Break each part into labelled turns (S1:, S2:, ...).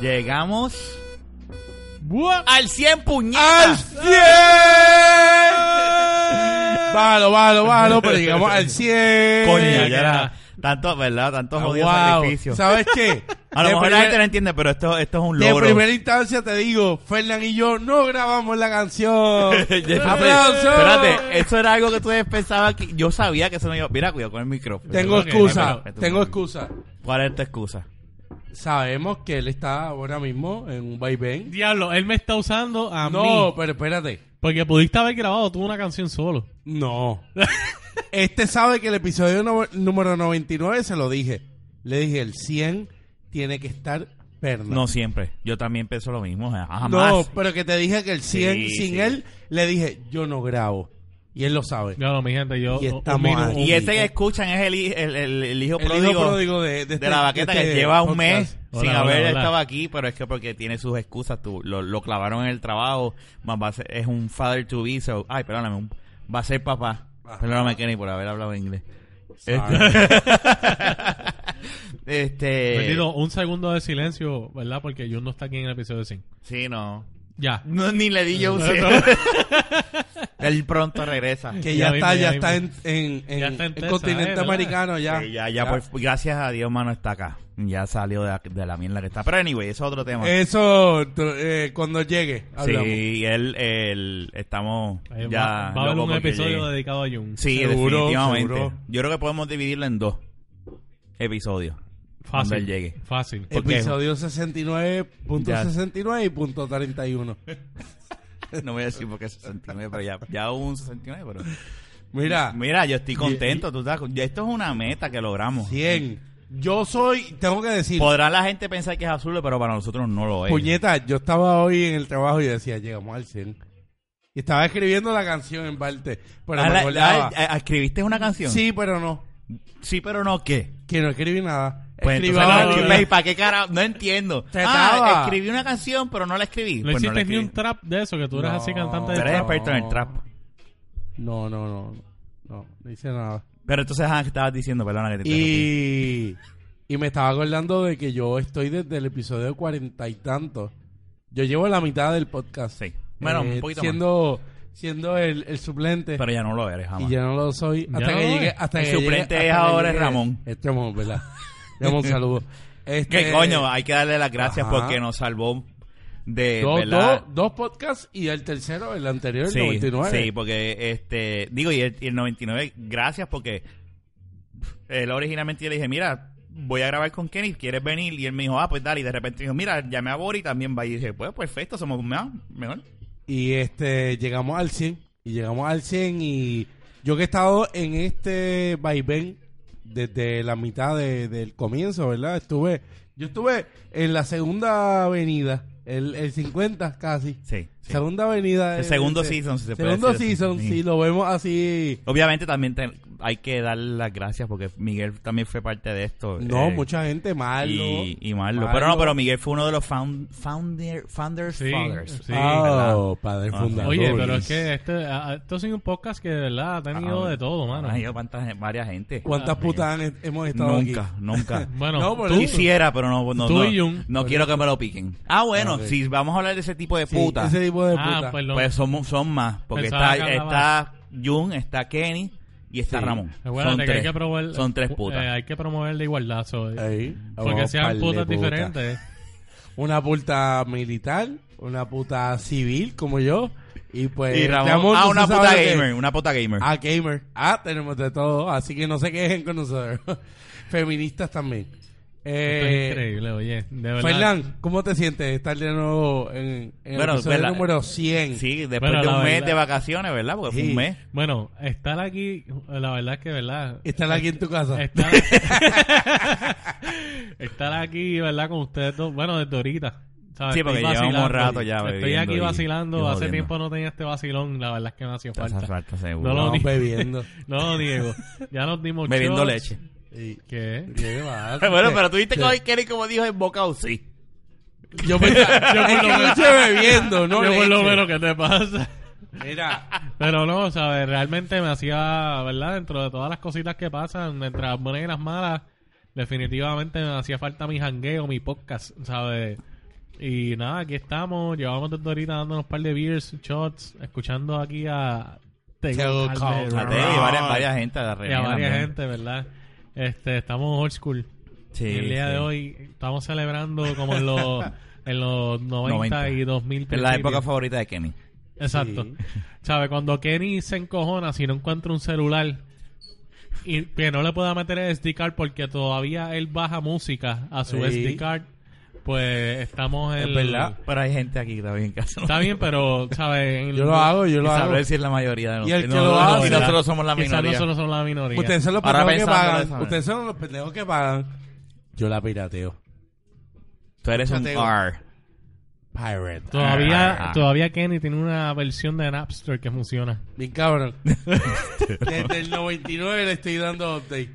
S1: Llegamos
S2: ¡Buah!
S1: al 100
S2: ¡Al
S1: puñetas.
S2: 100! Bájalo, bájalo, bájalo, pero llegamos al 100.
S1: Coño, ya era. Tanto, ¿verdad? Tanto
S2: Eh, Ah,
S1: jodido
S2: wow.
S1: sacrificio.
S2: ¿Sabes qué?
S1: A lo
S2: De
S1: mejor la
S2: primer-
S1: gente no entiende, pero esto, esto es un
S2: de
S1: logro.
S2: primera instancia te digo, Fernán y yo no grabamos la canción. ¡Aplausos!
S1: Espérate, eso era algo que ustedes pensaban que yo sabía que eso no iba. Mira, cuidado con el micrófono.
S2: Tengo
S1: Ok,
S2: excusa,
S1: espera, espera.
S2: tengo excusa.
S1: ¿Cuál es tu excusa?
S2: Sabemos que él está ahora mismo en un vaivén.
S3: Diablo, él me está usando a
S2: No,
S3: mí.
S2: pero espérate.
S3: Porque pudiste haber grabado tú una canción solo.
S2: No. Este sabe que el episodio no- número 99 se lo dije. Le dije, el 100 tiene que estar Fernán.
S1: No siempre. Yo también pienso lo mismo. ah, Jamás.
S2: No, pero que te dije que el 100
S1: Sí,
S2: sin
S1: sí.
S2: él, le dije, yo no grabo. Y él lo sabe.
S3: Diablo, mi gente, yo.
S2: Y
S3: un
S2: estamos
S3: minu-
S2: ahí.
S1: y este que escuchan es el, hi- el, el- el hijo
S2: El hijo
S1: pródigo,
S2: pródigo de- de
S1: de,
S2: este-
S1: la baqueta
S2: de este
S1: que lleva un
S2: podcast.
S1: mes
S3: Hola,
S1: sin
S3: hola,
S1: haber
S3: hola.
S1: estado aquí, pero es que porque tiene sus excusas. Tú, lo, lo clavaron en el trabajo. Más va a ser- es un father to be. so- ay, perdóname. un- va a ser papá. Perdóname, Kenny, por haber hablado inglés. Este. este
S3: Bendito, un segundo de silencio, ¿verdad? Porque Jun no está aquí en el episodio 100.
S1: Sí, no.
S3: Ya.
S1: No, ni le di yo un cien. Él pronto regresa.
S2: Que
S3: Ya
S2: ya,
S3: mismo,
S2: está,
S3: ya
S2: ya está en,
S3: mismo.
S2: en, en
S3: Ya está en
S2: el
S3: Texas,
S2: continente
S3: eh, ¿verdad?
S2: americano ya.
S1: Sí, ya, ya, por- gracias a Dios, mano, está acá. Ya salió de, de la mierda que está. Pero anyway, eso es otro tema.
S2: Eso tú, eh, cuando llegue hablamos.
S1: sí, él, él- estamos
S3: Eh,
S1: ya.
S3: va, va a haber
S1: locos
S3: un
S1: porque
S3: episodio
S1: llegue.
S3: dedicado a Jun.
S1: Sí,
S2: Seguro,
S1: definitivamente.
S2: seguro.
S1: Yo creo que podemos dividirlo en dos episodios. Cuando él
S3: Fácil.
S1: llegue.
S3: Fácil.
S1: porque-
S2: Episodio 69.69 y punto 31.
S1: No voy a decir porque 69, pero ya, ya hubo un 69, pero...
S2: Mira,
S1: Mira, yo estoy contento, tú sabes. ya Esto es una meta que logramos.
S2: 100. Yo soy, tengo que decir,
S1: Podrá la gente pensar que es azul, pero para nosotros no lo es.
S2: puñeta, yo estaba hoy en el trabajo y decía, llegamos al 100. Y estaba escribiendo la canción en parte, pero
S1: Ah,
S2: me
S1: la-
S2: acordaba.
S1: ah, ah, ¿Escribiste una canción?
S2: Sí, pero no.
S1: Sí, pero no, ¿qué?
S2: Que no escribí nada.
S1: Pues
S2: Escribí
S1: entonces no
S2: algo
S1: la
S2: y-
S1: escribí. ¿Para qué carajo? No entiendo. Ah,
S2: Trataba.
S1: escribí una canción, pero no la escribí.
S3: No
S1: Pues
S3: hiciste
S1: la
S3: ni
S1: escribí.
S3: un trap de eso, que tú eres
S2: No.
S3: así cantante de
S1: Tú eres
S3: trap.
S1: experto en el trap.
S2: No, no, no. No, no hice nada.
S1: Pero entonces, ah, ¿qué estabas diciendo? Perdona que te interrumpí.
S2: Y, y me estaba acordando de que yo estoy desde el episodio cuarenta y tanto. Yo llevo la mitad del podcast. Eh,
S1: Sí. Bueno, un poquito más.
S2: siendo, Siendo el, el suplente.
S1: Pero ya no lo eres, jamás.
S2: y ya no lo soy.
S3: Ya
S2: Hasta
S3: no
S2: que
S3: lo
S2: llegue.
S3: es.
S2: Hasta
S1: El
S2: que llegue-
S1: suplente
S2: hasta
S1: es
S2: que
S1: ahora
S2: llegue-
S1: es Ramón.
S2: Es Ramón, ¿verdad? Ramón, saludos.
S1: ¿Qué
S2: Este,
S1: coño? Hay que darle las gracias
S2: Ajá.
S1: porque nos salvó de...
S2: Dos,
S1: ¿verdad?
S2: dos- dos podcasts y el tercero, el anterior, el
S1: sí,
S2: 99.
S1: Sí, porque, este, digo, y el, y el 99, gracias porque él originalmente yo le dije, mira, voy a grabar con Kenny, ¿quieres venir? Y él me dijo, ah, pues dale. Y de repente dijo, mira, llamé a Bori también va. Y dije, pues perfecto, somos mejor. mejor.
S2: Y este, llegamos al 100. Y llegamos al 100 y yo que he estado en este vaivén desde la mitad de- del comienzo, ¿verdad? Estuve, yo estuve en la segunda avenida, el, el 50 casi.
S1: Sí, sí.
S2: Segunda avenida.
S1: El
S2: eh,
S1: segundo
S2: ese-
S1: season, si se puede
S2: Segundo
S1: decir así.
S2: season,
S1: Sí.
S2: si lo vemos así.
S1: Obviamente también te- hay que dar las gracias porque Miguel también fue parte de esto.
S2: No,
S1: eh,
S2: mucha gente, malo.
S1: Y, y Marlo. Pero no, pero Miguel fue uno de los found, founder, founders,
S3: Sí,
S1: fathers. Ah,
S3: sí.
S1: ¿verdad?
S2: Oh, padre
S1: Ah,
S2: fundador.
S3: Oye, pero es que este, a- a- esto ha sido un podcast que de verdad ha tenido
S1: Ah,
S3: de todo, mano.
S1: Ha ido cuántas- varias gente.
S2: ¿Cuántas putas han- hemos estado aquí?
S1: Nunca, nunca.
S3: Bueno,
S2: No, por
S3: tú,
S2: eso.
S1: Quisiera, pero no, no,
S3: Tú
S1: no,
S3: y Jun.
S1: no quiero que me lo piquen. Ah, bueno,
S2: Ah, ok.
S1: si vamos a hablar de ese tipo de
S2: Sí,
S1: putas,
S2: ese tipo de
S3: Ah,
S2: putas.
S3: perdón.
S1: pues son, son más. Porque
S3: Pensaba
S1: está,
S3: que
S1: está
S3: hablaba.
S1: Jun, está Kenny y está
S2: Sí.
S1: Ramón.
S3: Recuérdate
S1: Son
S3: que
S1: tres,
S3: hay que promover,
S1: son tres
S3: eh,
S1: putas.
S3: hay que promover la igualdad. so, eh,
S2: Ahí,
S1: Oh,
S3: porque
S2: vamos, par
S3: sean
S2: de
S3: putas diferentes.
S2: una puta militar, una puta civil como yo y
S3: eh,
S2: pues
S1: y Ramón,
S2: Ramón,
S1: ah,
S2: tú
S1: una
S2: sabes
S1: puta
S2: lo que-
S1: gamer, una puta gamer.
S2: Ah, gamer. Ah, tenemos de todo, así que no se quejen con nosotros. Feministas también.
S3: Esto es
S2: Eh,
S3: increíble, oye. De verdad.
S2: Fernán, ¿cómo te sientes de estar de nuevo en, en
S1: Bueno,
S2: el episodio
S1: verdad.
S2: número 100?
S1: Sí, después
S3: Bueno,
S1: de
S3: la
S1: un mes
S3: verdad.
S1: de vacaciones, ¿verdad? Porque fue
S2: Sí.
S1: un mes.
S3: Bueno, estar aquí, la verdad es que, ¿verdad?
S2: Estar aquí en tu casa.
S3: Estar, estar aquí, ¿verdad? Con ustedes dos. Bueno, desde ahorita. ¿sabes?
S1: Sí, porque
S3: Estoy
S1: llevamos
S3: vacilando.
S1: rato ya
S3: Estoy
S1: bebiendo
S3: aquí
S1: y-
S3: vacilando.
S1: y
S3: Hace
S1: jodiendo.
S3: tiempo no tenía este vacilón. La verdad es que me hacía
S1: Hace
S3: falta.
S1: falta, seguro.
S3: No,
S2: Estamos
S3: ni-
S2: bebiendo.
S3: No, Diego. Ya nos dimos
S1: Bebiendo
S3: shots.
S1: leche.
S2: Y-
S3: ¿Qué?
S2: ¿Qué va?
S1: Bueno, pero tuviste que hoy Kenny, como dijo, en boca o sí.
S2: Yo pensaba, yo por lo menos bebiendo, no
S3: Yo por lo
S2: leche.
S3: menos, ¿qué te pasa?
S2: Mira,
S3: Pero no, ¿sabes? Realmente me hacía, ¿verdad? Dentro de todas las cositas que pasan, entre las buenas y las malas, definitivamente me hacía falta mi jangueo, mi podcast, ¿sabes? Y nada, aquí estamos. Llevamos desde ahorita dándonos un par de beers, shots, escuchando aquí a
S2: Tego Calderón.
S1: A ti y varias, varias gente de
S3: Y a varias gente, ¿verdad? Este, estamos old school.
S1: Sí,
S3: Y el día
S1: sí.
S3: de hoy estamos celebrando como en los, en los 90,
S1: 90.
S3: y 2000.
S1: Es la
S3: principios.
S1: época favorita de Kenny.
S3: Exacto.
S2: Sí.
S3: ¿Sabes? Cuando Kenny se encojona si no encuentra un celular y que no le pueda meter el SD card porque todavía él baja música a su
S2: Sí.
S3: SD card, pues estamos en...
S2: Es verdad.
S1: Pero hay gente aquí también en casa. ¿no?
S3: Está bien, pero, ¿sabes? En-
S2: Yo lo hago, yo lo
S1: Quizá
S2: hago.
S1: lo decir la mayoría de los
S2: Y el que
S1: no,
S2: lo
S1: no,
S2: hace,
S1: y
S3: ¿verdad?
S1: nosotros somos la
S3: Quizás
S1: minoría.
S3: nosotros somos la minoría.
S2: Ustedes son los
S1: Ahora
S2: pendejos que
S1: pensándolo de esa
S2: pagan.
S1: manera.
S2: Ustedes son los pendejos que pagan. Yo la pirateo.
S1: Tú eres un
S2: Escúchate.
S1: R.
S2: Pirate.
S3: Todavía,
S1: Ah.
S3: todavía Kenny tiene una versión de Napster que funciona.
S2: Bien cabrón. Desde el 99 le estoy dando update.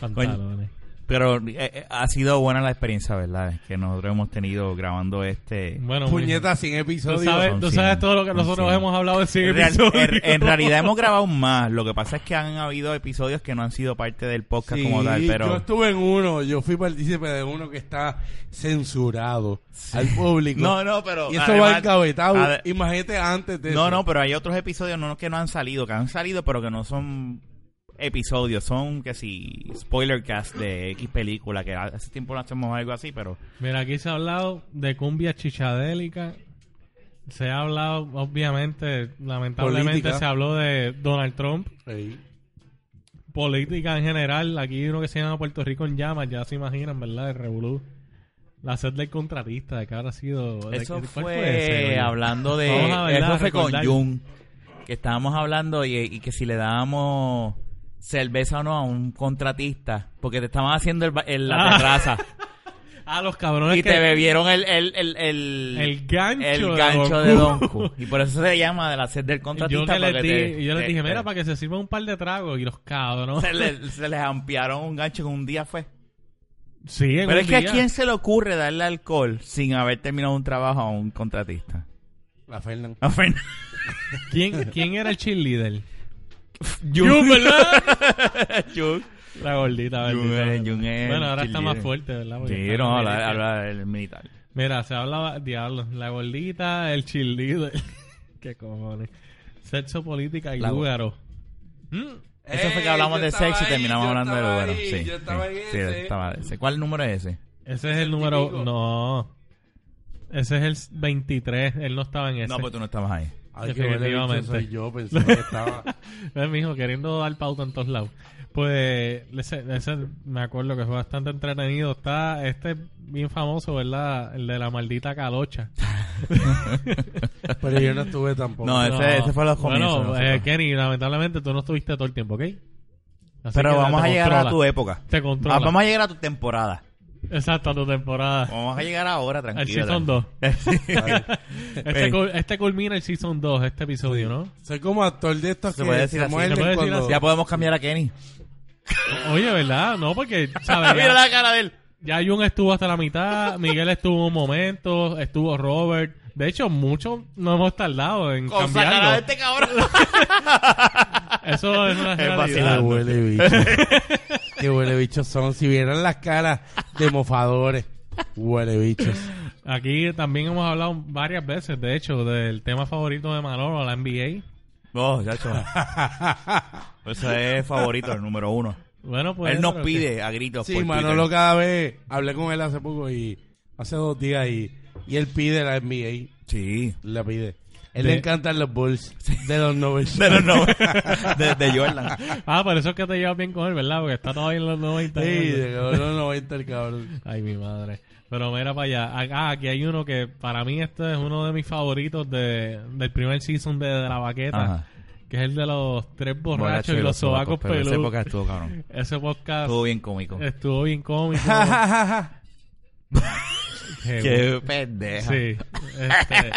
S3: Pantalones.
S1: Pero eh, eh, ha sido buena la experiencia, ¿verdad? Es Que nosotros hemos tenido grabando este...
S3: Bueno,
S2: Puñetas sin
S3: Tú
S2: episodios.
S3: sabes,
S1: Son
S3: tú sabes
S1: cien,
S3: todo lo que
S1: son
S3: nosotros
S1: cien.
S3: hemos hablado de ese
S1: En, real-
S3: episodio.
S1: en- en realidad hemos grabado más. Lo que pasa es que han habido episodios que no han sido parte del podcast
S2: Sí,
S1: como tal, pero...
S2: Yo estuve en uno, yo fui partícipe de uno que está censurado al público.
S1: No, no, pero...
S2: y eso
S1: además-
S2: va encabetado.
S1: ade-
S2: Imagínate antes de
S1: No,
S2: eso.
S1: no, pero hay otros episodios no, que no han salido, que han salido, pero que no son episodios, son que si spoiler cast de X película, que hace tiempo no hacemos algo así, pero
S3: Mira, aquí se ha hablado de cumbia chichadélica. Se ha hablado, obviamente, lamentablemente
S2: Política.
S3: se habló de Donald Trump.
S2: Ey,
S3: Política en general. Aquí hay uno que se llama Puerto Rico en llamas, ya se imaginan, ¿verdad? El revolú. La sed del contratista, de que habrá sido... de-
S1: eso
S3: ¿cuál
S1: fue,
S3: ese, oye?
S1: hablando de...
S3: Vamos a verla,
S1: Eso fue con
S3: recordar.
S1: Jung, que estábamos hablando y, y que si le dábamos cerveza o no a un contratista, porque te estaban haciendo el, ba- el- la
S3: Ah.
S1: terraza
S3: Ah, los cabrones
S1: y
S3: que...
S1: te bebieron el... el, el, el-
S3: El gancho
S1: el
S3: de
S1: gancho
S3: Don
S1: de
S3: Q.
S1: Don Q. Y por eso se le llama de la sed del
S3: yo,
S1: contratista.
S3: que les
S1: porque
S3: di-
S1: te-
S3: yo les
S1: te-
S3: dije,
S1: te-
S3: mira, para que se sirva un par de tragos. Y los cabrones...
S1: se, le- se les ampliaron un gancho con un día fue.
S3: Sí, en
S1: Pero
S3: un
S1: es que
S3: día.
S1: a quién se le ocurre darle alcohol sin haber terminado un trabajo a un contratista.
S2: la Fernan.
S1: A Fernan-
S3: ¿Quién, quién era el cheerleader?
S1: Jun,
S3: ¿verdad?
S1: Jun.
S3: La gordita,
S1: Jun
S3: ¿verdad?
S1: es- Jun es
S3: Bueno, ahora está
S1: cheerleader.
S3: más fuerte, ¿verdad? Porque
S1: Sí,
S3: está
S1: no,
S3: más
S1: habla,
S3: militar.
S1: habla del militar.
S3: Mira, se hablaba, diablo, la gordita, el cheerleader. Qué cojones. Sexo, política y
S1: La-
S3: búgaro. Mm,
S1: Eso fue
S2: Ey,
S1: que hablamos
S2: yo
S1: de
S2: estaba
S1: sexo y
S2: ahí,
S1: terminamos
S2: yo
S1: hablando de
S2: estaba
S1: bueno.
S2: ahí,
S1: Sí,
S2: yo estaba
S1: sí,
S2: en
S1: sí,
S2: ese.
S1: estaba ese. ¿Cuál número es ese?
S3: Ese es el número...
S2: típico.
S3: No. Ese es el 23. Él no estaba en ese.
S1: No, pues tú no estabas ahí.
S2: Ay, qué huele bicho
S3: Definitivamente.
S2: soy yo, pensaba que estaba...
S3: Es mi hijo queriendo dar pauta en todos lados. Pues ese, ese me acuerdo que fue bastante entretenido. Está este bien famoso, ¿verdad? El de la maldita calocha.
S2: Pero yo no estuve tampoco.
S1: No, ese- ese fue los comienzos de
S3: Bueno,
S1: nosotros.
S3: eh, Kenny, lamentablemente tú no estuviste todo el tiempo, ¿ok? Así
S1: Pero
S3: que
S1: vamos
S3: te
S1: a llegar a
S3: controla.
S1: tu época.
S3: Te controla.
S1: Ah, vamos a llegar a tu temporada.
S3: Exacto, a tu temporada.
S1: Vamos a llegar ahora,
S3: El
S1: tranquilo.
S3: Season 2. Este,
S1: Ey.
S3: cul- este culmina el Season 2, este episodio, ¿no?
S2: Soy como actor de estos
S1: Se
S2: que
S1: puede decir
S2: se
S1: así.
S2: muerden
S3: Se puede decir
S2: cuando...
S3: así.
S1: Ya podemos cambiar a Kenny.
S3: Oye, ¿verdad? No, porque, ¿sabes?
S1: Mira
S3: Ya-
S1: la cara de él.
S3: Ya Jun estuvo hasta la mitad, Miguel estuvo un momento, estuvo Robert. De hecho, mucho no hemos tardado en
S1: Con esa cara de
S3: cambiarlo.
S1: este cabrón.
S3: Eso es una
S1: Es
S3: realidad.
S1: vacilante.
S2: Qué
S1: Tirando.
S2: Ah, huele bicho. Qué huele bichos son. Si vieran las caras de mofadores. Huele bichos.
S3: Aquí también hemos hablado varias veces, de hecho, del tema favorito de Manolo, la NBA.
S1: No, ya Ese es favorito, el número uno.
S3: Bueno, pues...
S1: él nos
S3: pero
S1: pide a gritos.
S2: Sí,
S1: por
S2: Manolo
S1: Twitter.
S2: cada vez... Hablé con él hace poco y... Hace dos días y... Y él pide la NBA.
S1: Sí.
S2: La pide. Él
S3: De-
S2: le encantan los Bulls. De los 90.
S1: De los no. De, de Jordan.
S3: que- Ah, por eso es que te llevas bien con él, ¿verdad? Porque está todavía en los 90.
S2: Sí, de los 90 el cabrón.
S3: Ay, mi madre. Pero mira para allá. Ah, aquí hay uno que para mí este es uno de mis favoritos de, del primer season de, de La Baqueta.
S1: Ajá.
S3: Que es el de los tres borrachos y los sobacos
S1: pero
S3: peludos.
S1: Esa época estuvo cabrón.
S3: Ese podcast
S1: Estuvo bien cómico.
S3: estuvo bien cómico. Qué
S1: Qué pendeja.
S3: Este, Sí. Este,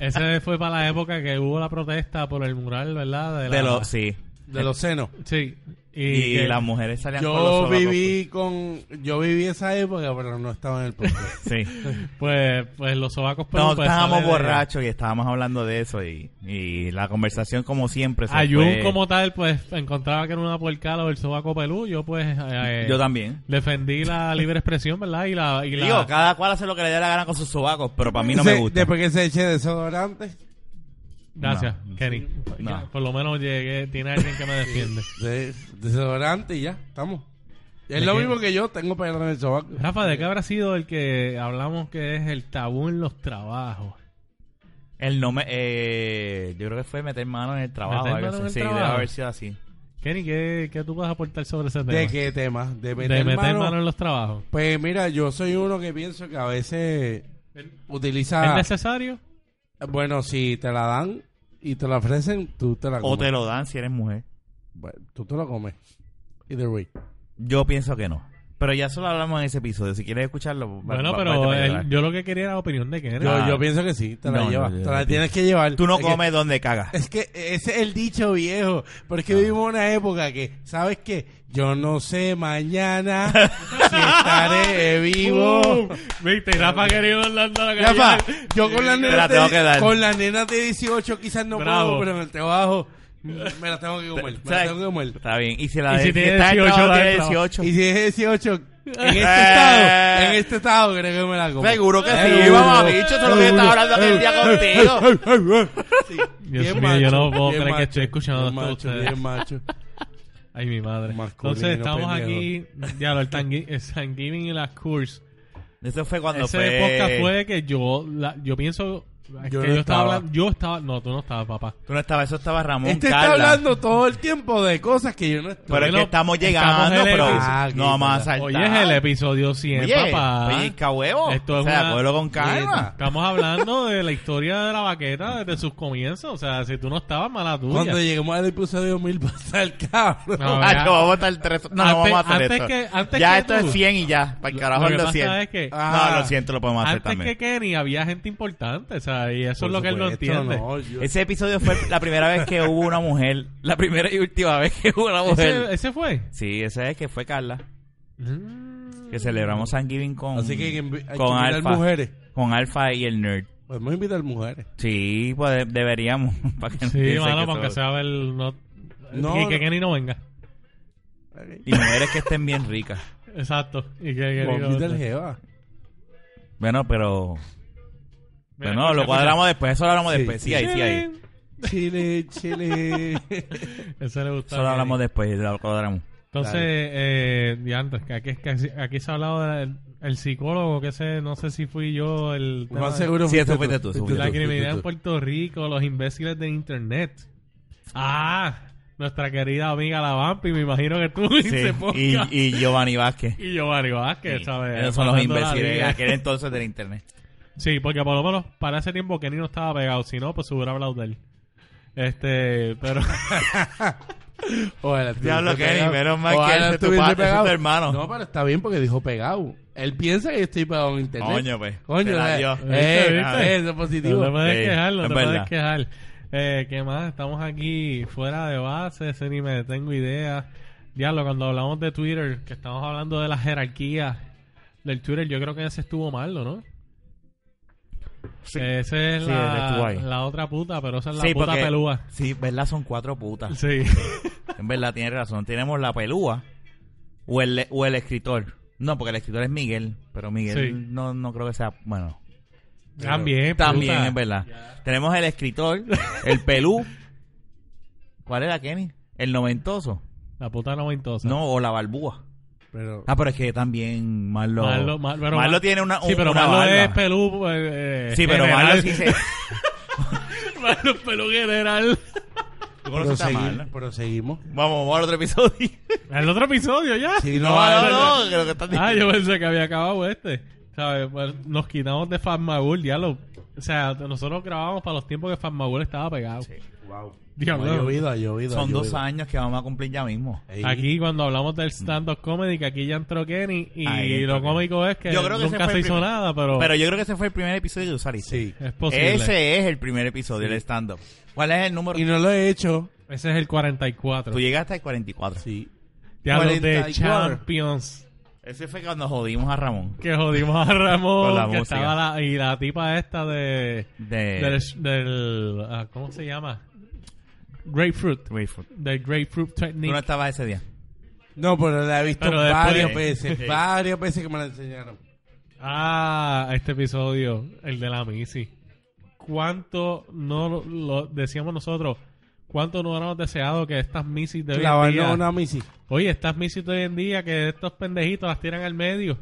S3: ese fue para la época que hubo la protesta por el mural, ¿verdad? De, la-
S1: De los, sí.
S2: De los senos.
S3: Sí. Y,
S1: Y,
S3: que-
S1: las mujeres salían con los
S2: Yo
S1: sobacos.
S2: viví con. Yo viví esa época, pero no estaba en el podcast.
S1: Sí.
S3: Pues, pues los sobacos
S1: No,
S3: pues,
S1: estábamos
S3: sale de-
S1: borrachos y estábamos hablando de eso y, y la conversación como siempre se
S3: Ayun
S1: fue-
S3: como tal, pues encontraba que era una puerca o el sobaco pelú. Yo pues eh,
S1: Yo también.
S3: defendí la libre expresión, ¿verdad? Y la... Y la
S1: Digo, cada cual hace lo que le dé la gana con sus sobacos, pero para mí no
S2: Se-
S1: me gusta.
S2: Después que se eche desodorante.
S3: Gracias,
S1: No.
S3: Kenny.
S1: No.
S3: Por lo menos llegué, tiene alguien que me defiende.
S2: de- desodorante y ya, estamos. Es
S3: ¿De
S2: lo
S3: qué?
S2: mismo que yo, tengo pelo en el sobaco.
S1: Ah,
S3: Rafa, ¿de qué habrá sido el que hablamos que es el tabú en los trabajos?
S1: El no me, eh, yo creo que fue meter mano en el trabajo.
S3: Meter
S1: algo
S3: mano
S1: así.
S3: en el
S1: sí,
S3: trabajo.
S1: debe haber sido así.
S3: Kenny, ¿qué, qué tú puedes aportar sobre ese tema?
S2: ¿De qué tema? De meter,
S3: de meter
S2: mano.
S3: mano, en los trabajos.
S2: Pues mira, yo soy uno que pienso que a veces
S3: ¿Es
S1: Ah.
S2: utiliza...
S3: necesario?
S2: Bueno, si te la dan y te la ofrecen, tú te la comes.
S1: O te lo dan si eres mujer.
S2: Bueno, tú te lo comes. Either way.
S1: Yo pienso que no. Pero ya solo hablamos en ese episodio. Si quieres escucharlo, va-
S3: Bueno,
S1: va- vete
S3: pero
S1: para
S3: el-
S1: allá.
S3: yo lo que quería era la opinión de Kenny.
S2: Yo,
S1: Ah.
S2: yo pienso que sí, te la
S1: No, no,
S2: llevas.
S1: yo-
S2: te la
S1: yo-
S2: tienes que llevar.
S1: tú no
S2: Es que-
S1: comes donde cagas.
S2: Es que ese es el dicho viejo, porque
S1: Ah.
S2: vivimos una época que, ¿sabes qué? Yo no sé mañana si estaré vivo.
S3: Uh. Viste, Rafa querido Orlando a la
S2: Rafa,
S3: calle.
S2: yo con la
S1: Te
S2: nena
S1: la tengo que
S2: de,
S1: dar.
S2: con la nena de 18 quizás no
S3: Bravo.
S2: puedo, pero en el trabajo mm, me la tengo que comer, me la
S1: ¿Sabes?
S2: tengo que comer.
S1: Está bien. Y si la
S3: Y
S1: de,
S3: si tiene
S1: está en
S3: 18,
S1: trabajo,
S3: la
S1: tiene
S3: de trabajo.
S1: 18.
S2: Y si es 18 en este estado, en este estado creo que me la como.
S1: Eh. Seguro que sí,
S2: Seguro.
S1: mamabicho. Eso es lo que yo estaba hablando aquel día contigo.
S2: Sí,
S3: Dios
S2: bien
S3: mío, yo no puedo
S2: bien
S3: creer que
S2: macho,
S3: estoy escuchando
S2: bien
S3: esto de
S2: macho,
S3: ustedes.
S2: bien macho.
S3: Ay, mi madre.
S2: Masculino,
S3: Entonces, estamos
S2: pendejo.
S3: aquí. Ya, lo, el Thanksgiving- el Thanksgiving y las Curs.
S1: Eso fue cuando
S3: Ese
S1: fue...
S3: podcast fue que yo, la- yo pienso. es
S2: Yo
S3: que
S2: no
S3: yo estaba
S2: estaba.
S3: hablando. Yo estaba. No, tú no estabas, papá.
S1: Tú no estabas, eso estaba Ramón
S2: Este está
S1: Carla.
S2: hablando todo el tiempo de cosas que yo no estoy.
S1: Pero es
S3: Bueno,
S1: que estamos
S3: estamos
S1: llegando,
S3: en el
S1: pero
S3: episodio.
S2: Ah, qué
S1: no vamos a
S2: cosa.
S1: saltar.
S3: Oye, es el episodio 100,
S1: Oye,
S3: papá.
S1: oye, cahuevo.
S3: Esto
S1: o
S3: es
S1: sea,
S3: una-
S1: cógelo con calma.
S3: Estamos hablando de la historia de la vaqueta desde sus comienzos. O sea, si tú no estabas, mala tuya.
S2: Cuando lleguemos al episodio 1000 va a estar cabrón.
S3: No,
S1: Ah,
S3: ya.
S1: no, vamos a estar tres. No,
S3: Antes-
S1: no vamos a hacer
S3: antes
S1: esto.
S3: que- antes
S1: ya
S3: que
S1: esto
S3: tú.
S1: es 100 y ya. Para el carajo
S3: lo que
S1: el de
S3: pasa
S1: 100.
S3: es que-
S2: Ah,
S1: no, lo siento, lo podemos hacer
S3: Antes
S1: también.
S3: que Kenny había gente importante, o sea, y eso
S2: Por
S3: es lo que él no
S2: supuesto,
S3: entiende.
S2: no, yo-
S1: Ese episodio fue la primera vez que hubo una mujer. La primera y última vez que hubo una mujer.
S3: ¿Ese, ese fue?
S1: Sí, esa es que fue Carla.
S3: Mm.
S1: Que celebramos Thanksgiving con,
S2: Así que hay que invi- hay que
S1: con
S2: invitar
S1: Alfa.
S2: mujeres.
S1: Con Alfa y el Nerd.
S2: Podemos invitar mujeres.
S1: Sí, pues de- deberíamos. Para que no
S3: Sí,
S1: piensen
S3: mano,
S1: que
S3: para que
S1: eso-
S3: sea el... No,
S2: No,
S3: y que
S2: no.
S3: Kenny no venga.
S1: Y mujeres que estén bien ricas.
S3: Exacto. Y que Kenny
S2: Vamos a
S3: no
S2: invitar
S3: venga.
S2: Jeva.
S1: Bueno, pero.
S3: Mira,
S1: bueno,
S3: escucha,
S1: lo cuadramos después, eso lo hablamos
S2: Sí.
S1: después. Sí,
S3: escucha.
S1: ahí, sí, ahí.
S2: Chile, chile.
S3: Ese le gusta.
S1: Eso lo hablamos después, lo cuadramos.
S3: Entonces, eh, diantres, que aquí, que aquí- aquí se ha hablado del el psicólogo, que sé, no sé si fui yo el... tema
S2: Más
S3: de-
S2: seguro
S1: Sí, eso
S2: fuiste
S1: fuiste tú,
S2: Fuiste
S1: seguro.
S3: La
S2: fuiste
S3: criminalidad en
S2: tú.
S3: Puerto Rico, los imbéciles de internet. Ah, nuestra querida amiga La Vampi, me imagino que tú
S1: Sí,
S3: hiciste
S1: y,
S3: podcast.
S1: y Giovanni Vázquez.
S3: Y Giovanni Vázquez,
S1: Sí,
S3: ¿sabes?
S1: Esos son los
S3: Pasando la
S1: imbéciles de
S3: liga.
S1: aquel entonces del internet.
S3: Sí, porque por lo menos para ese tiempo Kenny no estaba pegado, si no, pues hubiera hablado de él. Este, pero
S2: Ojalá estuviese
S1: Diablo, Kenny,
S2: pegado.
S1: menos mal que
S2: Ojalá
S1: él es tu
S2: estuviese
S1: padre, es tu
S2: pegado.
S1: hermano.
S2: No, pero está bien porque dijo pegado. Él piensa que yo estoy pegado en internet.
S1: Coño, pues.
S2: Coño,
S1: Te la
S2: eh,
S1: dio.
S2: eh,
S3: ¿Viste, viste?
S2: eh, eso es
S3: no
S2: positivo.
S3: te puedes
S1: Sí,
S3: quejar, no
S1: es
S3: te puedes
S1: verdad.
S3: quejar. Eh, ¿Qué más? Estamos aquí fuera de base, ese ni me tengo idea. Diablo, cuando hablamos de Twitter, que estamos hablando de las jerarquías del Twitter, yo creo que ese estuvo mal, ¿no?
S1: Sí.
S3: Esa es
S1: Sí, ese estuvo
S3: la,
S1: ahí.
S3: la otra puta, pero esa es la
S1: Sí,
S3: puta
S1: porque-
S3: pelúa.
S1: Sí, verdad, son cuatro putas.
S3: Sí.
S1: En verdad, tienes razón. Tenemos la pelúa o el, o el escritor. No, porque el escritor es Miguel, pero Miguel
S3: Sí.
S1: no, no creo que sea. Bueno,
S3: También,
S1: también
S3: puta.
S1: es verdad. Tenemos el escritor, el pelú. ¿Cuál era Kenny? El noventoso.
S3: La puta noventosa.
S1: no, o la balbúa.
S2: Pero,
S1: Ah, pero es que también Marlo.
S3: Marlo, Mar- pero
S1: Marlo
S3: Mar-
S1: tiene una.
S3: sí,
S1: un-
S3: pero
S1: una
S3: Marlo
S1: barba.
S3: es pelú. eh, eh,
S1: Sí, pero
S3: general.
S1: Marlo sí se.
S3: Marlo es pelú general.
S1: Tú conoces a
S2: prosegui-
S1: Marlo.
S2: proseguimos.
S1: Vamos, vamos al otro episodio.
S3: El otro episodio ya.
S2: Sí, no,
S1: No,
S2: ahora-
S1: no, no, creo que estás
S3: Ah, yo pensé que había acabado este. ¿Sabes? Bueno, nos quitamos de Farmagul, diablo. O sea, nosotros grabamos para los tiempos que Farmagul estaba pegado.
S2: Wow.
S3: Diablo.
S2: Ha llovido, ha llovido. ha
S1: Son dos
S2: llovido.
S1: años que vamos a cumplir ya mismo.
S2: Ey,
S3: Aquí cuando hablamos del stand-up comedy, que aquí ya entró Kenny y
S1: Ahí entró
S3: lo cómico es que,
S1: Yo creo que ese
S3: nunca
S1: fue
S3: se
S1: el
S3: hizo
S1: primer-
S3: nada, pero,
S1: Pero yo creo que ese fue el primer episodio que tú saliste.
S2: Sí.
S3: es posible. Ese...
S1: Ese es el primer episodio del stand-up. ¿Cuál es el número?
S2: Y no lo he hecho.
S3: es el 44.
S1: Tú llegaste al 44.
S2: Sí.
S3: Diablo de
S2: 44.
S3: Champions.
S1: Ese fue cuando jodimos a Ramón.
S3: Que jodimos a Ramón.
S1: Con la
S3: que
S1: música. Eh.
S3: estaba la- y la tipa esta de.
S1: De...
S3: del. del- ah, ¿Cómo se llama? Grapefruit.
S1: Grapefruit.
S3: Del Grapefruit
S1: Tú no
S3: Technique.
S1: estabas ese día.
S2: No, pero la he visto
S3: Pero después-
S2: varias veces,
S1: Sí.
S2: varias veces que me la enseñaron.
S3: Ah, este episodio, el de la Missy. ¿Cuánto no lo, lo decíamos nosotros? ¿Cuánto no hubiéramos deseado que estas Missis de hoy en
S2: Clavarnos
S3: día-
S2: una misi.
S3: Oye, estas Missis de hoy en día, que estos pendejitos las tiran al medio.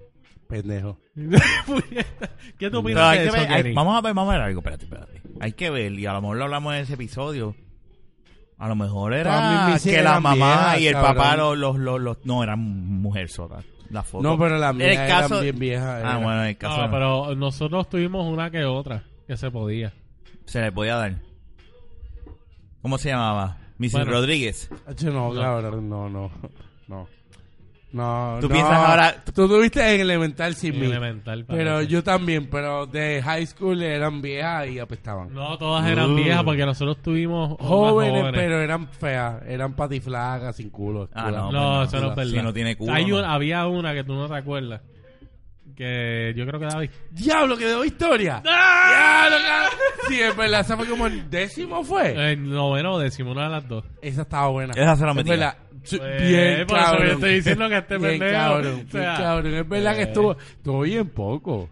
S2: Pendejo.
S3: Puñeta. ¿Qué
S1: Pero
S3: tú opinas
S1: hay
S3: de
S1: que
S3: eso,
S1: ver- hay-
S3: Kenny?
S1: vamos a ver, vamos a ver algo, espérate, espérate. Hay que ver, y a lo mejor lo hablamos en ese episodio. A lo mejor
S2: Todas mis
S1: era
S2: misis
S1: que la
S2: eran
S1: mamá
S2: viejas,
S1: y el
S2: cabrón.
S1: papá los, los, los, los- no eran mujer sola. La foto.
S2: No, pero la
S1: En
S2: mía
S1: el
S2: eran
S1: caso-
S2: bien vieja.
S1: Ah, bueno, en el caso.
S3: Ah,
S1: no.
S3: pero nosotros tuvimos una que otra que se podía.
S1: Se le podía dar. ¿Cómo se llamaba? Mrs.
S3: Bueno.
S1: Rodríguez.
S2: Hacho, no, cabrón, no, no, no. No,
S1: Tú
S2: no.
S1: piensas ahora-
S2: Tú tuviste en elemental sin mí.
S3: Elemental. parece.
S2: Pero yo también, pero de high school eran viejas y apestaban.
S3: No, todas eran
S1: Uh.
S3: viejas porque nosotros tuvimos unas
S2: Jóvenes, pero eran feas. Eran patiflacas, sin culo.
S1: Ah,
S2: culo.
S1: no.
S3: No,
S1: pues
S3: eso no es verdad.
S1: Si no tiene culo.
S3: Hay
S1: no.
S3: una- había una que tú no te acuerdas. Que yo creo que David.
S2: ¡Diablo, que debo historia! ¡Diablo, cabrón! Sí, es verdad, esa fue como el décimo, ¿fue?
S3: El noveno o décimo, una de las dos.
S2: Esa estaba buena.
S1: Esa se la
S2: Es
S1: metía.
S2: verdad. Sí,
S3: Pues,
S2: Bien,
S3: por eso
S2: cabrón.
S3: yo estoy diciendo que este
S2: bien,
S3: pendejo,
S2: cabrón,
S3: o
S2: bien,
S3: sea,
S2: cabrón. Es verdad que
S3: eh.
S2: estuvo, estuvo bien poco.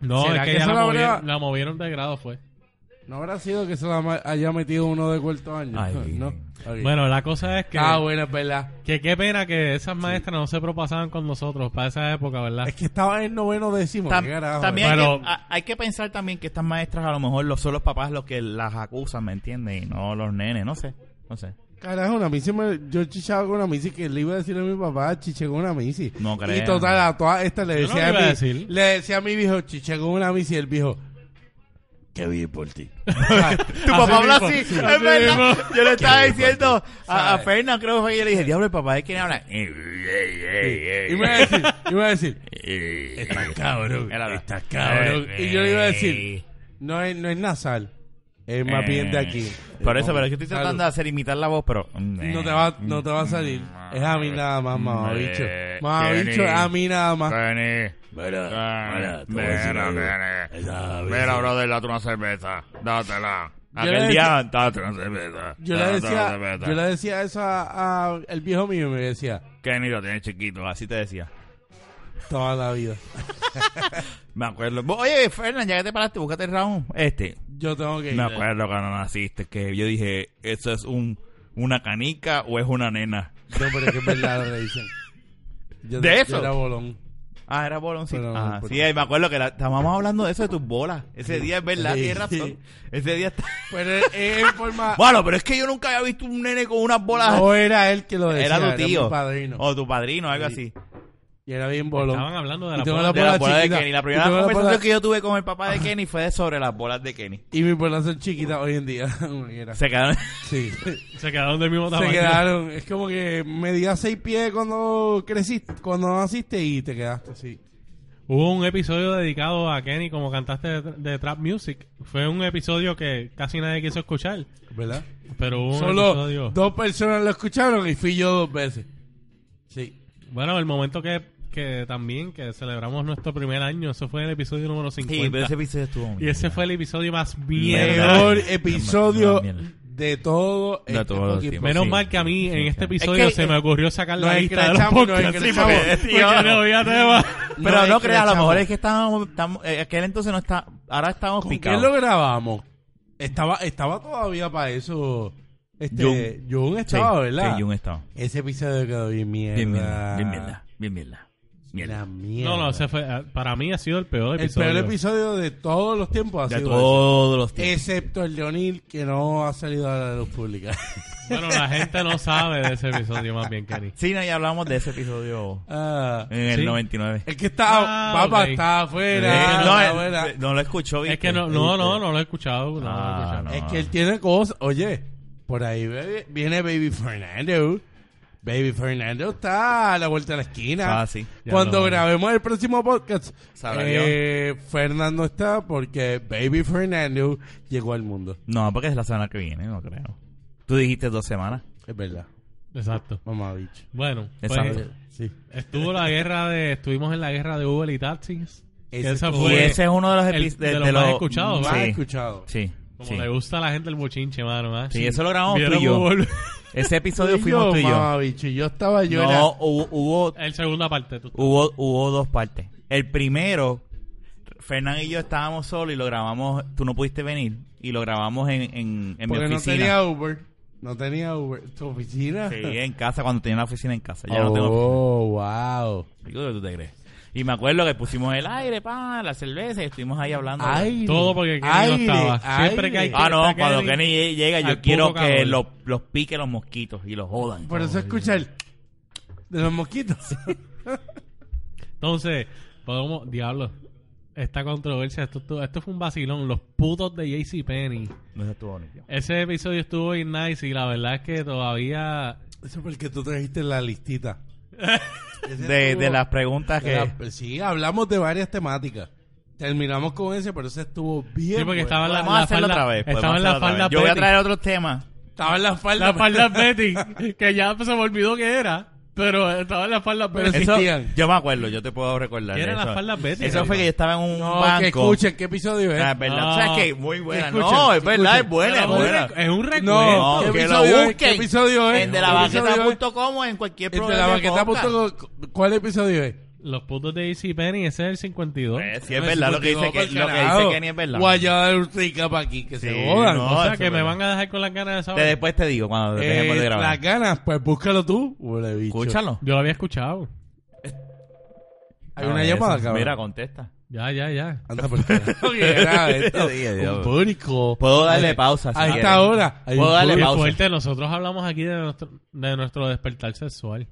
S3: No, es
S2: ¿Será
S3: que,
S2: que
S3: ya
S2: eso
S3: la
S2: lo
S3: movieron,
S2: habrá-
S3: la movieron de grado, fue.
S2: No habrá sido que se la ma- haya metido uno de cuarto año.
S1: Ay.
S2: ¿No? Ok.
S3: Bueno, la cosa es que.
S2: ah, bueno, es verdad.
S3: Que qué pena que esas maestras no se propasaban con nosotros para esa época, ¿verdad?
S2: Es que estaba en noveno décimo.
S1: Tam-
S2: ¿qué carajo?
S1: también hay,
S3: Pero-
S1: que, a- hay que pensar también que estas maestras a lo mejor los, son los papás los que las acusan, ¿me entiendes? Y no los nenes, no sé, no sé.
S2: Carajo, una misi me- yo chichaba con una misi que le iba a decir a mi papá, chiché con una misi.
S1: No
S2: Y
S1: creo.
S2: total, a todas estas le
S3: Yo no
S2: decía,
S3: lo iba
S2: a
S3: a
S2: mi,
S3: decir.
S2: le decía a mi viejo, chiché con una misi, y el viejo, qué bien por ti.
S1: Tu
S3: Así
S1: papá habla
S3: mismo,
S1: así,
S3: sí.
S1: es
S3: Así
S1: verdad. Yo le estaba
S2: Qué
S1: diciendo a, a
S2: ¿Sabes?
S1: Fernan, creo que fue, y yo le dije, diablo, el papá de quién habla. Y me
S2: y me iba a decir, y me iba a decir,
S1: Estás
S2: cabrón, estás cabrón. Y yo le iba a decir, no es, no es nasal, es más bien de aquí.
S1: Eh. Por eso, pero es que estoy tratando de hacer imitar la voz, pero.
S2: No te, va, no te va a salir. Es a mí nada
S1: Mm,
S2: más, mamá bicho.
S1: eh,
S2: Mamá bicho, a mí nada más.
S4: Kenny,
S5: Mira, mira, te voy a decir
S4: mira,
S5: algo.
S4: Kenny.
S5: Esa
S4: Mira,
S5: vez-
S4: brother, date una cerveza. Dátela.
S2: Yo le
S4: Aquel
S2: decía-
S4: día, date una cerveza.
S2: Yo le
S4: Date una
S2: decía,
S4: cerveza.
S2: yo le decía eso a, a- el viejo mío y me decía,
S4: Kenny lo tiene chiquito.
S1: Así te decía.
S2: toda la vida.
S1: Me acuerdo. Oye, Fernan, ya que te paraste, búscate el round. Este.
S2: Yo tengo que ir.
S1: Me acuerdo cuando naciste que yo dije, ¿eso es un, una canica o es una nena?
S2: No, pero es que es verdad lo que dicen. Yo-
S1: ¿De
S2: yo
S1: eso?
S2: era bolón.
S1: Ah, era boloncito.
S2: Pero no,
S1: Ah,
S2: pero-
S1: sí, ahí me acuerdo que la- estábamos hablando de eso de tus bolas. Ese día es verdad,
S2: Sí.
S1: tienes razón. Ese día está...
S2: Pero es en forma...
S1: Bueno, pero es que yo nunca había visto un nene con unas bolas.
S2: No era él que lo decía,
S1: era tu tío. Oh.
S2: mi padrino.
S1: O tu padrino, algo
S2: Sí.
S1: así.
S2: Y era bien bolón.
S3: Estaban hablando de
S2: Y
S3: la
S2: tengo
S3: bola-
S2: la
S1: De las
S2: bola
S1: bolas de
S2: chiquita.
S1: Kenny. La
S2: Y
S1: primera
S2: tengo la
S1: conversación
S2: bola-
S1: que yo tuve con el papá de Kenny fue sobre las bolas de Kenny.
S2: Y mis bolas son chiquitas hoy en día. Como quiera.
S1: Se quedaron...
S2: Sí.
S3: Se quedaron del mismo tamaño.
S2: Se quedaron. Es como que medía seis pies cuando creciste, cuando naciste y te quedaste así.
S3: Hubo un episodio dedicado a Kenny como cantaste de, de Trap Music. Fue un episodio que casi nadie quiso escuchar.
S2: ¿Verdad?
S3: Pero hubo un
S2: Solo
S3: episodio.
S2: dos personas lo escucharon y fui yo dos veces. Sí.
S3: Bueno, el momento que, que también que celebramos nuestro primer año, eso fue el episodio número 50.
S1: Sí, pero ese episodio estuvo...
S3: Y ese fue el episodio más
S1: Mierda.
S3: bien.
S2: Peor
S1: Mierda.
S2: episodio
S1: Mierda.
S2: de todo este
S1: De todos los
S2: fucking
S1: tiempos.
S3: Menos
S1: Sí,
S3: mal que a mí
S1: sí,
S3: en
S1: sí,
S3: este
S1: sí.
S3: episodio
S2: Es que,
S3: se me
S2: eh,
S3: ocurrió sacar
S2: nos
S3: la lista de los
S2: escrachamos, nos
S3: podcasts. Sí,
S2: escrachamos.
S3: porque- porque no había tema.
S1: Pero no creas, a lo
S2: escrachamos.
S1: mejor es que estábamos... estamos- eh, aquel entonces no está... Ahora estamos
S2: ¿Con
S1: picados.
S2: quién lo grabamos? Estaba, estaba todavía para eso. Este, Jun
S1: Sí,
S2: estaba, ¿verdad?
S1: Sí, Jun estaba.
S2: Ese episodio quedó bien mierda.
S1: Bien mierda, bien mierda, bien mierda.
S2: La
S1: Mierda.
S2: mierda.
S3: No, no, ese fue, eh, para mí ha sido el peor
S2: el
S3: episodio.
S2: peor episodio de todos los tiempos ha
S1: De
S2: sido
S1: todos los
S2: ese.
S1: tiempos.
S2: Excepto el de O'Neill, que no ha salido a la luz pública.
S3: Bueno, la gente no sabe de ese episodio más bien, Kenny.
S1: Sí, no, ya hablamos de ese episodio
S2: Ah,
S1: en el
S3: Sí.
S1: 99.
S2: el que estaba,
S3: Ah,
S2: papá,
S3: ok.
S2: estaba
S1: Eh,
S2: afuera.
S1: no,
S2: estaba
S1: eh,
S2: afuera.
S1: eh, no lo escuchó, ¿viste?
S3: Es que no, no, no, no lo he escuchado. No,
S1: Ah,
S3: lo he escuchado.
S1: no.
S2: Es que él tiene cosas. Oye, por ahí bebe- viene Baby Fernando. Baby Fernando está a la vuelta de la esquina.
S1: Ah, sí.
S3: Ya
S2: Cuando
S3: lo-
S2: grabemos el próximo podcast,
S1: Sabrá
S2: eh, Fernando está porque Baby Fernando llegó al mundo.
S1: No, porque es la semana que viene, no creo. Tú dijiste dos semanas.
S2: Es verdad.
S3: Exacto.
S2: Mamá bicho.
S3: Bueno, pues,
S1: Exacto.
S2: Sí.
S3: estuvo la guerra de, estuvimos en la guerra de Uber y taxis. que
S2: Ese
S3: esa
S2: estuvo-
S1: Y
S3: fue,
S1: ese es uno de los
S3: el-
S1: episodios
S3: de los más escuchados,
S2: Más
S1: Sí,
S2: escuchado.
S1: sí.
S3: como
S1: sí.
S3: le gusta a la gente el bochinche, mano. ¿ah?
S1: Sí, eso lo grabamos tú y
S3: Viéramos
S1: yo.
S3: Uber-
S1: Ese episodio fuimos tú y yo.
S2: mamá bicho, yo estaba yo era-
S1: No, hubo, hubo,
S3: El segunda parte. tú-
S1: hubo, hubo dos partes. El primero, Fernán y yo estábamos solos y lo grabamos. Tú no pudiste venir y lo grabamos en, en, en mi
S2: Porque no
S1: oficina.
S2: tenía Uber. No tenía Uber. ¿Tu oficina?
S1: Sí, en casa, cuando tenía la oficina en casa. Ya
S2: oh,
S1: no tengo
S2: wow.
S1: Digo, ¿tú te crees? Y me acuerdo que pusimos el aire, pan, la cerveza y estuvimos ahí hablando.
S2: Aire,
S3: Todo porque Kenny
S2: aire,
S3: no estaba. Siempre que hay
S2: aire.
S1: Ah, no,
S3: Está
S1: cuando
S3: Kenny
S1: Kenny lle- llega
S3: al
S1: yo quiero
S3: puto
S1: que
S3: calor.
S1: los, los pique los mosquitos y los jodan.
S2: Por eso escucha el... De los mosquitos.
S3: Entonces, podemos, diablo, esta controversia, esto, esto, esto fue un vacilón, los putos de JC Penny.
S1: No, eso estuvo bonito.
S3: Ese episodio estuvo bien nice y la verdad es que todavía
S2: Eso porque tú trajiste la listita. Ese
S1: De,
S2: estuvo-
S1: de las preguntas que...
S2: de la- sí, hablamos de varias temáticas. Terminamos con ese, pero ese estuvo bien.
S3: Sí,
S2: bueno.
S3: porque estaba en la,
S1: pues, Podemos
S3: la
S1: hacerlo
S3: falda-
S1: otra vez. podemos
S3: Estaba en la
S1: hacerlo otra
S3: falda
S1: vez. Yo voy a
S3: Betty.
S1: traer otros temas.
S2: Estaba en la falda.
S3: La falda Betty, que ya se me olvidó que era, pero estaba en la falda Betty.
S1: Eso,
S2: existían.
S1: yo me acuerdo, yo te puedo recordar.
S3: ¿Qué eran
S1: eso.
S3: las faldas Betty,
S1: Eso fue
S3: Gabriel?
S1: que yo estaba en un
S2: No,
S1: banco.
S2: que escuchen, ¿qué episodio es?
S1: Ah, es verdad.
S3: No.
S1: ¿Sabes qué? Muy buena.
S2: Escuchen,
S1: no, es verdad,
S2: escuchen.
S1: es buena, es
S3: Pero
S1: buena.
S3: es un recuerdo.
S1: No,
S2: No, ¿qué
S1: que lo
S2: episodio es?
S1: busquen.
S2: ¿Qué episodio es?
S1: En
S2: ¿Qué
S1: de la
S2: episodio es?
S1: o en cualquier
S2: El de
S1: programa.
S2: la banqueta punto com, ¿Cuál episodio es?
S3: Los putos de JC Penny, ese es el 52.
S1: Eh, sí, es verdad lo que dice, que, lo que dice
S2: Carajo.
S1: Kenny es verdad.
S2: Guayaba de Urtica para aquí, que
S1: Sí,
S2: se jodan.
S1: no,
S3: o sea,
S1: eso
S3: que
S1: es
S3: me
S1: verdad.
S3: van a dejar con las ganas de
S1: Te-
S3: saber.
S1: después te digo cuando
S2: Eh,
S1: dejemos de grabar.
S2: las ganas, pues búscalo tú. huele bicho.
S1: Escúchalo.
S3: Yo lo había escuchado.
S2: Hay
S1: No,
S2: una
S1: Ah, eso.
S2: llamada, cabrón.
S1: Mira, contesta.
S3: Ya, ya, ya.
S2: Anda por carajo, que era esto.
S1: Sí, Dios.
S2: Un público.
S1: Puedo darle pausa. si
S2: A
S1: quieres.
S2: esta hora. hay
S1: Puedo
S2: un
S1: darle
S3: Qué
S2: público.
S1: pausa.
S3: fuerte, nosotros hablamos aquí de nuestro, de nuestro despertar sexual.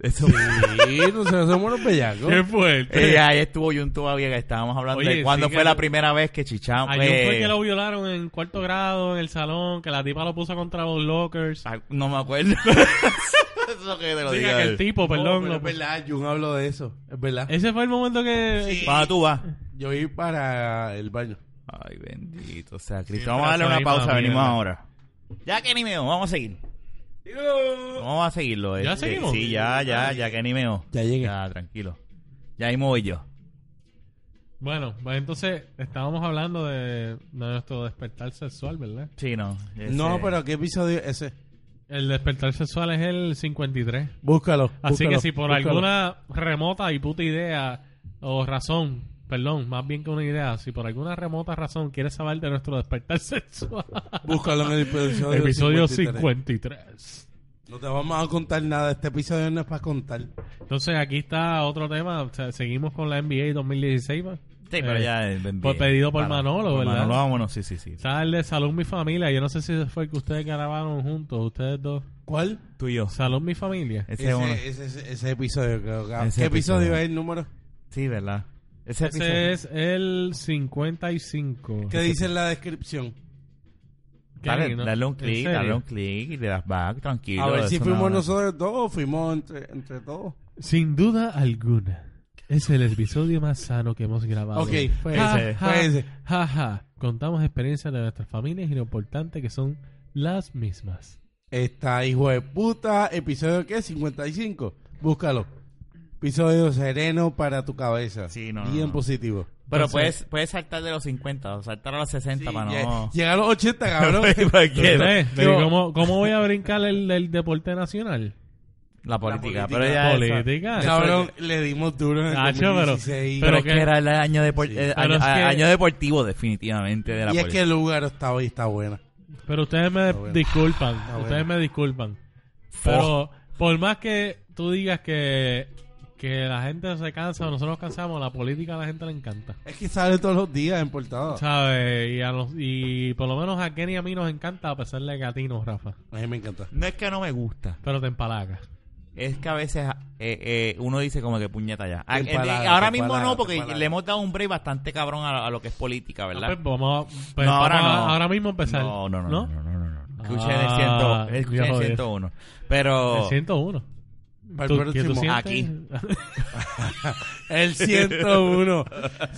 S1: Eso.
S2: Sí, nosotros somos unos bellacos.
S3: Qué fuerte.
S1: Eh, ahí estuvo Jun todavía que estábamos hablando
S3: Oye,
S1: de cuándo
S3: sí que
S1: fue la
S3: lo-
S1: primera vez que chichamos.
S3: Ayer fue
S1: eh,
S3: que lo violaron en cuarto grado, en el salón, que la tipa lo puso contra los lockers.
S1: ah, No me acuerdo. Eso que te lo
S3: Diga
S1: diga.
S3: que el tipo,
S2: No,
S3: perdón. pues.
S2: pero
S3: lo-
S2: es verdad, Jun habló de eso. Es verdad.
S3: Ese fue el momento que...
S1: Cuando tú vas.
S2: Yo iba para el baño.
S1: Ay, bendito. O sea, Cristo,
S3: Siempre
S1: vamos a darle
S3: hace
S1: una
S3: la misma
S1: pausa. Venimos
S3: mierda.
S1: ahora. Ya que ni meo, vamos a seguir. Vamos a seguirlo.
S3: ¿Ya
S1: este,
S3: seguimos?
S1: Sí, ya, ya, ya que ni meo.
S2: Ya llegué.
S1: Ya, tranquilo. Ya ahí voy yo.
S3: Bueno, pues entonces estábamos hablando de, de nuestro despertar sexual, ¿verdad?
S1: Sí, no. ese-
S2: No, pero ¿qué episodio es ese?
S3: El despertar sexual es el 53.
S2: Búscalo.
S3: Así
S2: búscalo,
S3: que si por
S2: búscalo.
S3: alguna remota y puta idea o razón, perdón, más bien que una idea, si por alguna remota razón quieres saber de nuestro despertar sexual,
S2: Búscalo en el episodio,
S3: episodio
S2: 53.
S3: 53.
S2: No te vamos a contar nada. Este episodio no es para contar.
S3: Entonces aquí está otro tema, o sea, seguimos con la NBA 2016, ¿va?
S1: Sí, pero
S3: Eh,
S1: ya. eh, bien,
S3: por
S1: bien.
S3: pedido por
S1: Para-
S3: Manolo,
S1: por
S3: ¿verdad?
S1: Manolo, vámonos, sí, sí, sí.
S3: Está el de Salud Mi Familia, yo no sé si ese fue el que ustedes grabaron juntos, ustedes dos.
S2: ¿Cuál?
S1: Tú y yo.
S3: Salud Mi Familia.
S1: Ese, es uno.
S2: Ese, ese, ese- ese episodio. creo que-
S1: Ese
S2: ¿Qué episodio,
S1: episodio.
S2: es el número?
S1: Sí, ¿verdad? Ese,
S3: Ese es el 55.
S2: ¿Qué dice en la descripción?
S1: Dale,
S3: Kenny, ¿no?
S1: dale un
S3: ¿En
S1: clic,
S3: serio?
S1: dale un clic y le das back, tranquilo.
S2: A ver si
S1: eso
S2: fuimos
S1: no-
S2: nosotros dos o fuimos entre, entre todos.
S3: Sin duda alguna. Es el episodio más sano que hemos grabado.
S2: Ok, fue
S3: Ja,
S2: ese,
S3: ja,
S2: fue ese.
S3: ja, ja. Contamos experiencias de nuestras familias y lo importante que son las mismas.
S2: Está hijo de puta, episodio qué, 55. Búscalo. Episodio sereno para tu cabeza.
S1: Sí, no,
S2: Bien
S1: no, no.
S2: positivo.
S1: Pero
S3: Entonces-
S1: puedes, puedes saltar de los 50, o saltar a los 60 para
S2: Lle-
S1: no.
S2: Llega a los 80, cabrón.
S1: ¿Para qué?
S3: ¿Ves?
S2: yo-
S3: ¿Cómo, cómo voy a brincar el, el deporte nacional?
S1: La política,
S2: política.
S1: pero ya. esa-
S3: Política.
S2: cabrón, le dimos duro en el
S3: Nacho, pero-
S2: 2016.
S1: Pero
S3: Pero
S1: es que
S3: que-
S1: era el año, depor-
S2: Sí.
S1: eh,
S3: Pero
S1: año,
S3: es que-
S1: año deportivo, definitivamente, de la
S2: y es que
S1: política.
S2: el lugar está hoy está buena.
S3: Pero ustedes me
S2: bueno.
S3: disculpan.
S2: bueno.
S3: Ustedes me disculpan. Pero por más que tú digas que, que la gente se cansa o nosotros nos cansamos, la política a la gente le encanta.
S2: Es que sale todos los días en portada.
S3: ¿Sabes? Y, a los- y por lo menos a Kenny y a mí nos encanta, a pesar de que a ti no, Rafa.
S2: A mí me encanta.
S1: No es que no me gusta,
S3: Pero te empalaga.
S1: es que a veces eh, eh, uno dice como que puñeta ya. Ah,
S2: Te
S1: eh,
S2: empalaga,
S1: eh,
S2: te
S1: ahora mismo
S2: empalaga,
S1: no,
S2: te
S1: porque
S2: empalaga.
S1: le hemos dado un break bastante cabrón a, a lo que es política,
S3: Ah,
S1: ¿verdad?
S3: pues vamos a- pues
S1: No,
S3: vamos
S1: ahora
S3: a-
S1: no.
S3: ahora mismo empezar.
S1: No, no, no, no, no, no, no, no. Escuché en el,
S3: Ah,
S1: 100, escuché en el
S3: ya jodí.
S1: 101. Pero...
S3: El 101.
S2: Para
S3: ¿Tú-
S2: el
S3: que tú
S2: próximo.
S3: sientes?
S1: Aquí.
S2: El 101.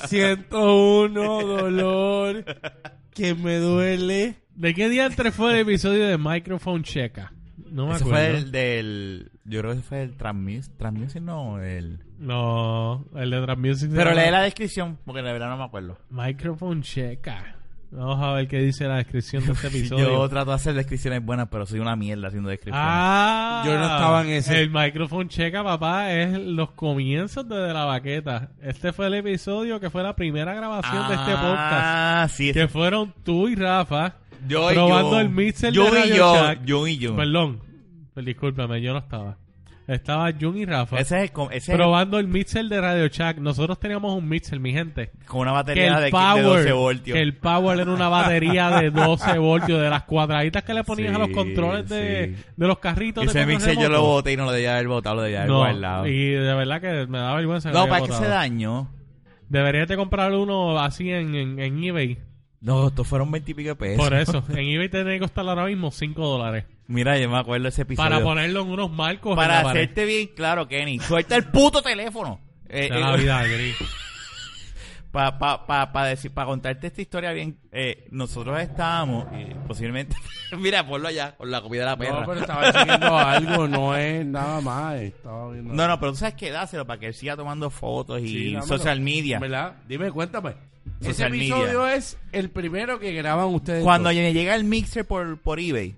S2: 101, dolor. Que me duele.
S3: ¿De qué día entre fue el episodio de Microphone Checa? No me
S1: Ese
S3: acuerdo.
S1: fue el del. Yo creo que ese fue el Transmus. Transmusic no, el.
S3: No, el de Transmusic. se
S1: Pero
S3: llama
S1: lee la descripción, porque de verdad no me acuerdo.
S3: Microphone Checa. Vamos a ver qué dice la descripción de este
S1: Yo
S3: episodio.
S1: trato de hacer descripciones buenas, pero soy una mierda haciendo descripciones.
S3: Ah,
S2: Yo no estaba en ese.
S3: El Microphone Checa, papá, es los comienzos de, De la baqueta. Este fue el episodio que fue la primera grabación de este podcast.
S1: Ah, sí.
S3: Que fueron tú y Rafa
S1: Yo y
S3: probando
S1: yo.
S3: el mixer
S1: yo
S3: de
S1: y
S3: Radio
S1: yo,
S3: Shack.
S1: yo y yo.
S3: Perdón, pues, discúlpame, yo no estaba. Estaba Jun y Rafa
S1: Ese es el, com- ese es el-
S3: probando el mixer de Radio Shack. Nosotros teníamos un mixer, mi gente.
S1: con una
S3: Que
S1: batería de,
S3: el,
S1: 15 de
S3: power,
S1: 12 voltios.
S3: que el power era una batería de 12 voltios, de las cuadraditas que le ponías a los
S1: Sí,
S3: controles de,
S1: sí.
S3: de los carritos. de
S1: ese
S3: control
S1: mixer yo lo
S3: remoto.
S1: boté y no lo debía haber botado, lo debía haber guardado.
S3: No, y de verdad que me da vergüenza.
S1: No,
S3: lo
S1: para
S3: haya
S1: que se
S3: botado.
S1: daño.
S3: Deberías de comprar uno así en, en, en eBay.
S1: No, estos fueron 20 y pico de pesos.
S3: Por e- eso, en eBay te tiene que costar ahora mismo 5 dólares.
S1: Mira, yo me acuerdo de ese episodio.
S3: Para ponerlo en unos marcos. en
S1: Para
S3: la pared.
S1: hacerte bien claro, Kenny, suelta el puto teléfono. Eh,
S3: Sea la vida, Gris.
S1: Para decir, para contarte esta historia bien, eh, nosotros estábamos, eh, posiblemente, mira, ponlo allá, con la comida de la perra.
S2: No, pero estaba diciendo algo, no es nada más. Estaba viendo-
S1: No, no, pero tú sabes que dáselo para que él siga tomando fotos y
S2: Sí, dámelo.
S1: social media.
S2: ¿Verdad? Dime, cuéntame. Ese
S1: Social media.
S2: episodio es el primero que graban ustedes.
S1: Cuando
S2: dos.
S1: me llega el mixer por, por eBay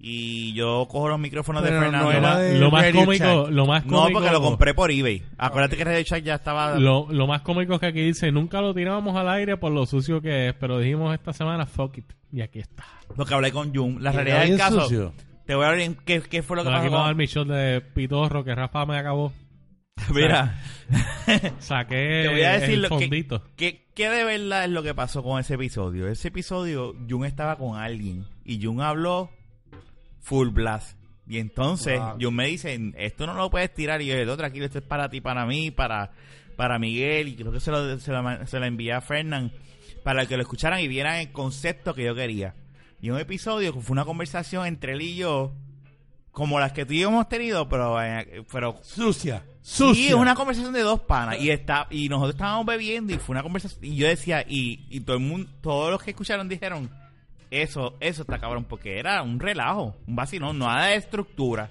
S1: y yo cojo los micrófonos
S2: Pero
S1: de
S2: no
S1: Fernando. No,
S2: era de-
S3: lo más
S2: Radio
S3: cómico,
S2: Shack.
S3: lo más cómico.
S1: porque lo compré por eBay. Acuérdate que Radio Shack ya estaba.
S3: Lo, lo más cómico es que aquí dice, nunca lo tirábamos al aire por lo sucio que es, pero dijimos esta semana, fuck it, y aquí está.
S1: Porque hablé con Jun. La
S2: Era
S1: realidad del
S2: bien
S1: caso.
S2: sucio.
S1: Te voy a abrir qué, qué fue lo que
S3: Bueno, aquí
S1: pasó.
S3: vamos a dar
S1: con-
S3: mi shot de pitorro que Rafa me acabó.
S1: Mira,
S3: Saqué
S1: te voy a decir
S3: el
S1: lo que,
S3: fondito.
S1: que- que de verdad es lo que pasó con ese episodio. Ese episodio, Jun estaba con alguien y Jun habló full blast. Y entonces
S2: Wow.
S1: Jun me dice, esto no lo puedes tirar. Y yo, no, tranquilo, esto es para ti, para mí, para, para Miguel. Y creo que se lo, se, lo, ma- se lo envié a Fernán para que lo escucharan y vieran el concepto que yo quería. Y un episodio que fue una conversación entre él y yo, como las que tú y yo hemos tenido, pero, eh, pero
S2: Sucia.
S1: Sí,
S2: Sucia.
S1: es una conversación de dos panas y está y nosotros estábamos bebiendo y fue una conversación y yo decía y, y todo el mundo todos los que escucharon dijeron eso eso está cabrón porque era un relajo, un vacilón, nada de estructura.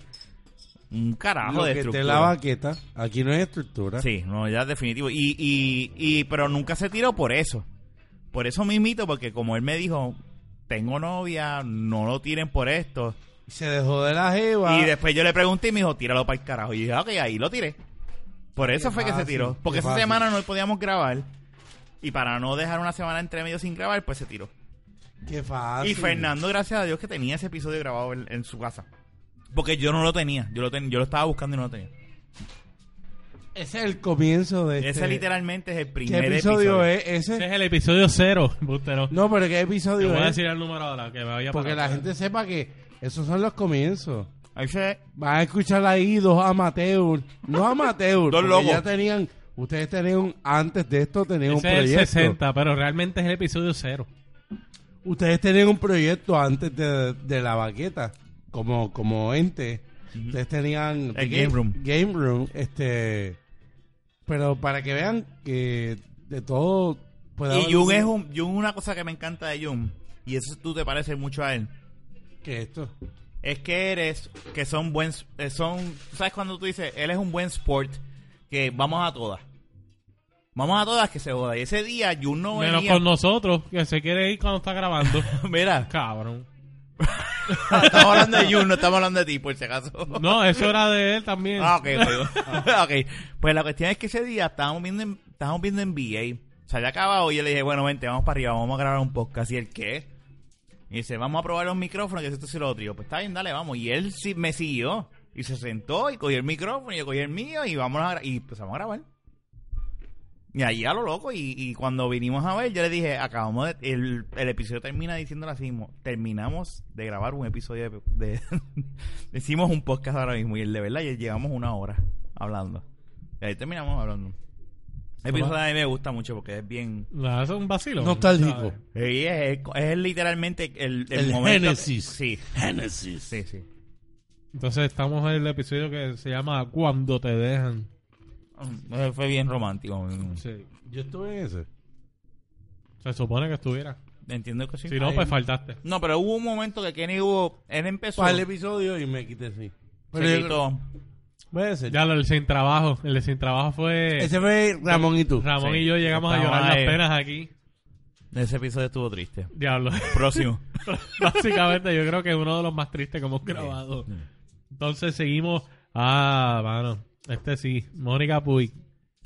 S1: Un carajo
S2: Lo
S1: de
S2: que te
S1: estructura.
S2: la baqueta. Aquí no hay estructura.
S1: Sí, no, ya definitivo. Y, y, y, pero nunca se tiró por eso. Por eso mismito, porque como él me dijo, tengo novia, no lo tiren por esto.
S2: Se dejó de la jeva.
S1: Y después yo le pregunté y me dijo, tíralo para el carajo. Y dije, ok, ahí lo tiré. Por eso
S2: Qué
S1: fue que se
S2: fácil,
S1: tiró. Porque
S2: qué
S1: esa
S2: fácil.
S1: semana no podíamos grabar. Y para no dejar una semana entre medio sin grabar, pues se tiró.
S2: Qué fácil.
S1: y Fernando, gracias a Dios, que tenía ese episodio grabado en, en su casa. Porque yo no lo tenía. Yo lo, ten- yo lo estaba buscando y no lo tenía.
S2: Ese es el comienzo de este.
S1: Ese literalmente es el
S2: ¿Qué
S1: primer episodio.
S2: episodio, es ese?
S3: Este es el episodio cero, Bustero.
S2: No, pero ¿qué
S3: Te
S2: episodio
S3: voy a
S2: es?
S3: decir el número ahora, que me había
S2: Porque la
S3: parado.
S2: gente sepa que esos son los comienzos.
S1: Ahí se-
S2: Van a escuchar ahí dos amateurs. No amateurs.
S1: Dos
S2: porque
S1: locos.
S2: Ya tenían, ustedes tenían, un- antes de esto, tenían un
S3: Ese es
S2: proyecto.
S3: el 60, pero realmente es el episodio cero.
S2: Ustedes tenían un proyecto antes de, de la baqueta, como, como ente. Ustedes tenían
S1: El Game Room.
S2: Game Room, este. Pero para que vean que de todo puede
S1: Y
S2: haber
S1: Jun es un, Jun, una cosa que me encanta de Jun. Y eso tú te pareces mucho a él.
S2: que esto.
S1: es que eres que son buen eh, son sabes cuando tú dices él es un buen sport que vamos a todas vamos a todas que se joda y ese día Jun no
S3: Menos
S1: venía
S3: con nosotros, que se quiere ir cuando está grabando.
S1: mira
S3: Cabrón.
S1: estamos hablando de Jun no estamos hablando de ti por si acaso
S3: No, eso era de él también.
S1: ah, ok, ok. Ok. pues la cuestión es que ese día estábamos viendo en- estábamos viendo NBA o sea ya acabado y yo le dije bueno vente vamos para arriba vamos a grabar un podcast y el qué y dice vamos a probar los micrófonos que esto sí lo otro Y yo, pues está bien dale vamos y él sí me siguió y se sentó y cogió el micrófono y yo cogí el mío y vamos a gra- y empezamos a grabar y ahí a lo loco, y, y cuando vinimos a ver, yo le dije, acabamos de, el, el episodio termina diciéndolo así mismo, terminamos de grabar un episodio de, de- hicimos un podcast ahora mismo, y el de verdad, y llevamos una hora hablando. Y ahí terminamos hablando. El episodio a mí me gusta mucho porque es bien...
S3: No, eso es un vacilo.
S2: Nostálgico.
S3: ¿sabes?
S1: Sí, es, es- es literalmente el, el,
S2: El
S1: momento...
S2: génesis.
S1: Sí,
S5: Genesis.
S1: sí, sí.
S3: Entonces estamos en el episodio que se llama Cuando te dejan.
S1: Mm, Fue bien romántico.
S3: Sí.
S2: Yo estuve en ese.
S3: Se supone que estuviera.
S1: entiendo que sí.
S3: Si no, pues faltaste.
S1: No, pero hubo un momento que Kenny hubo. Él empezó.
S2: Para el episodio y me quité sí.
S1: se
S2: Pero yo creo-
S1: quitó.
S2: puede ser.
S3: Ya, lo del sin trabajo. El de sin trabajo fue...
S2: Ese fue Ramón y tú.
S3: Ramón
S1: Sí.
S3: y yo llegamos a
S1: Estaba
S3: llorar las
S1: ahí.
S3: penas aquí.
S1: Ese episodio estuvo triste.
S3: Diablo.
S1: Próximo.
S3: Básicamente yo creo que es uno de los más tristes que hemos grabado. Entonces seguimos... Ah, mano. Este sí. Mónica Puig.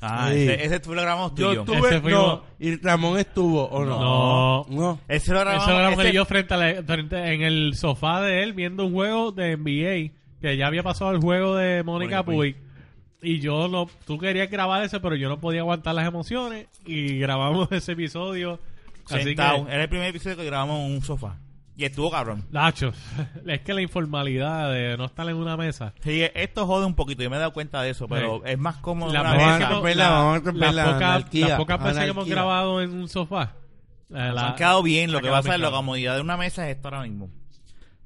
S1: Ah,
S2: Sí.
S1: ese, ese tú lo grabamos tú
S2: Yo
S1: y yo.
S2: estuve,
S3: Ese fui
S2: no,
S3: yo.
S2: y Ramón estuvo, ¿o no?
S3: No.
S2: No.
S1: Ese lo grabamos,
S3: Eso lo grabamos
S1: ese-
S3: él y yo frente a la- frente- en el sofá de él viendo un juego de NBA que ya había pasado el juego de Mónica
S1: Mónica Puig.
S3: Puig. Y yo no, tú querías grabar ese, pero yo no podía aguantar las emociones y grabamos ese episodio. Así
S1: sentado.
S3: que,
S1: Era el primer episodio que grabamos en un sofá. Y estuvo cabrón.
S3: Nacho, es que la informalidad de no estar en una mesa.
S1: Sí, esto jode un poquito, yo me he dado cuenta de eso, pero
S3: Sí.
S1: es más cómodo
S3: La
S1: una
S3: poca-
S2: Vamos a
S1: mesa.
S2: romper la- vamos a romper
S3: las
S2: la
S3: pocas-
S2: anarquía,
S3: las pocas veces que hemos
S2: anarquía.
S3: grabado en un sofá. eh,
S1: Nos
S3: la-
S1: han quedado bien, lo
S3: ha
S1: que va a
S3: quedado
S1: ser la
S3: bien.
S1: comodidad de una mesa es esto ahora mismo.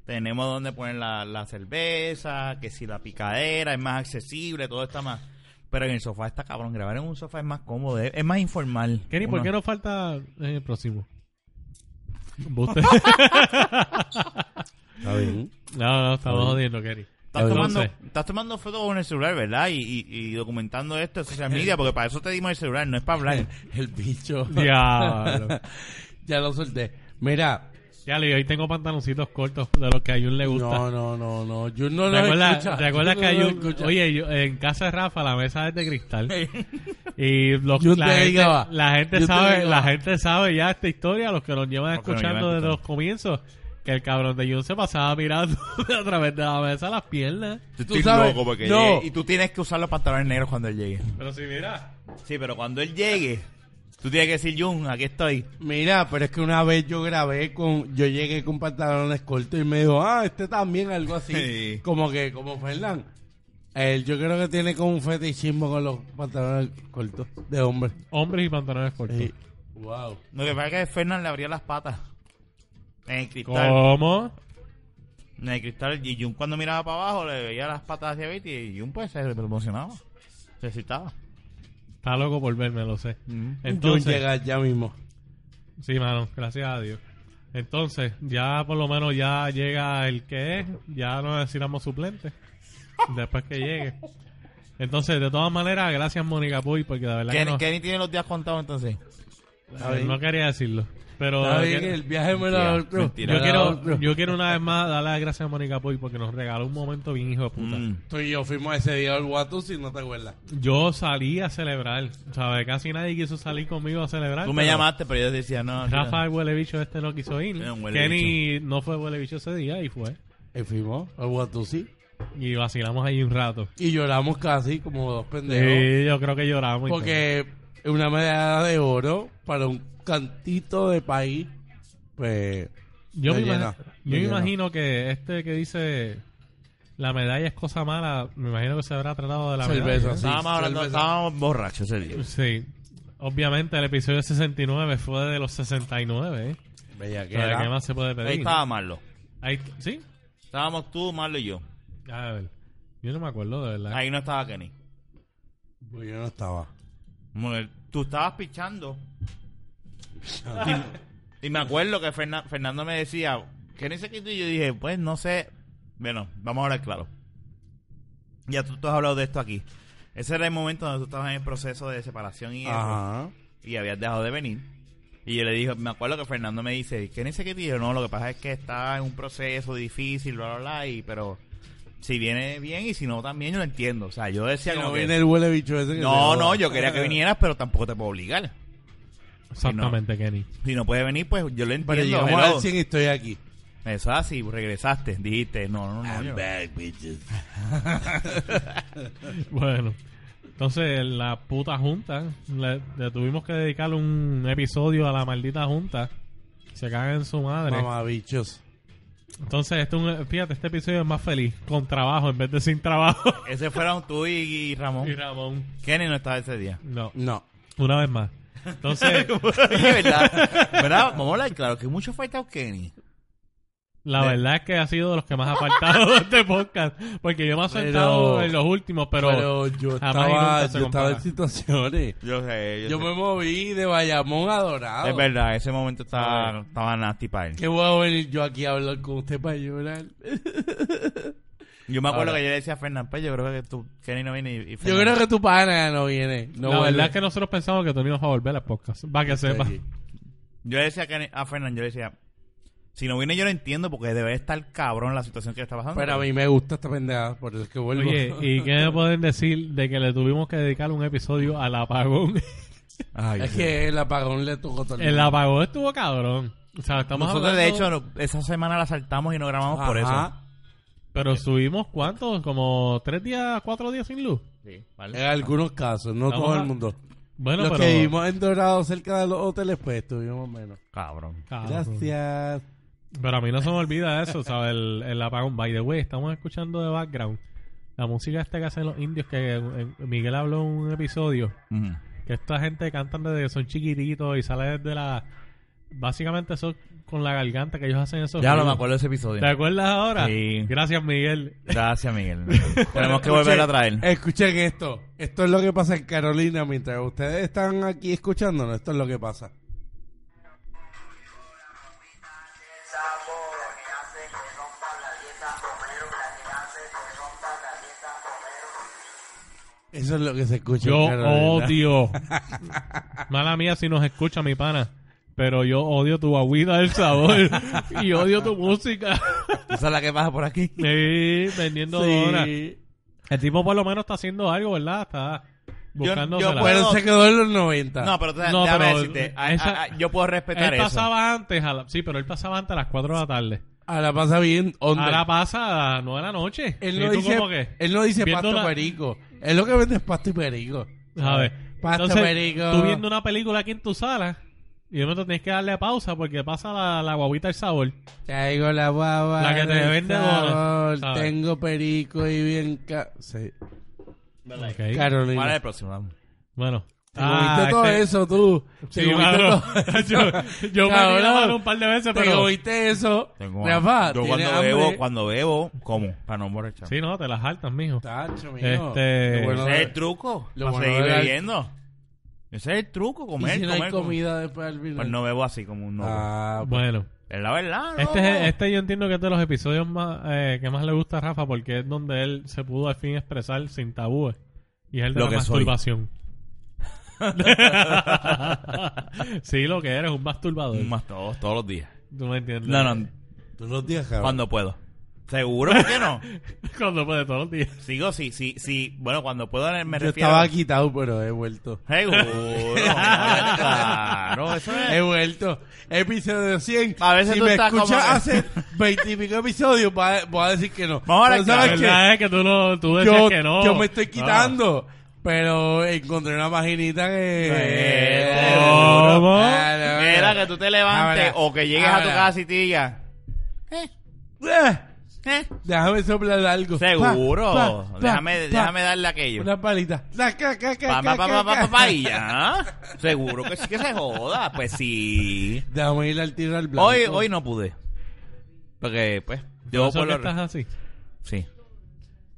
S1: Tenemos donde poner la, la cerveza, que si la picadera es más accesible, todo está más. Pero en el sofá está cabrón, grabar en un sofá es más cómodo, es, es más informal.
S3: Kenny, ¿por
S1: Uno-
S3: qué no falta en el próximo? Embuste.
S2: Está bien.
S3: no, no, estamos jodiendo, Kenny.
S1: Estás tomando,
S3: Entonces.
S1: estás tomando fotos con el celular, ¿verdad? Y, y- y documentando esto en social media, porque para eso te dimos el celular, no es para hablar.
S2: El bicho.
S3: Diablo.
S2: ya lo solté. Mira,
S3: Ya, y hoy tengo pantaloncitos cortos de los que a Jun le gusta.
S2: no, no, no, no. Yo no
S3: ¿Te
S2: lo
S3: acuerdas,
S2: escucha.
S3: te acuerdas
S2: Yo
S3: que
S2: no
S3: hay
S2: lo
S3: un-
S2: escucha.
S3: Oye, yo- en casa de Rafa la mesa es de cristal. y los,
S2: Yo
S3: la,
S2: te
S3: gente,
S2: ligaba.
S3: la gente
S2: Yo te
S3: sabe,
S2: ligaba.
S3: la gente sabe ya esta historia, los que nos llevan
S1: Los que nos
S3: escuchando
S1: llevan
S3: desde los comienzos, que el cabrón de Jun se pasaba mirando a través de la mesa las piernas.
S1: Yo
S2: Tú sabes, no.
S1: llegue- Y tú tienes que usar los pantalones negros cuando él llegue.
S3: Pero si mira,
S1: Sí, pero cuando él llegue, tú tienes que decir, Jun, aquí estoy.
S2: Mira, pero es que una vez yo grabé con, yo llegué con pantalones cortos y me dijo, ah, este también, algo así.
S1: Sí.
S2: Como que, como Fernán. Él, yo creo que tiene como un fetichismo con los pantalones cortos de hombre.
S3: hombres y pantalones cortos.
S2: Sí. Wow.
S1: Lo que pasa es que Fernan le abría las patas. En el cristal.
S3: ¿Cómo?
S1: En el cristal. Y Jun cuando miraba para abajo le veía las patas hacia Betty y Jun pues se emocionaba. Se excitaba.
S3: Está loco por verme, lo sé.
S2: Mm. Entonces,
S3: Entonces,
S2: ya mismo.
S3: Sí, mano, gracias a Dios. Entonces, ya por lo menos ya llega el que es, ya no necesitamos suplente después que llegue. Entonces, de todas maneras, gracias Mónica Puy, porque de verdad que
S1: Kenny,
S3: no,
S1: Kenny tiene los días contados entonces.
S2: Está
S3: eh,
S2: bien.
S3: no quería decirlo. Pero
S2: Está
S3: que-
S2: bien, el viaje me lo da
S1: Mentira,
S2: otro.
S1: mentira.
S2: Me
S3: yo,
S2: lo da otro.
S3: quiero, yo quiero una vez más darle las gracias a Mónica Puy porque nos regaló un momento bien hijo de puta.
S1: Mm.
S2: Tú y yo fuimos ese día al Guatu, si no te acuerdas.
S3: Yo salí a celebrar, ¿sabes? Casi nadie quiso salir conmigo a celebrar.
S1: Tú me
S3: pero
S1: llamaste, pero yo decía, no.
S3: Rafa, el huele bicho este no quiso ir.
S1: Era un huele
S3: Kenny no fue huele bicho ese día y fue.
S2: Y fuimos al Guatu, sí.
S3: Y vacilamos ahí un rato.
S2: Y lloramos casi como dos pendejos.
S3: Sí, yo creo que lloramos. y
S2: porque una medalla de oro para un cantito de país, pues...
S3: todo. yo,
S2: me
S3: me,
S2: llena,
S3: imagi-
S2: me
S3: yo me
S2: llena.
S3: imagino que este que dice la medalla es cosa mala, me imagino que se habrá tratado de la
S2: Cerveza,
S3: medalla.
S1: Estábamos
S2: Sí,
S1: hablando,
S2: cerveza.
S1: estábamos borrachos ese día.
S3: Sí. Obviamente el episodio 69 fue de los 69, ¿eh?
S2: Bella
S3: O sea, ¿Qué más se puede pedir?
S1: Ahí estaba Marlo.
S3: Ahí- ¿Sí?
S1: Estábamos tú, Marlo y yo.
S3: A ver. Yo no me acuerdo, de verdad.
S1: Ahí no estaba Kenny.
S2: Pues yo no estaba.
S1: Bueno, Tú estabas pichando. y, y me acuerdo que Fernan- Fernando me decía, ¿Kenny se quitó? Y yo dije, pues no sé. Bueno, vamos a hablar claro. Ya tú, tú has hablado de esto aquí. Ese era el momento donde tú estabas en el proceso de separación y eso
S2: Ajá.
S1: y habías dejado de venir. Y yo le dije, me acuerdo que Fernando me dice, ¿quién es ese que tío? No, lo que pasa es que está en un proceso difícil, bla, bla, bla, y, pero si viene bien y si no también, yo lo entiendo. O sea, yo decía
S2: Que no
S1: como que,
S2: viene el huele bicho ese. que se
S1: no,
S2: joda.
S1: no, yo quería que vinieras, pero tampoco te puedo obligar.
S3: Exactamente, Kenny.
S1: Si no puedes venir, pues yo lo
S2: Pero
S1: entiendo.
S2: llegamos
S1: hello.
S2: al 100 y estoy aquí.
S1: Eso es así, regresaste, dijiste, no, no,
S2: Ah,
S1: no. yo no.
S3: Bueno, entonces la puta junta, le, le tuvimos que dedicar un episodio a la maldita junta. Se cagan en su madre.
S2: Mamabichos.
S3: Entonces, este, un- fíjate, este episodio es más feliz, con trabajo en vez de sin trabajo.
S1: Ese fueron tú y, y Ramón.
S3: y Ramón,
S1: Kenny no estaba ese día.
S3: no,
S2: No.
S3: una vez más. Entonces,
S1: Oye, ¿verdad? ¿Verdad? Vamos a hablar claro, que mucho falta Kenny.
S3: La
S1: De-
S3: verdad es que ha sido de los que más ha faltado de este podcast. Porque yo me he soltado en los últimos, pero,
S2: Pero yo
S3: jamás
S2: estaba,
S3: y nunca se
S2: yo estaba
S3: compara.
S2: en situaciones.
S1: Yo sé, yo,
S2: Yo
S1: sé.
S2: me moví de Bayamón a Dorado.
S1: Es verdad, ese momento estaba, estaba nasty para él.
S2: ¿Qué voy a venir yo aquí a hablar con usted para llorar?
S1: Yo me acuerdo
S2: Ahora.
S1: que yo le decía a Fernán, pues yo creo que tú, Kenny no viene y, y
S2: Yo
S1: Fernan-
S2: creo que tu pana no viene. No
S3: la
S2: vuelve.
S3: verdad es que nosotros pensamos que Tony nos va a volver al podcast. Va que sepa.
S2: Sí.
S1: Yo le decía a, Kenny- a Fernán, yo le decía, si no viene yo lo entiendo porque debe estar cabrón la situación que está pasando.
S2: Pero a mí me gusta esta pendejada, por eso es que vuelvo.
S3: Oye, ¿y qué me pueden decir de que le tuvimos que dedicar un episodio al apagón?
S1: Ay,
S2: es
S1: Dios.
S2: que el apagón le tocó todo
S3: El apagón estuvo cabrón. O sea, estamos
S1: Nosotros, de hecho,
S3: hablando-
S1: no- esa semana la saltamos y no grabamos por eso.
S2: Ajá.
S3: Pero subimos cuántos, como tres días, cuatro días sin luz.
S2: En algunos casos, no
S3: Vamos
S2: todo
S3: a-
S2: el mundo.
S3: Bueno,
S2: los
S3: pero...
S2: que vivimos en Dorado cerca de los hoteles, pues estuvimos menos.
S1: Cabrón.
S3: Cabrón.
S2: Gracias.
S3: Pero a mí no se me olvida eso, ¿sabes? El, el apagón. By the way, estamos escuchando de background la música esta que hacen los indios, que eh, Miguel habló en un episodio,
S1: Ujú.
S3: que esta gente cantan desde que son chiquititos y sale desde la... Básicamente eso con la garganta que ellos hacen eso.
S1: Ya no me acuerdo de ese episodio.
S3: ¿Te acuerdas ahora?
S1: Sí.
S3: Gracias, Miguel.
S1: Gracias, Miguel. Tenemos que volver a traer.
S2: Escuchen esto. Esto es lo que pasa en Carolina mientras ustedes están aquí escuchándonos. Esto es lo que pasa. Eso es lo que se escucha.
S3: Yo
S2: en Carolina.
S3: odio. Mala mía si nos escucha mi pana. Pero yo odio tu agüita del sabor. y odio tu música.
S1: Esa es la que pasa por aquí.
S3: sí, vendiendo
S2: Sí.
S3: donas. El tipo por lo menos está haciendo algo, ¿verdad? Está buscando...
S1: yo puedo-
S2: Pero se quedó en los 90.
S1: No, pero, te-
S3: No,
S1: déjame
S3: pero
S1: decirte, a-
S3: esa-
S1: a- a- yo puedo respetar
S3: Él
S1: eso.
S3: pasaba antes, a la- sí, pero él pasaba antes a las 4 de la tarde.
S2: Ahora Ah, pasa bien. onda.
S3: Ahora pasa a las 9 de la noche.
S2: él,
S3: ¿Y
S2: no
S3: tú
S2: dice,
S3: cómo que?
S2: él no dice
S3: Viendo
S2: pasto
S3: la-
S2: perico. Él lo que vende es pasto y perico.
S3: A ver.
S2: Pasto
S3: Entonces,
S2: perico.
S3: tú viendo una película aquí en tu sala y de momento tienes que darle pausa porque pasa la, la guaguita del sabor.
S2: Traigo la guava.
S3: La que te
S2: del
S3: vende
S2: sabor,
S3: bola. A ver.
S2: Tengo perico y bien. ca- sí,
S3: Ok.
S2: Carolina.
S1: ¿Cuál es el próximo? Vamos.
S3: Bueno.
S2: Te comiste todo
S3: este-
S2: eso, tú.
S3: Sí,
S2: Te comiste
S3: cabrón.
S2: todo
S3: yo, yo me
S2: Cabrón.
S3: he tirado un par de veces,
S2: Te
S3: pero...
S2: comiste eso.
S1: Tengo
S2: Rafa,
S1: hambre. yo
S2: ¿tienes
S1: cuando
S2: hambre?
S1: bebo, cuando bebo, como, para no emborracharme.
S3: Sí, no, te las hartas, mijo.
S2: Tacho, mijo.
S3: Este-
S2: Lo bueno
S1: Ese
S2: de-
S1: es el truco,
S2: Lo
S1: para
S2: bueno
S1: seguir
S2: de la-
S1: bebiendo. Ese es el truco,
S2: ¿Y
S1: comer,
S2: si no hay
S1: comer, comer.
S2: comida después del vino?
S1: Pues no bebo así como un no.
S2: Ah, pues,
S3: Bueno.
S1: Es la verdad, ¿no?
S3: Este, es- este yo entiendo que es de los episodios más, eh, que más le gusta a Rafa porque es donde él se pudo al fin expresar sin tabúes. Y es el de
S1: Lo
S3: la
S1: que soy.
S3: masturbación. sí, lo que eres, un masturbador.
S1: Más todos, todos los días.
S3: Tú me entiendes.
S1: No, no,
S2: Tú los días, cabrón.
S1: cuando puedo. ¿Seguro ¿Por qué no?
S3: Cuando puede todos los días.
S1: Sigo, sí, sí, sí. Bueno, cuando puedo me
S2: Yo
S1: refiero...
S2: estaba quitado, pero he vuelto.
S1: Seguro. claro, eso
S2: He
S1: es...
S2: vuelto. Episodio 100.
S1: A veces
S2: si
S1: tú
S2: me
S1: estás
S2: escuchas
S1: como-
S2: hace veintipico episodios, va- voy a decir que no.
S1: Vamos a
S2: Pero
S1: arrancar.
S3: La
S2: ¿sabes qué?
S3: verdad es que tú, no, tú decías
S2: yo,
S3: que no.
S2: yo me estoy
S3: No.
S2: quitando. Pero encontré una paginita que...
S1: Eh,
S3: ¿Cómo?
S2: Ah, no, no.
S1: Mira, que tú te levantes
S2: Ahora,
S1: o que llegues a tu
S2: ahora.
S1: casa y te digas... Eh,
S2: Eh,
S1: eh.
S2: Déjame soplar algo.
S1: Seguro.
S2: Pa, pa, pa,
S1: déjame,
S2: pa.
S1: déjame darle aquello.
S2: Una palita. La, ca, ca, ca,
S1: Pa, pa, pa,
S2: ca, ca,
S1: pa, pa,
S2: ca.
S1: pa, pa, y ya. Seguro que sí que se joda. Pues sí.
S2: Déjame ir al tiro al blanco.
S1: Hoy, hoy no pude. Porque, pues,
S3: Por
S1: yo
S3: eso
S1: por
S3: que
S1: lo...
S3: estás así.
S1: Sí.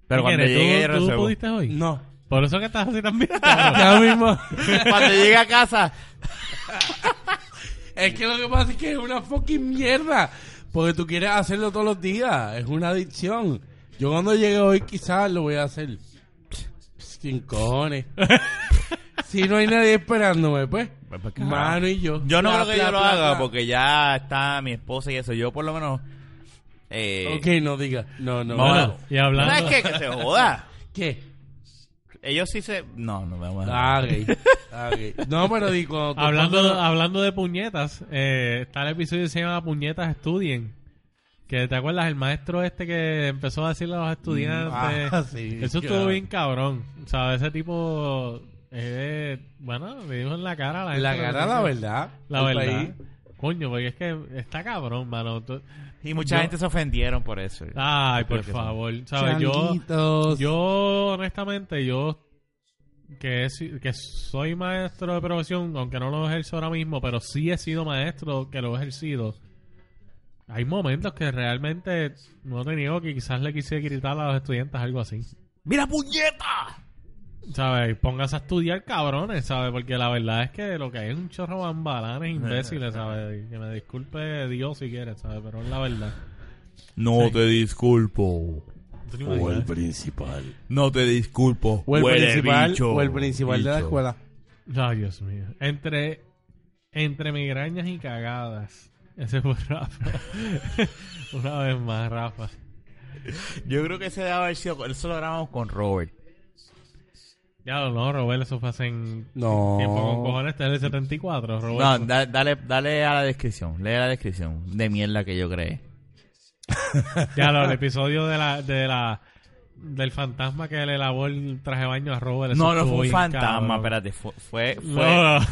S1: Pero
S3: ¿Qué
S1: cuando
S3: quieres?
S1: llegue,
S3: ¿Tú, tú
S1: resuelvo.
S3: pudiste hoy?
S2: No.
S3: Por eso que estás así también.
S2: Ya mismo.
S1: Cuando llegue a casa,
S2: Es que lo que pasa es que es una fucking mierda. Porque tú quieres hacerlo todos los días. Es una adicción. Yo cuando llegue hoy quizás lo voy a hacer. Sin cojones. si no hay nadie esperándome, pues.
S1: Pues, pues, claro.
S2: Mano y yo.
S1: yo no
S2: Pla,
S1: creo que
S2: pla,
S1: yo lo
S2: pla,
S1: haga
S2: pla.
S1: porque ya está mi esposa y eso. Yo por lo menos... Eh,
S2: Ok, no diga. No, no.
S1: Vamos.
S2: no.
S3: Bueno, y hablando...
S1: ¿Sabes qué? Que se joda.
S2: ¿Qué?
S1: Ellos sí se... No, no vamos a...
S2: Ah, ok. Ah, ok. No, pero di cuando tú-
S3: hablando,
S2: cuando-
S3: hablando de puñetas, eh, está el episodio que se llama Puñetas Estudien. Que te acuerdas, el maestro este que empezó a decirle a los estudiantes.
S2: Ah, sí,
S3: eso estuvo
S2: claro.
S3: bien cabrón. O sea, ese tipo. eh, bueno, le dijo en la cara a la gente.
S2: La
S3: lo que
S2: cara,
S3: tenía.
S2: la verdad.
S3: La
S2: El
S3: verdad.
S2: país.
S3: Coño, porque es que está cabrón, mano. Tú-
S1: Y mucha
S3: Yo-
S1: gente se ofendieron por eso.
S2: Ah.
S3: Ay,
S1: Yo creo
S3: por
S1: que sí.
S3: favor. ¿Sabes? Yo.
S2: Changuitos.
S3: Yo, honestamente, yo que, he si- que soy maestro de profesión, aunque no lo ejerzo ahora mismo, pero sí he sido maestro que lo he ejercido. Hay momentos que realmente no te niego que quizás le quise gritar a los estudiantes algo así.
S1: ¡Mira, puñeta!
S3: ¿Sabes? Póngase a estudiar, cabrones, ¿sabes? Porque la verdad es que lo que hay es un chorro de bambalanes imbéciles, ¿sabes? Y Que me disculpe Dios si quieres, ¿sabes? Pero es la verdad.
S1: No
S3: Sí.
S1: te disculpo.
S3: Tú ni me digas.
S2: principal.
S1: No te disculpo.
S2: O el
S1: Huele
S2: principal,
S1: bicho,
S2: o el principal de la
S1: bicho.
S2: escuela.
S3: Ay, Dios mío. Entre, entre migrañas y cagadas. Ese fue Rafa. Una vez más, Rafa.
S1: Yo creo que ese debe haber sido. Eso lo grabamos con Robert.
S3: Ya lo no, Robert, eso fue hace en
S2: No.
S3: tiempo con cojones, este es el 74, Robert.
S1: No, da- dale, dale a la descripción. Lee la descripción de mierda que yo creé.
S3: Ya lo, el episodio de la, de la, del fantasma que le lavó el traje de baño a Robert. eso
S1: No, no fue
S3: estuvo
S1: un
S3: bien
S1: fantasma.
S3: cabrón.
S1: Espérate, fue. fue, fue-
S3: No, no.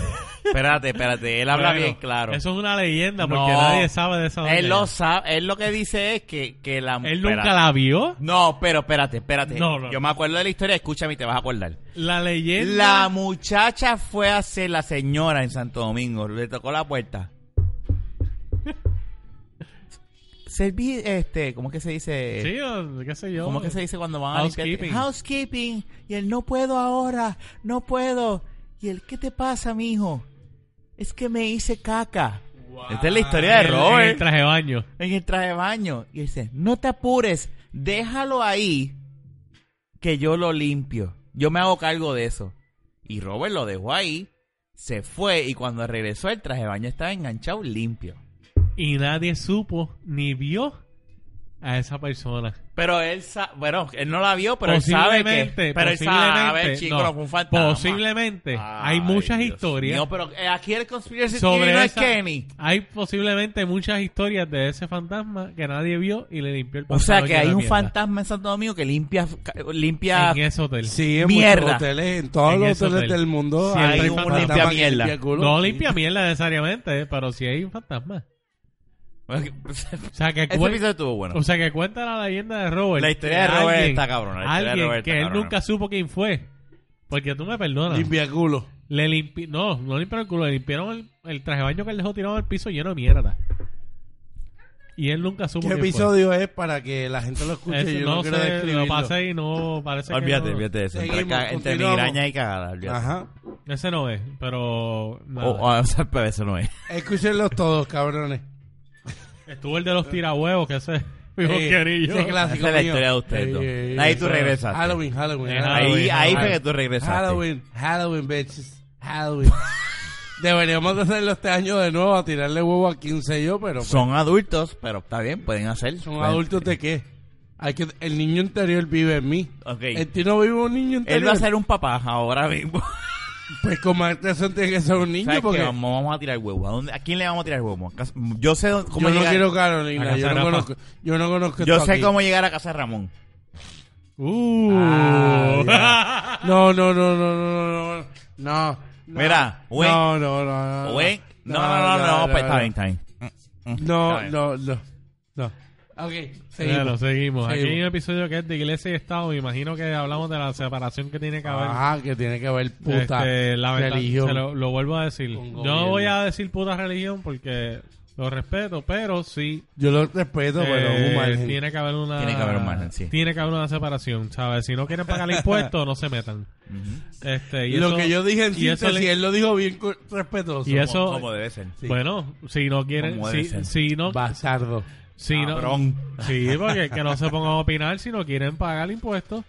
S1: Espérate, espérate. Él habla
S3: Bueno,
S1: bien claro.
S3: Eso es una leyenda porque
S1: No.
S3: nadie sabe de esa
S1: Él
S3: vaina.
S1: lo sabe. Él lo que dice es que, que la
S3: Él nunca
S1: espérate.
S3: la vio.
S1: No, pero espérate, espérate.
S3: No, no.
S1: Yo me acuerdo de la historia, escúchame y te vas a acordar.
S3: La leyenda.
S1: La muchacha fue a ser la señora en Santo Domingo. Le tocó la puerta. Serví, este, ¿cómo que se dice?
S3: Sí, o qué sé yo.
S1: ¿Cómo que se dice cuando van a limpiar?
S3: Housekeeping.
S1: Housekeeping. Y él, no puedo ahora, no puedo. Y él, ¿qué te pasa, mijo? Es que me hice caca. Esta es la historia de
S3: En el- en el
S1: Robert
S3: traje de baño.
S1: en el traje de baño. Y dice, no te apures, déjalo ahí, que yo lo limpio. Yo me hago cargo de eso. Y Robert lo dejó ahí, se fue y cuando regresó el traje de baño estaba enganchado limpio.
S3: Y nadie supo ni vio a esa persona.
S1: Pero él, sa- bueno, él no la vio, pero él sabe que... Pero él sabe,
S3: posiblemente,
S1: chico,
S3: no,
S1: no fue un fantasma.
S3: Posiblemente.
S1: Ay,
S3: hay muchas
S1: Dios
S3: historias.
S1: mío, pero eh, aquí el conspiracy
S3: sobre
S1: theory no
S3: esa-
S1: es Kenny.
S3: Hay posiblemente muchas historias de ese fantasma que nadie vio y le limpió el
S1: O sea
S3: pantalón
S1: que
S3: lleno
S1: hay
S3: de
S1: un
S3: mierda.
S1: fantasma en Santo Domingo que limpia, limpia
S3: en ese hotel.
S2: Sí, en
S1: Mierda.
S2: muchos hoteles, en todos
S3: En
S2: los
S3: ese
S2: hoteles
S3: hotel.
S2: del mundo
S3: Sí, hay un
S2: fantasma
S1: limpia
S2: que
S1: mierda.
S2: culo.
S3: No limpia mierda necesariamente, eh, pero sí hay un fantasma. O sea que,
S1: Ese
S3: cuen-
S1: episodio estuvo bueno.
S3: o sea que cuenta la leyenda de Robert.
S1: La historia de
S3: que
S1: Robert está cabrona, la historia de
S3: Alguien
S1: Robert
S3: que
S1: está
S3: él
S1: cabrona.
S3: nunca supo quién fue. Porque tú me perdonas.
S2: Limpia culo.
S3: Le limpi no, no limpiaron el culo, le limpiaron el, el traje de baño que él dejó tirado al piso lleno de mierda. Y él nunca supo
S2: ¿Qué
S3: quién fue.
S2: episodio es para que la gente lo escuche?
S3: Ese-
S2: yo
S3: no
S2: no quiero
S3: sé, lo
S2: describirlo.
S3: pasé y no parece
S1: Olvídate,
S3: que no-
S1: olvídate de eso. Entre,
S2: Seguimos,
S1: ca- entre
S2: continuamos.
S1: migraña y cagada, olvídate.
S2: Ajá.
S3: Ese no es, pero nada.
S1: O, o- o sea, pero eso no es.
S2: Escúchenlos todos, cabrones.
S3: estuvo el de los tirahuevos que ese dijo
S2: Eh,
S3: que ni yo.
S2: ese clásico
S1: Esa es la
S2: mío. Eh,
S1: historia de ustedes dos. Ahí tú
S2: eso.
S1: regresaste.
S2: Halloween, Halloween.
S3: Eh,
S2: Halloween.
S1: Ahí,
S3: Halloween,
S1: ahí fue
S2: Halloween.
S1: que tú regresaste.
S2: Halloween, Halloween, bitches. Halloween. Deberíamos de hacerlo este año de nuevo, a tirarle huevo a 15 yo, pero pues,
S1: Son adultos, pero está bien, pueden hacer.
S2: son
S1: Pueden-
S2: adultos de qué? Hay que, el niño interior vive en mí.
S1: Ok.
S2: En ti Eh, no vive un niño interior.
S1: Él va a ser un papá ahora mismo.
S2: Pues con más razón tiene que ser un
S1: ¿Sabes
S2: niño
S1: qué?
S2: porque yo
S1: Vamos, vamos a tirar huevo. ¿A, dónde- a quién le vamos a tirar huevo? ¿Acaso- Yo sé dónde- cómo
S2: no
S1: llegar.
S2: quiero
S3: A
S2: Carolina,
S3: casa
S2: yo no
S3: Rafa.
S2: conozco, yo no conozco
S1: yo
S2: esto
S1: sé
S2: aquí.
S1: cómo llegar a casa de Ramón.
S3: Uh.
S2: Ah, No, no, no, no, no, no, no. No.
S1: Mira, Wink.
S2: No, no, no, no.
S1: Wen- No, no, no, no, pues está bien, está bien.
S2: No,
S1: Está bien.
S2: no, no. No. Ok,
S3: Claro,
S2: seguimos.
S3: seguimos. Aquí hay un
S2: Seguimos.
S3: episodio que es de iglesia y estado. Me imagino que hablamos de la separación que tiene que haber.
S2: Ah, que tiene que ver puta
S3: Este, la verdad,
S2: religión.
S3: se lo, lo vuelvo a decir. Yo
S2: Con
S3: no
S2: gobierno.
S3: voy a decir puta religión porque lo respeto, pero sí
S2: Yo lo respeto, pero
S3: eh,
S2: es un margen.
S3: tiene que haber una
S1: Tiene que haber un margen, sí.
S3: tiene que haber una separación, ¿sabes? Si no quieren pagar impuestos, no se metan. Este, y
S2: lo
S3: eso-
S2: que yo dije en
S3: y eso
S2: síntesis,
S3: le-
S2: él lo dijo bien cu- respetuoso.
S3: Y eso-
S1: Como, como debe ser.
S2: sí.
S3: Bueno, si no quieren
S1: Como debe
S3: si,
S1: ser.
S3: si no
S2: Bastardo.
S3: si no
S1: Cabrón.
S3: Sí, porque que no se pongan a opinar si no quieren pagar impuestos.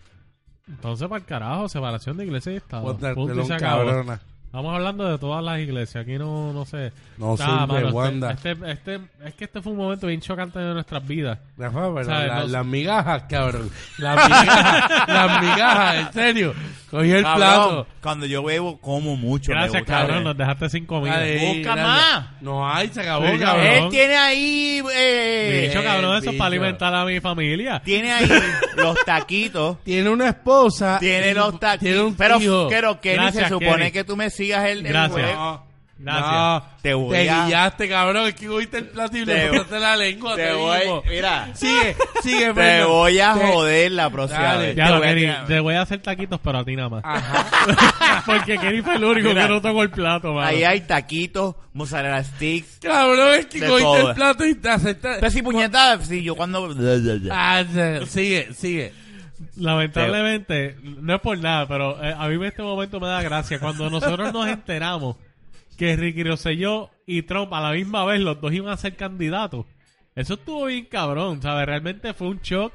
S3: Entonces, para el carajo, separación de iglesia y Estado.
S2: Ponte el
S3: Punto y
S2: pelón,
S3: se acabó.
S2: cabrona.
S3: Estamos hablando de todas las iglesias. Aquí no, no sé.
S2: No
S3: Ah,
S2: sirve,
S3: mano, este-
S2: Wanda.
S3: Este, este- es que este fue un momento bien chocante de nuestras vidas.
S2: Rafa, pero
S3: ¿Sabes?
S2: la-
S3: No-
S2: las migajas, cabrón. Las migajas, las migajas, en serio. Cogió el
S1: Cabrón,
S2: plato.
S1: cuando yo bebo, como mucho. me
S3: Gracias,
S1: gusta. eh.
S3: cabrón. Nos dejaste sin comida.
S2: Ay,
S1: Busca
S2: gracias.
S1: más.
S2: No hay, se acabó,
S3: Sí,
S2: cabrón.
S1: Él tiene ahí. eh,
S3: Bicho, cabrón, eso es
S2: bicho.
S3: para alimentar a mi familia.
S1: Tiene ahí los taquitos.
S2: Tiene una esposa.
S1: Tiene
S2: y
S1: los taquitos.
S2: Tiene un
S1: pero,
S2: tío.
S1: pero Kenny,
S3: Gracias,
S1: se supone
S3: Kenny.
S1: que tú me sigas el, el
S3: Gracias.
S1: juego.
S2: No,
S3: Gracias.
S2: No,
S1: Te voy
S2: te
S1: a-
S2: guillaste, cabrón. Es que cogiste el plato y le
S1: Te-
S2: pasaste la lengua.
S1: Te
S2: mismo.
S1: voy, mira,
S2: Sigue, sigue,
S1: te
S2: Fernando.
S1: voy a
S2: Te-
S1: joder la próxima
S2: Dale.
S1: vez.
S3: Ya
S1: Te
S3: lo
S1: voy a
S3: Kenny,
S1: tirar-
S3: te voy a hacer taquitos, pero a ti nada más.
S2: Ajá.
S3: Porque Kenny fue el único
S1: Mira.
S3: que no tocó el plato, mano.
S1: Ahí hay taquitos, mozzarella sticks.
S2: Cabrón, es que
S1: De
S2: cogiste
S1: todo.
S2: el plato y te aceptaste.
S1: Pero si puñetada, si yo cuando...
S2: Ah, se- sigue, sigue.
S3: Lamentablemente, no es por nada, pero eh, a mí en este momento me da gracia. Cuando nosotros nos enteramos que Ricky Rosselló y Trump a la misma vez los dos iban a ser candidatos, eso estuvo bien cabrón, ¿sabes? Realmente fue un shock,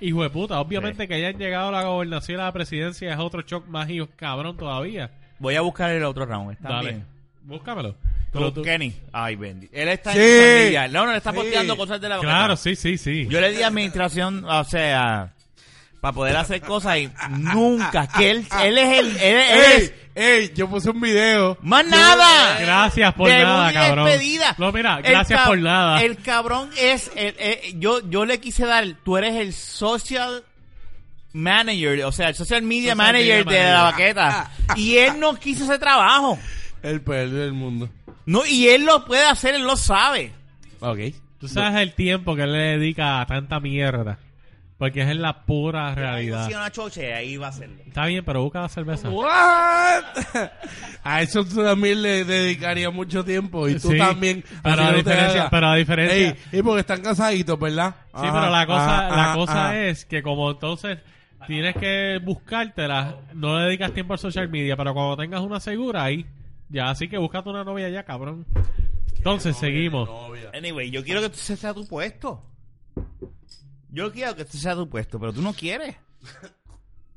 S3: hijo de puta. Obviamente que hayan llegado a la gobernación a la presidencia es otro shock más hijo cabrón todavía.
S1: Voy a buscar el otro round. ¿está
S3: Dale,
S1: bien?
S3: búscamelo.
S1: Con
S3: Pero tú-
S1: Kenny. Ay, bendito. Él está
S2: Sí.
S1: en pandilla. No, no, le está
S2: Sí.
S1: posteando cosas de la
S3: Claro, sí, sí, sí.
S1: Yo le di administración, o sea, para poder hacer cosas y nunca, que él, él es el, él, es- él es,
S2: Ey, ey, yo puse un video.
S1: más nada.
S3: Gracias por
S1: Debut
S3: nada,
S1: y
S3: cabrón.
S1: despedida.
S3: No, mira,
S1: El
S3: gracias
S1: cab-
S3: por nada.
S1: El cabrón es, el- eh, yo, yo le quise dar, tú eres el social manager, o sea, el social media
S3: Social
S1: manager
S3: media
S1: de
S3: manager. Ah,
S1: la baqueta. Y él no quiso ese trabajo.
S2: El peor del mundo.
S1: No, y él lo puede hacer, él lo sabe.
S2: Ok.
S3: Tú sabes el tiempo que él le dedica a tanta mierda. Porque es en la pura realidad.
S1: Si una choche, ahí va a hacerlo.
S3: Está bien, pero busca la cerveza.
S2: What? A eso tú también le dedicaría mucho tiempo y tú
S3: Sí,
S2: también.
S3: pero
S2: así
S3: a
S2: no te
S3: diferencia-
S2: hagas.
S3: pero a diferencia-
S2: Ey, y porque están casaditos, ¿verdad? Ah,
S3: Sí, pero la cosa, la cosa es que como entonces tienes que buscártela, no le dedicas tiempo al social media, pero cuando tengas una segura ahí, ya así que búscate una novia ya, cabrón. Entonces seguimos.
S1: Anyway, yo quiero que ese sea tu puesto. Yo quiero que ese sea tu puesto, pero tú no quieres.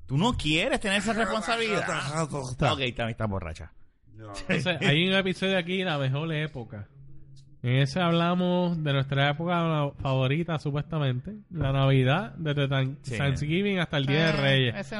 S1: Tú no quieres tener esa responsabilidad. Ok, también está borracha.
S3: Entonces, hay un episodio aquí, la mejor época. En ese hablamos de nuestra época favorita, supuestamente. La Navidad, desde tan-
S1: Sí.
S3: Thanksgiving hasta el Día de Reyes.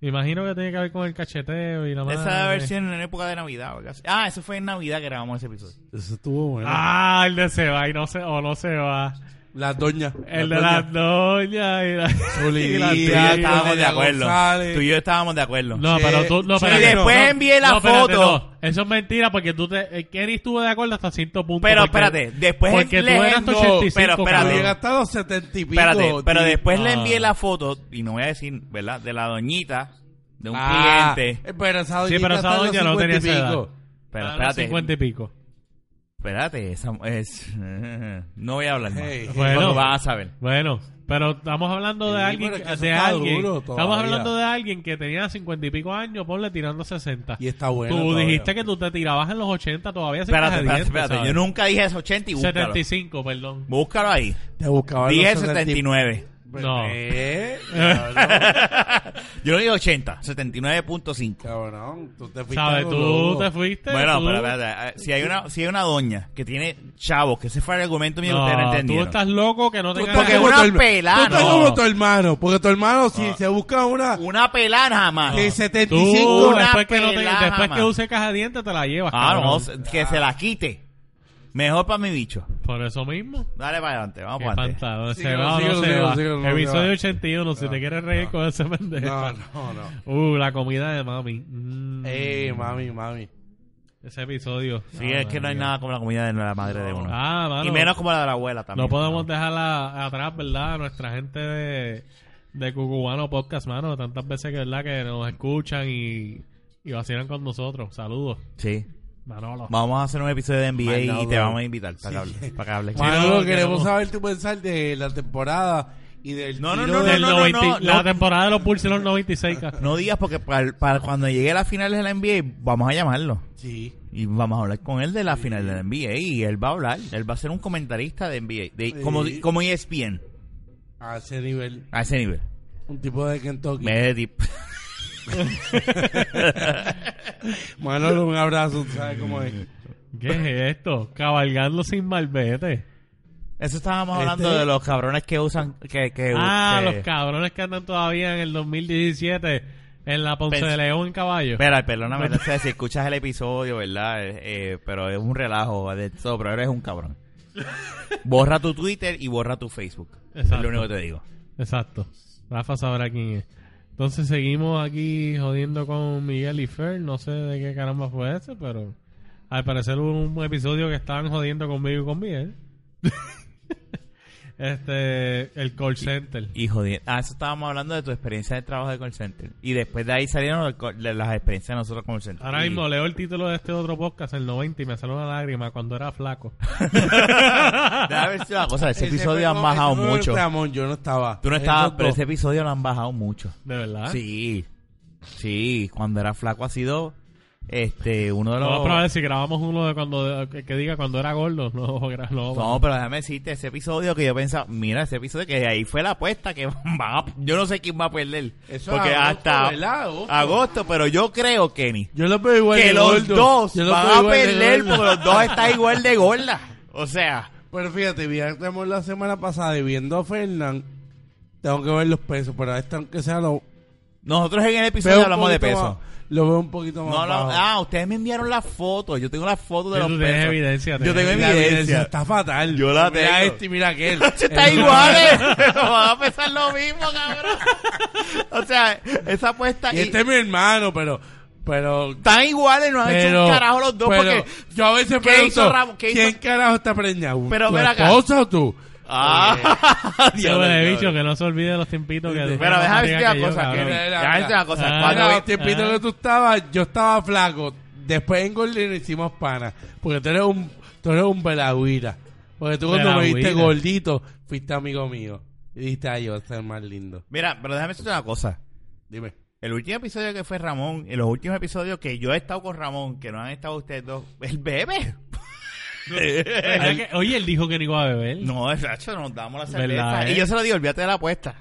S3: Imagino que tiene que ver con el cacheteo y la madre.
S1: Esa versión en época de Navidad. o algo así. Ah, eso fue en Navidad que grabamos ese episodio.
S2: Eso estuvo bueno.
S3: Ah, el de se va y no se, o no se va.
S2: La doña.
S3: El de las doñas y la...
S2: Solidía,
S3: y
S1: Tú
S3: la
S1: y
S3: tía.
S1: yo
S2: Tía
S1: estábamos de acuerdo.
S2: González.
S1: Tú y yo estábamos de acuerdo.
S3: No,
S2: Sí.
S3: pero tú... No,
S2: Sí,
S3: espérate,
S1: después
S3: no,
S1: envié la
S3: no, espérate,
S1: foto.
S3: no. Eso es mentira porque tú te... eh, Kenny estuvo de acuerdo hasta cierto punto.
S1: Pero
S3: porque-
S1: espérate, después
S3: Porque tú
S1: le-
S3: eras
S1: no,
S3: 85,
S1: pero espérate.
S2: Tú
S3: cabrón.
S2: llegaste a los setenta y pico.
S1: Espérate, pero
S2: tío.
S1: después le
S3: Ah.
S1: envié la foto, y no voy a decir, ¿verdad? De la doñita, de un
S2: Ah,
S1: cliente.
S2: eh, Pero esa doña,
S3: Sí, pero esa doña no tenía esa edad.
S1: Pero
S3: Ah,
S1: espérate,
S3: 50 y pico.
S1: espérate, esa es... No voy a hablar más.
S2: Hey.
S1: Bueno.
S3: Bueno.
S1: vas a saber.
S3: Bueno, pero estamos hablando de
S2: Sí,
S3: alguien,
S2: pero es que eso
S3: de
S2: está
S3: alguien,
S2: duro
S3: estamos
S2: todavía.
S3: hablando de alguien que tenía cincuenta y pico años, ponle tirando 60.
S2: Y está bueno.
S3: tú
S2: todavía.
S3: dijiste que tú te tirabas en los 80 todavía sin
S1: Espérate,
S3: caja de
S1: espérate,
S3: dientes,
S1: espérate.
S3: ¿sabes?
S1: Yo nunca dije eso 80 y búscalo.
S3: 75, perdón.
S1: Búscalo ahí.
S2: Te buscaba los
S1: Dije
S2: 70 y-
S1: 79.
S3: No.
S2: Eh, cabrón,
S1: Yo no dije 80, 79.5.
S2: cabrón, tú te fuiste. a
S3: ¿Sabes?
S2: lo
S3: Tú
S2: loco.
S3: te fuiste.
S1: Bueno,
S3: tú-
S1: pero espérate, eh, si hay una si hay una doña que tiene chavos, que ese fue el argumento mío que
S3: No,
S1: ustedes no
S3: tú
S1: entendieron.
S3: estás loco que no
S2: Tú
S3: tengas
S2: estás
S1: Porque
S2: como
S1: una
S2: tu herma-
S1: pelada.
S2: Tú estás
S3: No.
S2: como tu hermano. Porque tu hermano, si se busca una
S1: Una pelana jamás.
S2: de
S3: Tú,
S2: 75,
S1: una
S3: después que, no tengas-
S1: pelada,
S3: después que
S1: mano.
S3: use caja de dientes, te la llevas.
S1: Ah, no,
S3: cabrón.
S1: se- que se la quite. Mejor para mi bicho.
S3: Por eso mismo.
S1: Dale para adelante, vamos
S3: Qué
S1: para adelante.
S3: pantado.
S2: Sí,
S3: se
S2: que
S3: va
S2: no,
S3: o
S2: sí, que
S3: no
S2: no,
S3: se
S2: sí, que
S3: va.
S2: no, sí, que no, sí,
S3: Episodio
S2: que
S3: 81, si te quieres reír con ese pendejo.
S2: No, no, no.
S3: Uh, la comida de mami. Mm.
S2: Ey, mami, mami.
S3: Ese episodio.
S1: Eh. Sí, es que no hay nada como la comida de la madre de uno.
S3: Ah, mano.
S1: y menos como la de la abuela también.
S3: No podemos dejarla atrás, ¿verdad? Nuestra gente de, de Cucubano Podcast, mano. Tantas veces que, ¿verdad? Que nos escuchan y, y vacilan con nosotros. Saludos.
S1: Sí.
S3: Manolo.
S1: Vamos a hacer un episodio de NBA y
S2: Manolo.
S1: te vamos a invitar para que hables. Para que hables.
S2: Manolo,
S3: no,
S2: queremos
S3: queremos-
S2: saber tu pensar de la temporada y del.
S1: No, no,
S2: tiro
S1: no,
S2: del-
S3: Del
S1: no, no,
S3: 90
S1: no,
S3: la
S1: no.
S3: temporada de los Bulls y los 96. ca-
S1: No digas porque para, para cuando llegue a las finales de la NBA vamos a llamarlo.
S2: Sí.
S1: Y vamos a hablar con él de la final de la NBA y él va a hablar. Él va a ser un comentarista de NBA. De, como,
S2: Sí.
S1: como E ESPN.
S2: A ese nivel.
S1: A ese nivel.
S2: Un tipo de Kentucky.
S1: Me de tip.
S2: Manolo, un abrazo, tú ¿sabes cómo es?
S3: ¿Qué es esto? Cabalgando sin malvete.
S1: Eso estábamos hablando
S2: Este-
S1: de los cabrones que usan... Que, que,
S3: Ah,
S1: que-
S3: los cabrones que andan todavía en el 2017 en la Ponce
S1: Pens-
S3: de León en caballo.
S1: Espera, perdóname, no sé si escuchas el episodio, ¿verdad? Eh, eh, pero es un relajo de todo, pero eres un cabrón. Borra tu Twitter y borra tu Facebook. Es
S3: Exacto.
S1: lo único que te digo.
S3: Exacto. Rafa sabrá quién es. Entonces seguimos aquí jodiendo con Miguel y Fer. No sé de qué caramba fue ese, pero Al parecer hubo un episodio que estaban jodiendo conmigo y con Miguel. este, el call center.
S1: Hijo de... Ah, eso estábamos hablando de tu experiencia de trabajo de call center. Y después de ahí salieron los co- de las experiencias de nosotros como call center.
S3: Ahora
S1: Y-
S3: mismo leo el título de este otro podcast, el 90, y me sale una lágrima cuando era flaco.
S1: Déjame decir una cosa. Ese
S2: Ese
S1: episodio
S2: fue-
S1: han
S2: no,
S1: bajado
S2: ese fue
S1: mucho.
S2: Ramón, yo no estaba.
S1: Tú no estabas,
S2: Esos
S1: pero
S2: dos.
S1: ese episodio lo han bajado mucho.
S3: ¿De
S2: ¿Ah?
S3: verdad?
S1: Sí. Sí. Cuando era flaco ha sido este uno de los...
S3: Vamos a probar si grabamos uno de cuando que, que diga cuando era gordo. No, gra- no,
S1: No, pero déjame decirte, ese episodio que yo pensaba, mira, ese episodio que ahí fue la apuesta que va a- yo no sé quién va a perder.
S2: Eso
S1: porque
S2: es agosto,
S1: hasta
S2: ¿verdad? Agosto.
S1: agosto, pero yo creo, Kenny,
S2: Yo los veo igual
S1: que
S2: de
S1: los
S2: gordo.
S1: dos
S2: Yo los
S1: van
S2: veo
S1: a
S2: igual de
S1: perder
S2: gordo.
S1: porque los dos están igual de gorda. O sea,
S2: Pero fíjate, vi a Ramón la semana pasada y viendo a Fernán, tengo que ver los pesos, pero este aunque sea lo...
S1: nosotros en el episodio
S2: veo un
S1: hablamos de
S2: poquito
S1: peso.
S2: más- lo veo un poquito más
S1: No, no,
S2: bajo.
S1: ah, ustedes me enviaron las fotos. Yo tengo las fotos de
S3: Tú
S1: los
S3: tienes
S1: pesos. Yo
S3: evidencia,
S1: tengo
S3: tienes
S2: La evidencia
S1: evidencia.
S2: está fatal.
S1: Yo la
S2: mira
S1: tengo.
S2: este y mira este. aquel.
S1: Está iguales. Van a pesar lo mismo, cabrón. O sea, esa apuesta
S2: Y
S1: y-
S2: este es mi hermano, pero... Pero...
S1: Están iguales, no han hecho
S2: pero-
S1: un carajo los dos
S2: pero
S1: porque...
S2: Yo a veces
S1: ¿Qué
S2: pregunto,
S1: hizo Ramón? ¿Qué hizo?
S2: ¿quién carajo está preñado?
S1: Pero
S2: ¿Tu
S1: ven acá.
S2: esposa o tú?
S1: Ah,
S3: Ese huele bicho, que no se olvide los tiempitos que...
S1: Pero déjame decirte
S3: que
S1: una
S3: yo,
S1: cosa,
S3: cabrón.
S1: Kenny.
S2: Mira,
S1: Déjame decirte una cosa.
S3: Ah.
S1: Cuando
S2: Mira, el
S1: viste-
S2: tiempito
S3: ah.
S2: que tú estabas, yo estaba flaco. Después en Gordon hicimos pana. Porque tú eres un, tú eres un velagüira. Porque tú cuando me viste
S3: Velagüira.
S2: gordito, fuiste amigo mío. Y dijiste, ay, yo voy a ser más lindo.
S1: Mira, pero déjame decirte una cosa.
S2: Dime.
S1: El último episodio que fue Ramón, en los últimos episodios que yo he estado con Ramón, que no han estado ustedes dos, el bebé.
S3: ¿Verdad que- Oye, él dijo que no iba a beber.
S1: No, hecho, nos damos la cerveza.
S3: ¿Verdad, eh?
S1: Y yo se lo digo, olvídate de la apuesta.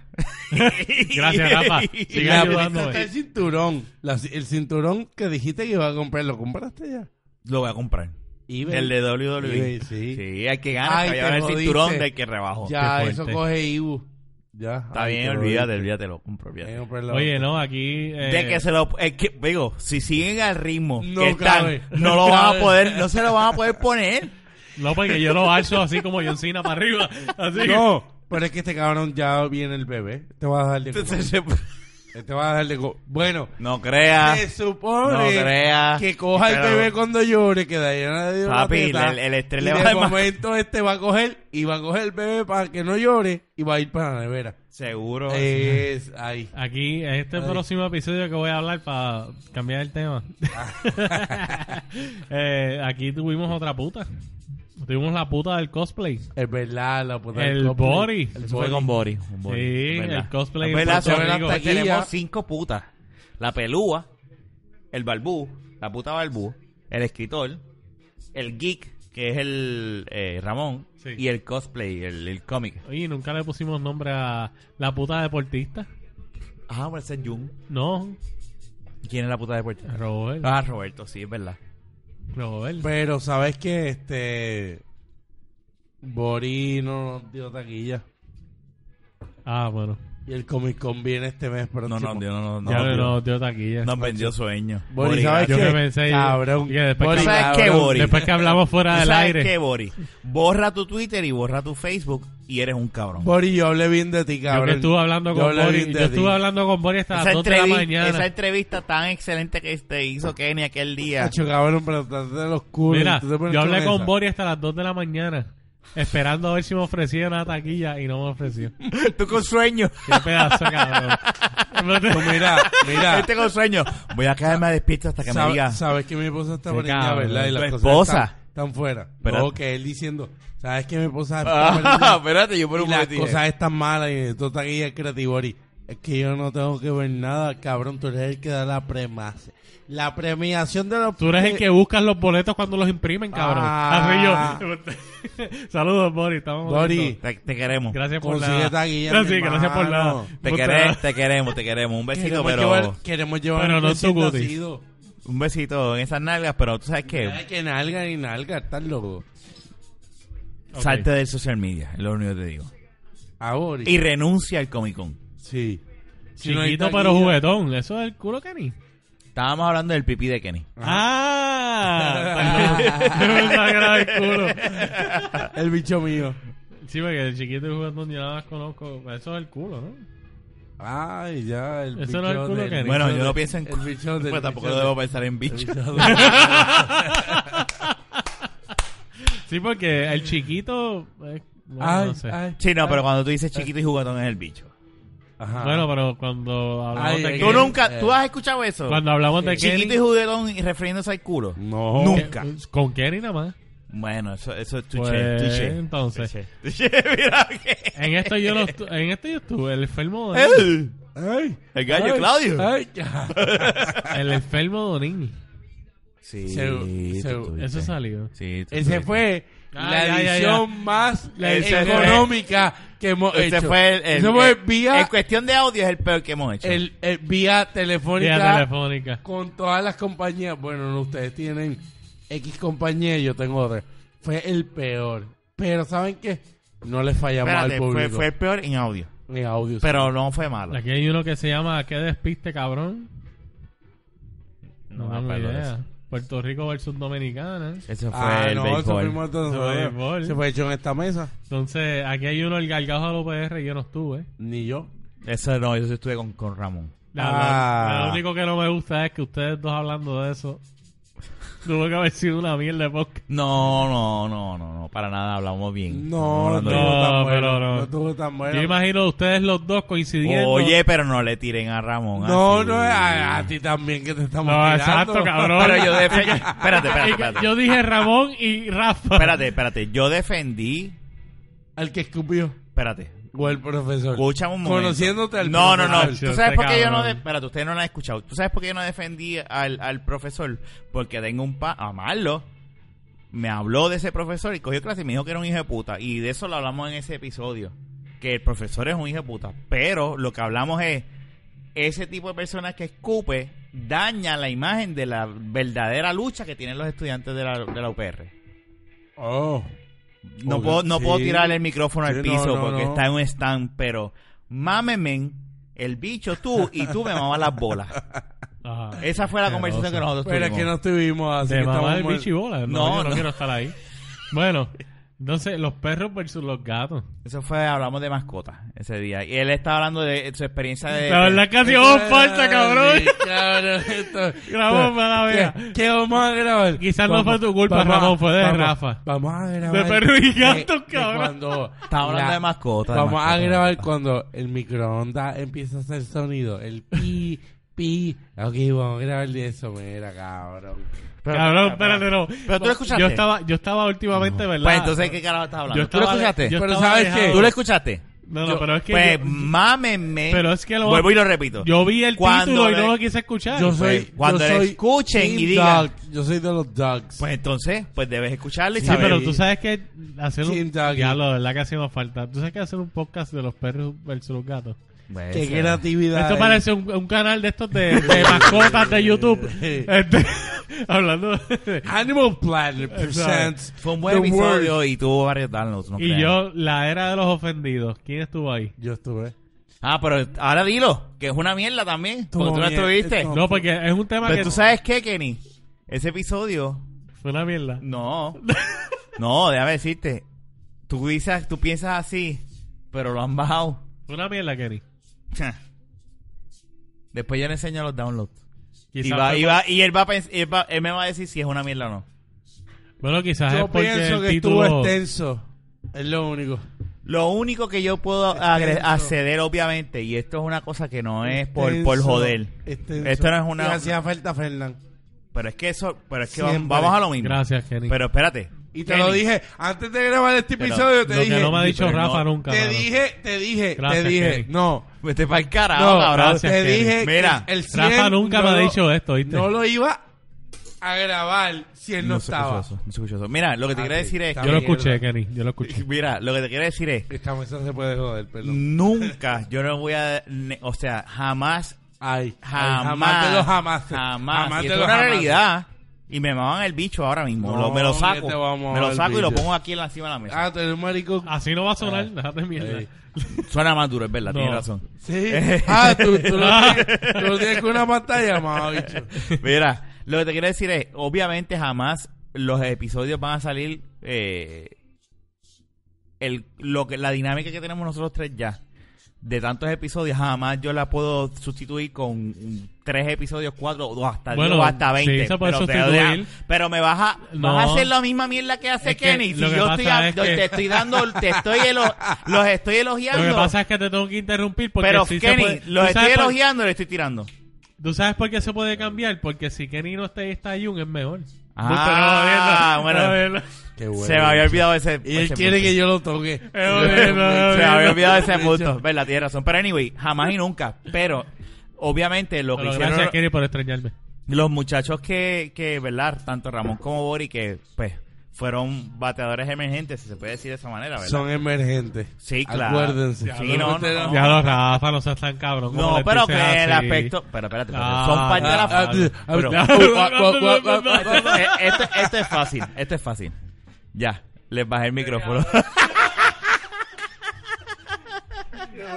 S3: Gracias, Rafa.
S2: Y
S3: Sigue
S2: la
S3: ayudándome.
S2: el cinturón. La- el cinturón que dijiste que iba a comprar, ¿lo compraste ya?
S1: Lo voy a comprar.
S2: eBay.
S1: El de WWE.
S2: eBay, sí.
S1: hay que ganar.
S2: Ay,
S1: que
S2: te
S1: llevar el
S2: jodiste.
S1: cinturón del que rebajó.
S2: Ya,
S3: qué
S2: eso
S3: fuerte.
S2: coge Ibu. Ya.
S1: Está
S2: ay,
S1: bien,
S2: te lo Eh.
S1: olvídate,
S2: dije.
S1: olvídate, lo compro,
S2: Hay
S1: olvídate.
S2: que comprar la
S3: Oye,
S2: otra.
S3: no, aquí... eh,
S1: De que se lo eh, que- digo, si siguen al ritmo
S2: No
S1: que están,
S2: cabe,
S1: no
S2: no
S1: lo van a
S2: cabe.
S1: poder, no se lo van a poder poner.
S3: No, porque yo lo alzo así como John Cena para arriba. Así.
S2: No, pero es que este cabrón ya viene el bebé. Te vas a dar de comer.
S1: Entonces, se-
S2: Te vas a dar de co- Bueno,
S1: no crea,
S2: se
S1: no
S2: supone
S1: crea.
S2: que coja el
S1: Pero-
S2: bebé cuando llore, que Dayana le dio la
S1: Papi,
S2: teta,
S1: el- el estrés
S2: y
S1: le va a
S2: de
S1: dar más.
S2: momento este va a coger y va a coger el bebé para que no llore y va a ir para la nevera.
S1: Seguro.
S3: Eh,
S2: Es ahí.
S3: Aquí, en este
S2: Ay.
S3: próximo episodio que voy a hablar para cambiar el tema. Eh, aquí tuvimos otra puta. Tuvimos la puta del cosplay.
S2: Es verdad, la puta del
S3: El
S2: coplo.
S3: Bori.
S2: El
S1: Eso fue
S2: Bori.
S1: con Bori. con Bori,
S3: Sí,
S1: es verdad.
S3: el cosplay
S1: Es verdad,
S3: en Puerto
S1: son-
S2: Rico.
S1: pues tenemos
S2: Taquilla.
S1: cinco putas. La pelúa, el barbú, la puta barbú, el escritor, el geek, que es el eh, Ramón,
S3: Sí.
S1: y el cosplay, el, el cómic.
S3: Oye, nunca le pusimos nombre a la puta deportista.
S1: Ah, hombre, ese es Jun.
S3: No,
S1: ¿Quién es la puta deportista?
S3: Robert.
S1: Ah, Pues- Roberto, sí, es verdad.
S3: Robert.
S2: Pero sabes que este Bori no nos dio taquilla.
S3: Ah, bueno.
S2: Y el Comic Con viene este mes
S1: No,
S2: próximo.
S1: no, Dios, no, no,
S3: ya
S1: no.
S3: nos dio taquilla.
S1: Nos vendió sueño.
S2: Bori, ¿sabes
S3: Yo
S2: qué?
S3: que pensé-
S2: Cabrón.
S3: que después
S2: Bori,
S1: que- ¿Sabes qué,
S2: cabrón?
S1: Bori?
S3: Después que hablamos
S1: ¿Tú
S3: fuera del
S1: sabes
S3: aire.
S1: qué, Bori? Borra tu Twitter y borra tu Facebook y eres un cabrón.
S2: Bori, yo hablé bien de ti,
S3: Yo
S2: cabrón.
S3: que estuve hablando
S2: Yo
S3: con
S2: hablé
S3: Bori.
S2: bien de
S3: Yo
S2: ti.
S3: estuve hablando con Bori hasta
S1: Esa,
S3: las 2 de la
S1: entrevi-
S3: mañana.
S1: esa entrevista tan excelente que te hizo Kenny aquel día.
S2: Hacho, cabrón, pero estás de los culos.
S3: Mira,
S2: tú te pones
S3: yo hablé
S2: esa.
S3: con Bori hasta las 2 de la mañana, esperando a ver si me ofrecía una taquilla y no me ofreció. Qué
S1: Tú con sueño.
S3: pedazo, cabrón.
S2: Tú, mira, mira.
S1: Este con sueño. Voy a quedarme despierto hasta que me
S2: Sab-
S1: diga.
S2: Sabes que mi esposa está
S3: Qué
S2: preñada,
S3: cabrón,
S2: ¿verdad? Y
S1: tu
S2: las cosas
S1: esposa.
S2: Están, están fuera.
S1: Espérate.
S2: No, que él diciendo, sabes que mi esposa está
S1: Ah,
S2: preñada
S1: espérate, yo por
S2: y
S1: un
S2: las
S1: momento dije,
S2: cosas están malas y necesito taquilla de creativo, Bori. Es que yo no tengo que ver nada, cabrón. Tú eres el que da la premacia. La premiación de los...
S3: Tú eres el que buscas los boletos cuando los imprimen, cabrón.
S2: Ah.
S3: Así yo. Saludos, Bori. Estamos
S2: Bori.
S3: juntos.
S1: Te, te queremos.
S3: Gracias por
S2: Consigue
S3: nada.
S2: taquilla,
S3: Gracias,
S2: mi
S3: gracias por nada.
S2: hermano.
S1: Te,
S3: Puta.
S1: quere- te queremos, te queremos. Un besito,
S2: Queremos
S1: pero.
S2: llevar, queremos llevar
S3: pero
S2: un
S3: no tu
S2: recién
S3: cutis.
S2: nacido.
S1: Un besito en esas nalgas, pero tú sabes que.
S2: Ay, que nalga ni nalga, estás loco.
S3: Ok.
S1: Salte del social media, es lo único que te digo.
S2: Ahora.
S1: Y renuncia al Comic Con.
S2: Sí. Si no hay
S3: Chiquito pero
S2: taquilla-
S3: juguetón. Eso es el culo Kenny.
S1: Estábamos hablando del pipí de Kenny.
S3: Ah, perdón. Yo pensaba que era el culo.
S2: El bicho mío.
S3: Sí, porque el chiquito y juguetón yo nada más conozco. Eso es el culo, ¿no?
S2: Ay, ya, el
S3: Eso
S2: bicho
S3: no es el culo
S2: del-
S3: que ni-
S1: Bueno,
S2: bicho
S1: yo no
S2: del-
S1: pienso en.
S2: El bicho del-
S1: Pues tampoco
S2: bicho
S1: debo pensar en bicho.
S2: del-
S3: Sí, porque el chiquito. eh, bueno,
S2: ay,
S3: no sé.
S2: ay.
S1: Sí, no, pero cuando tú dices chiquito y juguetón es el bicho.
S2: Ajá.
S3: Bueno, pero cuando hablamos
S2: Ay,
S3: de
S2: ay,
S1: Tú
S3: Kenny-
S2: no-
S1: nunca, tú has escuchado eso.
S3: eh, Cuando hablamos de
S1: Chiquito
S3: Kenny.
S1: y juguetón y refiriéndose al culo.
S2: no.
S1: Nunca.
S3: Con Kenny nada más.
S1: Bueno, eso, eso es tu
S3: Pues, entonces.
S1: Mira que.
S3: En esto yo no estu- en esto yo estuve, el enfermo de Onini.
S1: ¡Eh!
S2: Ay,
S1: El gallo
S2: ay,
S1: Claudio.
S2: ay, ya.
S3: El enfermo de Onini.
S1: Sí,
S2: Se-
S1: tú
S2: se-
S1: tuviste.
S3: Eso salió.
S1: Sí, tú
S2: Ese
S1: tuviste.
S2: fue
S3: Ah,
S2: la
S3: ya, ya, ya.
S2: edición más eh,
S3: La edición
S2: económica que hemos
S1: Ese
S2: hecho.
S1: fue el. el-
S2: Ese fue
S1: el-
S2: vía,
S1: En cuestión de audio es el peor que hemos hecho.
S2: el, el vía telefónica
S3: Vía telefónica.
S2: con todas las compañías. Bueno, no, ustedes tienen X compañía y yo tengo otra. Fue el peor. Pero ¿saben qué? No le fallamos
S1: Espérate,
S2: al
S1: fue,
S2: público.
S1: fue el peor en audio.
S2: Ni audio.
S1: Pero no fue malo.
S3: Aquí hay uno que se llama ¿Qué despiste, cabrón?
S1: me
S3: No, tengo
S1: acuerdo de
S3: idea.
S1: eso.
S3: Puerto Rico versus Dominicana.
S1: Ese fue
S2: ah,
S1: el
S2: no, eso
S1: béisbol.
S2: fuimos todos
S3: El
S2: nosotros.
S3: béisbol.
S2: Se fue hecho en esta mesa.
S3: Entonces, aquí hay uno, el Gargajo al OPR, yo no estuve.
S2: Ni yo.
S1: Eso no, yo sí estuve con, con Ramón.
S3: La,
S2: Ah.
S3: la- lo único que no me gusta es que ustedes dos hablando de eso. Tuvo que haber sido una mierda de podcast.
S1: No, no, no, no, no, para nada hablamos bien.
S2: No, no,
S1: Estamos hablando
S2: estuvo tan
S3: No,
S2: bueno,
S3: pero no.
S2: no estuvo tan bueno.
S3: Yo imagino ustedes los dos
S1: bien.
S3: coincidiendo.
S1: Oye, pero no le tiren a Ramón.
S2: No,
S1: así.
S2: no, a, a ti también que te estamos
S3: No,
S2: tirando.
S3: exacto, cabrón.
S1: Pero yo defendí. Espérate, espérate,
S3: Y que-
S1: espérate.
S3: Yo dije Ramón y Rafa.
S1: Espérate, espérate. Yo defendí.
S2: Al que escupió.
S1: Espérate.
S2: O el profesor.
S1: Escúchame un momento.
S2: Conociéndote al
S1: No, no, no.
S2: profesor.
S1: ¿Tú
S3: Este
S1: sabes por qué yo no...
S3: cabrón.
S1: de- Espérate, ustedes no lo han escuchado. ¿Tú sabes por qué yo no defendí al, al profesor? Porque tengo un pa... Amarlo. Me habló de ese profesor y cogió clase y me dijo que era un hijo de puta. Y de eso lo hablamos en ese episodio. Que el profesor es un hijo de puta. Pero lo que hablamos es... Ese tipo de personas que escupe daña la imagen de la verdadera lucha que tienen los estudiantes de la, de la UPR.
S2: Oh.
S1: No,
S2: Obvio,
S1: puedo, no
S2: sí.
S1: puedo tirarle el micrófono
S2: Sí,
S1: al
S2: no,
S1: piso
S2: no,
S1: porque
S2: no.
S1: está en un stand, pero mámeme el bicho tú y tú me mamas las bolas.
S3: Ajá.
S1: Esa fue la
S3: Qué
S1: conversación que
S3: cosa.
S1: nosotros
S2: Pero es que no
S1: tuvimos.
S2: estuvimos así.
S3: De
S2: que
S3: mamá
S2: estamos
S3: del
S2: mal.
S3: bicho y bola. No,
S1: No,
S3: yo no,
S1: no.
S3: quiero estar ahí. Bueno, entonces los perros versus los gatos.
S1: Eso fue, hablamos de mascotas ese día. Y él estaba hablando de su experiencia de...
S3: La verdad que
S2: Ay,
S3: hacíamos falta, cabrón.
S2: cabrón, esto-
S3: Grabamos para la vea.
S2: ¿Qué, qué vamos a grabar?
S3: Quizás no
S2: Vamos-
S3: fue tu culpa,
S2: vamos a-
S3: Ramón, fue de
S2: vamos-
S3: Rafa.
S2: Vamos a grabar.
S3: De perro y
S2: de-
S3: gato,
S2: de
S3: cabrón.
S2: cuando
S1: Estaba hablando
S2: la-
S1: de mascotas. de
S2: Vamos a
S1: mascotas, Pues, de
S2: grabar
S1: mascotas.
S2: cuando el microondas empieza a hacer sonido. El pi, pi. Ok, vamos a grabar de eso, mira, cabrón.
S1: Pero-
S3: Cabrón, espérate, no.
S1: Pero tú lo escuchaste.
S3: Yo estaba, yo estaba últimamente, ¿verdad?
S1: Pues entonces, ¿qué carajo estás
S3: Yo
S1: hablando? ¿Tú
S3: estaba,
S1: lo escuchaste?
S3: yo
S2: Pero
S3: estaba
S2: ¿sabes qué?
S3: dejado-
S1: ¿Tú lo escuchaste?
S3: No, no,
S2: Yo-
S3: pero es que.
S1: Pues
S3: yo-
S1: mámeme.
S3: pero es que lo.
S1: Vuelvo y lo repito.
S3: Yo vi el
S1: Cuando
S3: título y
S1: le-
S3: no lo quise escuchar.
S2: Yo soy.
S1: cuando
S2: yo
S1: le
S2: soy
S1: escuchen y
S2: team
S1: digan-
S2: dog. Yo soy de los dogs.
S1: Pues entonces, pues debes escucharlo y
S3: Sí,
S1: saber.
S3: pero tú sabes que hacer
S2: Team
S3: un.
S2: Doggy.
S3: Diablo, de verdad que hacemos falta. Tú sabes que hacer un podcast de los perros versus los gatos.
S1: Pues,
S2: Qué
S1: eh,
S2: creatividad.
S3: Esto
S2: eh.
S3: parece un, un canal de estos de, de mascotas de YouTube. Este, hablando de-
S2: Animal Planet presents.
S1: Fue un buen
S2: The World.
S1: episodio y tuvo varios downloads. no
S3: Y
S1: creas.
S3: yo, la era de los ofendidos. ¿Quién estuvo ahí?
S2: Yo estuve.
S1: Ah, pero ahora dilo, que es una mierda también,
S2: Estuvo
S1: porque tú no
S2: bien,
S1: estuviste.
S2: estuvo-
S3: No, porque es un tema que
S1: Pero tú sabes qué, Kenny, ese episodio,
S3: fue una mierda.
S1: no, no, déjame decirte, tú dices, tú piensas así, pero lo han bajado.
S3: Fue una mierda, Kenny.
S1: Después yo le enseño los downloads. Y,
S3: Quizás
S1: va,
S3: fue-
S1: y, va- y él, va a pens- él, va- él me va a decir si es una mierda o no.
S3: Bueno, quizás Ah, es
S2: Yo
S3: porque
S2: pienso
S3: el
S2: que
S3: título...
S2: estuvo extenso. Es lo único.
S1: Lo único que yo puedo agre- acceder, obviamente, y esto es una cosa que no es por, por
S2: Extenso,
S1: joder.
S2: extenso.
S1: Esto no es
S2: Y
S1: una...
S2: hacía falta Fernán.
S1: Pero es que eso, pero es que vamos,
S2: Siempre.
S1: vamos a lo mismo.
S3: Gracias, Kenny.
S1: Pero espérate.
S2: Y te
S1: Kenny,
S2: lo dije antes de grabar este
S1: Pero
S2: episodio. Te
S3: lo
S2: dije.
S3: que no me ha dicho
S1: pero
S3: Rafa
S1: no,
S3: nunca.
S2: Te
S3: mano.
S2: dije, te dije,
S3: Gracias,
S2: te dije.
S3: Kenny.
S2: No.
S1: Vete para el carajo,
S2: No,
S1: cabrón.
S3: gracias.
S2: te
S3: Kenny.
S2: dije que
S1: Mira,
S2: el
S3: Rafa
S2: 100
S3: nunca me ha dicho esto, ¿viste?
S2: No lo iba a grabar si él no,
S1: se
S2: estaba.
S1: escuchó eso, no se escuchó eso. Mira, lo que te
S2: Ah,
S1: quiero
S2: sí,
S1: decir es.
S2: está
S3: Yo lo
S2: mierda.
S3: escuché, Kenny. Yo lo escuché.
S1: Mira, lo que te quiero decir es.
S2: Esta mesa se puede joder, perdón.
S1: Nunca, yo no voy a. ne- O sea, jamás.
S2: Ay, ay,
S1: Jamás.
S2: jamás te lo jamás.
S1: Jamás.
S2: Jamás
S1: Y
S2: te
S1: esto
S2: lo
S1: es una
S2: jamás.
S1: realidad. Y me maman el bicho ahora mismo.
S2: No,
S1: Lo- me lo saco.
S2: que te vamos a
S1: Me lo
S2: mamar
S1: saco
S2: el
S1: y lo
S2: bicho.
S1: pongo aquí en la- encima de la mesa.
S2: Ah, tú eres un maricón.
S3: Así no va a sonar. Déjate mierda.
S2: Ey.
S1: Suena más duro, es verdad,
S3: No.
S1: tienes razón.
S2: Sí. Ah, tú, tú lo tienes, tú lo tienes con una pantalla, mamá, bicho.
S1: Mira, lo que te quiero decir es, obviamente jamás los episodios van a salir eh, el, lo que, la dinámica que tenemos nosotros tres ya. de tantos episodios, jamás yo la puedo sustituir con un- tres episodios, cuatro, o dos, hasta
S3: Bueno,
S1: diez, o hasta
S3: sí,
S1: veinte.
S3: se puede
S1: pero, te-
S3: sustituir.
S1: pero me vas a,
S3: No.
S1: vas a hacer la misma mierda que hace
S3: Es que
S1: Kenny. Si
S3: lo que
S1: yo
S3: pasa
S1: estoy, a-
S3: es
S1: yo
S3: que-
S1: te estoy dando, te estoy elo- los estoy elogiando.
S3: Lo que pasa es que te tengo que interrumpir porque
S1: pero
S3: sí se
S1: Kenny,
S3: puede-
S1: los
S3: ¿Tú sabes
S1: estoy
S3: por-
S1: elogiando, le estoy tirando.
S3: ¿Tú sabes por qué se puede cambiar? Porque si Kenny no está ahí, está Jun, es mejor.
S1: Ah,
S3: Puta,
S1: bueno.
S3: no, jodiendo.
S2: Qué bueno.
S1: Se me había olvidado ese.
S2: Y él
S1: ese
S2: quiere
S1: punto.
S2: que yo lo toque.
S3: No, jodiendo.
S1: Se me
S3: No,
S1: había
S3: jodiendo.
S1: olvidado ese Pues punto. Verdad, tienes razón. Pero anyway, jamás y nunca. Pero, obviamente, lo que
S3: Pero
S1: hicieron
S3: gracias, Kenny, por extrañarme.
S1: los muchachos que, que, ¿verdad? Tanto Ramón como Bori, que, pues, fueron bateadores emergentes, si se puede decir de esa manera, ¿verdad?
S2: Son emergentes.
S1: Sí, claro.
S2: Acuérdense.
S1: Sí, no, no.
S3: Ya lo Rafa, no seas tan cabrón. ¿cómo
S1: No,
S3: le
S1: pero que
S3: dices
S1: el
S3: así?
S1: aspecto... Pero espérate, espérate,
S3: Ah,
S1: son parte de la...
S3: ah,
S2: ah,
S1: Pero-
S2: ah,
S1: esto, eh, esto- esto es fácil, esto es fácil. Ya, les bajé el micrófono.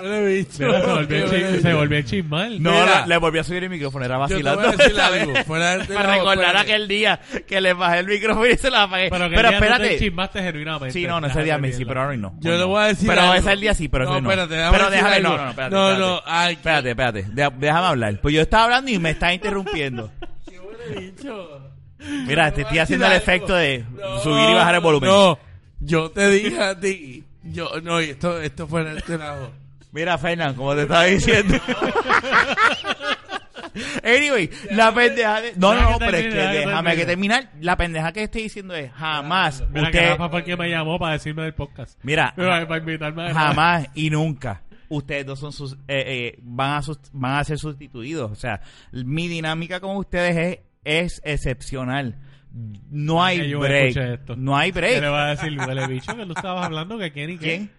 S2: Huele bicho.
S3: Mira, se volvió
S2: Qué
S3: el
S2: huele
S3: chism-
S2: bicho.
S3: Se volvió el chismal.
S1: No,
S2: Mira.
S1: la- le volví a subir el micrófono, era
S2: Yo te
S1: vacilando.
S2: voy a decir
S1: ¿sabes?
S2: algo. Fuera de
S1: Para recordar aquel día que les bajé el micrófono y se la apagué. Pero,
S3: Pero que el día no te
S1: espérate.
S3: chismaste genuinamente.
S1: Sí, no, no, ese día me sí, pero ahora no.
S2: Yo le voy a decir
S1: Pero
S2: algo.
S1: ese día sí, pero ese no.
S2: espérate, déjame
S1: pero
S2: decir
S1: déjame, no,
S2: algo.
S1: no, no, espérate.
S2: No,
S1: espérate.
S2: no, ay, qué
S1: Espérate, espérate. Deja- déjame hablar. Pues yo estaba hablando y me estás interrumpiendo.
S2: huele bicho.
S1: Mira, te estoy haciendo el
S2: algo.
S1: efecto de
S2: No,
S1: subir y bajar el volumen.
S2: No, yo te dije a ti. Yo, no, y esto, esto fue en el trabajo.
S1: Mira, Fernan, como te estaba diciendo. Anyway, la pendeja de... No, no,
S3: Deja
S1: no,
S3: que
S1: pero es que
S3: termine, deja que
S1: déjame que
S3: termine.
S1: terminar. La pendeja que estoy diciendo es jamás
S3: Mira que
S1: usted...
S3: Rafa fue el que me llamó para decirme del podcast.
S1: Mira,
S3: Para, para invitarme a
S1: jamás y nunca ustedes dos son sus, eh, eh, van a sus- van a ser sustituidos o sea mi dinámica con ustedes es, es excepcional no
S3: que
S1: hay
S3: yo escuché
S1: break
S3: esto.
S1: no hay
S3: ¿Qué le
S1: break
S3: vas a decir, huele bicho, que tú estabas hablando que Kenny... que-
S1: quién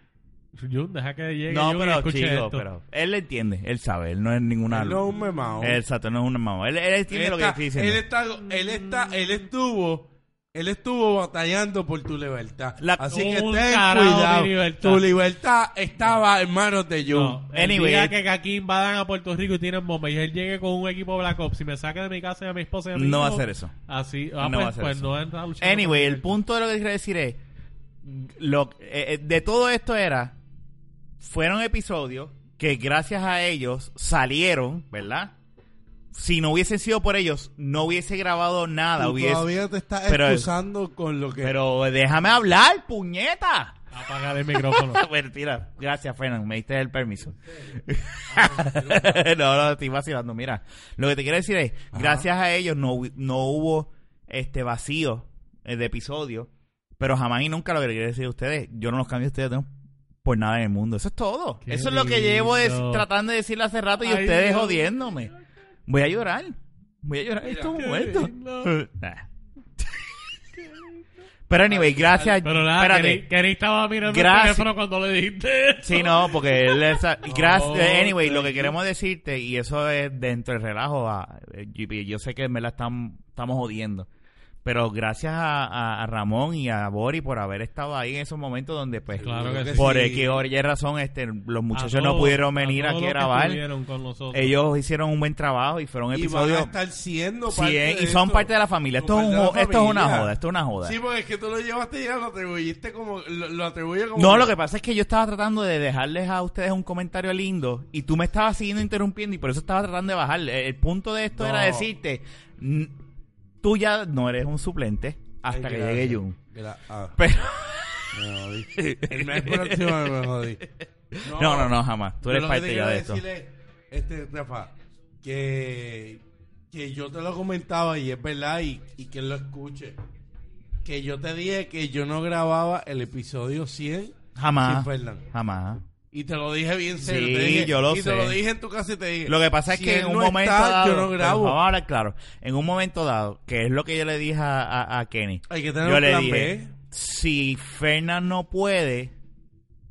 S3: Jun, deja que llegue
S1: no
S3: Jun y
S1: pero
S3: escuche
S1: chico
S3: esto.
S1: pero él le entiende él sabe él no es ninguna
S2: Él no es un memao.
S1: exacto no es un mamá él, él entiende lo que yo
S2: está-
S1: estoy
S2: él
S1: diciendo
S2: está, él está, él estuvo, él estuvo batallando por tu libertad.
S1: La-
S2: Así que ten
S3: Un carajo,
S2: cuidado.
S3: mi libertad.
S2: Tu libertad estaba en manos de Jun.
S3: No, el
S1: Anyway.
S3: día que aquí invadan a Puerto Rico y tienen bombas y él llegue con un equipo Black Ops y me saque de mi casa y a mi esposa y a mi
S1: No va a
S3: hijo,
S1: hacer eso.
S3: Así, ah,
S1: No
S3: pues,
S1: va a hacer
S3: pues
S1: eso.
S3: no entra a luchar
S1: anyway
S3: con
S1: el
S3: él.
S1: punto de lo que quiero decir es lo eh, eh, de todo esto era fueron episodios que gracias a ellos salieron verdad si no hubiesen sido por ellos no hubiese grabado nada
S2: Tú
S1: hubiese
S2: todavía te estás
S1: pero-
S2: excusando con lo que.
S1: pero déjame hablar puñeta
S3: Apagar el micrófono.
S1: bueno, tira. Gracias, Fernan. Me diste el permiso. no, no, estoy vacilando. Mira, lo que te quiero decir es, gracias a ellos no, hu- no hubo este vacío eh, de episodio, pero jamás y nunca lo que quiero decir a ustedes. Yo no los cambio a ustedes no, por nada en el mundo. Eso es todo.
S3: Qué
S1: Eso es lo que llevo de-
S3: lindo.
S1: tratando de decirle hace rato y
S3: Ay,
S1: ustedes
S3: Dios.
S1: jodiéndome. Voy a llorar. Voy a llorar en estos
S3: qué
S1: momentos.
S3: lindo.
S1: Nah. Pero anyway, gracias.
S3: Pero nada,
S1: Espérate.
S3: Kenny, Kenny estaba mirando
S1: Gracias.
S3: el teléfono cuando le dijiste eso.
S1: Sí, no, porque él es- gracias.
S3: Oh,
S1: anyway, lo que
S3: thank you.
S1: queremos decirte, y eso es dentro del relajo, a, eh, GP, yo sé que me la están, estamos jodiendo, pero gracias a, a- a Ramón y a Bori por haber estado ahí en esos momentos donde, pues,
S3: Claro que sí.
S1: por X o Y razón, este, los
S3: A
S1: muchachos
S3: todos-
S1: no pudieron venir
S3: a todos
S1: aquí a
S3: los que
S1: grabar.
S3: estuvieron con nosotros.
S1: Ellos hicieron un buen trabajo y fueron
S2: y van a
S1: episodios.
S2: estar siendo
S1: Sí,
S2: parte
S1: eh,
S2: de
S1: y son
S2: esto.
S1: parte de la familia. Esto
S2: Son
S1: es, un
S2: parte de
S1: jo-
S2: la
S1: esto es una
S2: familia.
S1: joda, esto es una joda.
S2: Sí, porque es que tú lo llevaste y ya lo atribuiste como. Lo, lo atribuye como.
S1: No, lo que pasa es que yo estaba tratando de dejarles a ustedes un comentario lindo y tú me estabas siguiendo interrumpiendo y por eso estaba tratando de bajarle. El punto de esto
S2: No.
S1: era decirte, n- tú ya no eres un suplente hasta que llegue Jun.
S2: Gra- ah,
S1: Pero
S2: me jodí. El mes próximo me jodí.
S1: no, no, no, jamás. Tú
S2: Pero
S1: eres
S2: lo que te
S1: parte
S2: quiero
S1: ya de esto.
S2: decirle, este, Rafa, que, que yo te lo comentaba y es verdad y, y que lo escuche. Que yo te dije que yo no grababa el episodio 100 sin
S1: Jamás.
S2: Fernan.
S1: Jamás.
S2: Y te lo dije bien
S1: Ah.
S2: serio.
S1: Sí,
S2: te dije-
S1: yo lo
S2: y
S1: sé.
S2: te lo dije en tu casa y te dije.
S1: Lo que pasa es
S2: si
S1: que
S2: él
S1: en un
S2: no
S1: momento
S2: está,
S1: dado,
S2: yo no grabo.
S1: Vamos a hablar claro. En un momento dado, que es lo que yo le dije a, a- a Kenny.
S2: Hay que tener
S1: yo
S2: un
S1: le
S2: plan
S1: dije,
S2: B.
S1: si Fernan no puede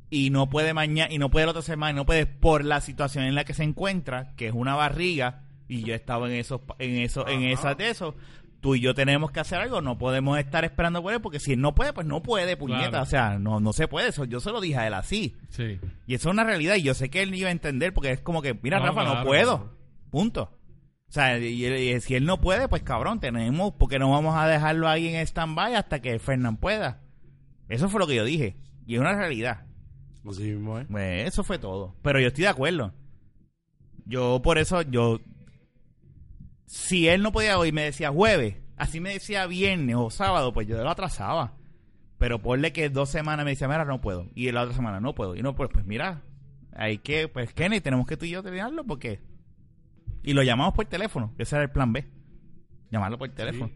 S1: y no puede mañana y no puede la otra semana y no puede por la situación en la que se encuentra, que es una barriga y yo estaba en esos pa- en eso en esas de eso, tú y yo tenemos que hacer algo, no podemos estar esperando por él porque si él no puede, pues no puede, puñeta,
S3: Claro.
S1: o sea, no no se puede eso. Yo se lo dije a él así.
S3: Sí.
S1: Y eso es una realidad y yo sé que él iba a entender porque es como que, mira,
S3: No,
S1: Rafa, no
S3: claro.
S1: puedo. Punto. O sea, y, y- y si él no puede, pues cabrón, tenemos, porque no vamos a dejarlo ahí en stand-by hasta que Fernán pueda. Eso fue lo que yo dije. Y es una realidad.
S2: Así mismo, ¿eh?
S1: Pues, eso fue todo. Pero yo estoy de acuerdo. Yo por eso, yo... Si él no podía hoy me decía jueves, así me decía viernes o sábado, pues yo lo atrasaba. Pero ponle que dos semanas me decía, mira, no puedo. Y la otra semana, no puedo. Y no, pues, pues mira, hay que, pues Kenny, tenemos que tú y yo terminarlo porque... Y lo llamamos por teléfono, que ese era el plan B. Llamarlo por teléfono.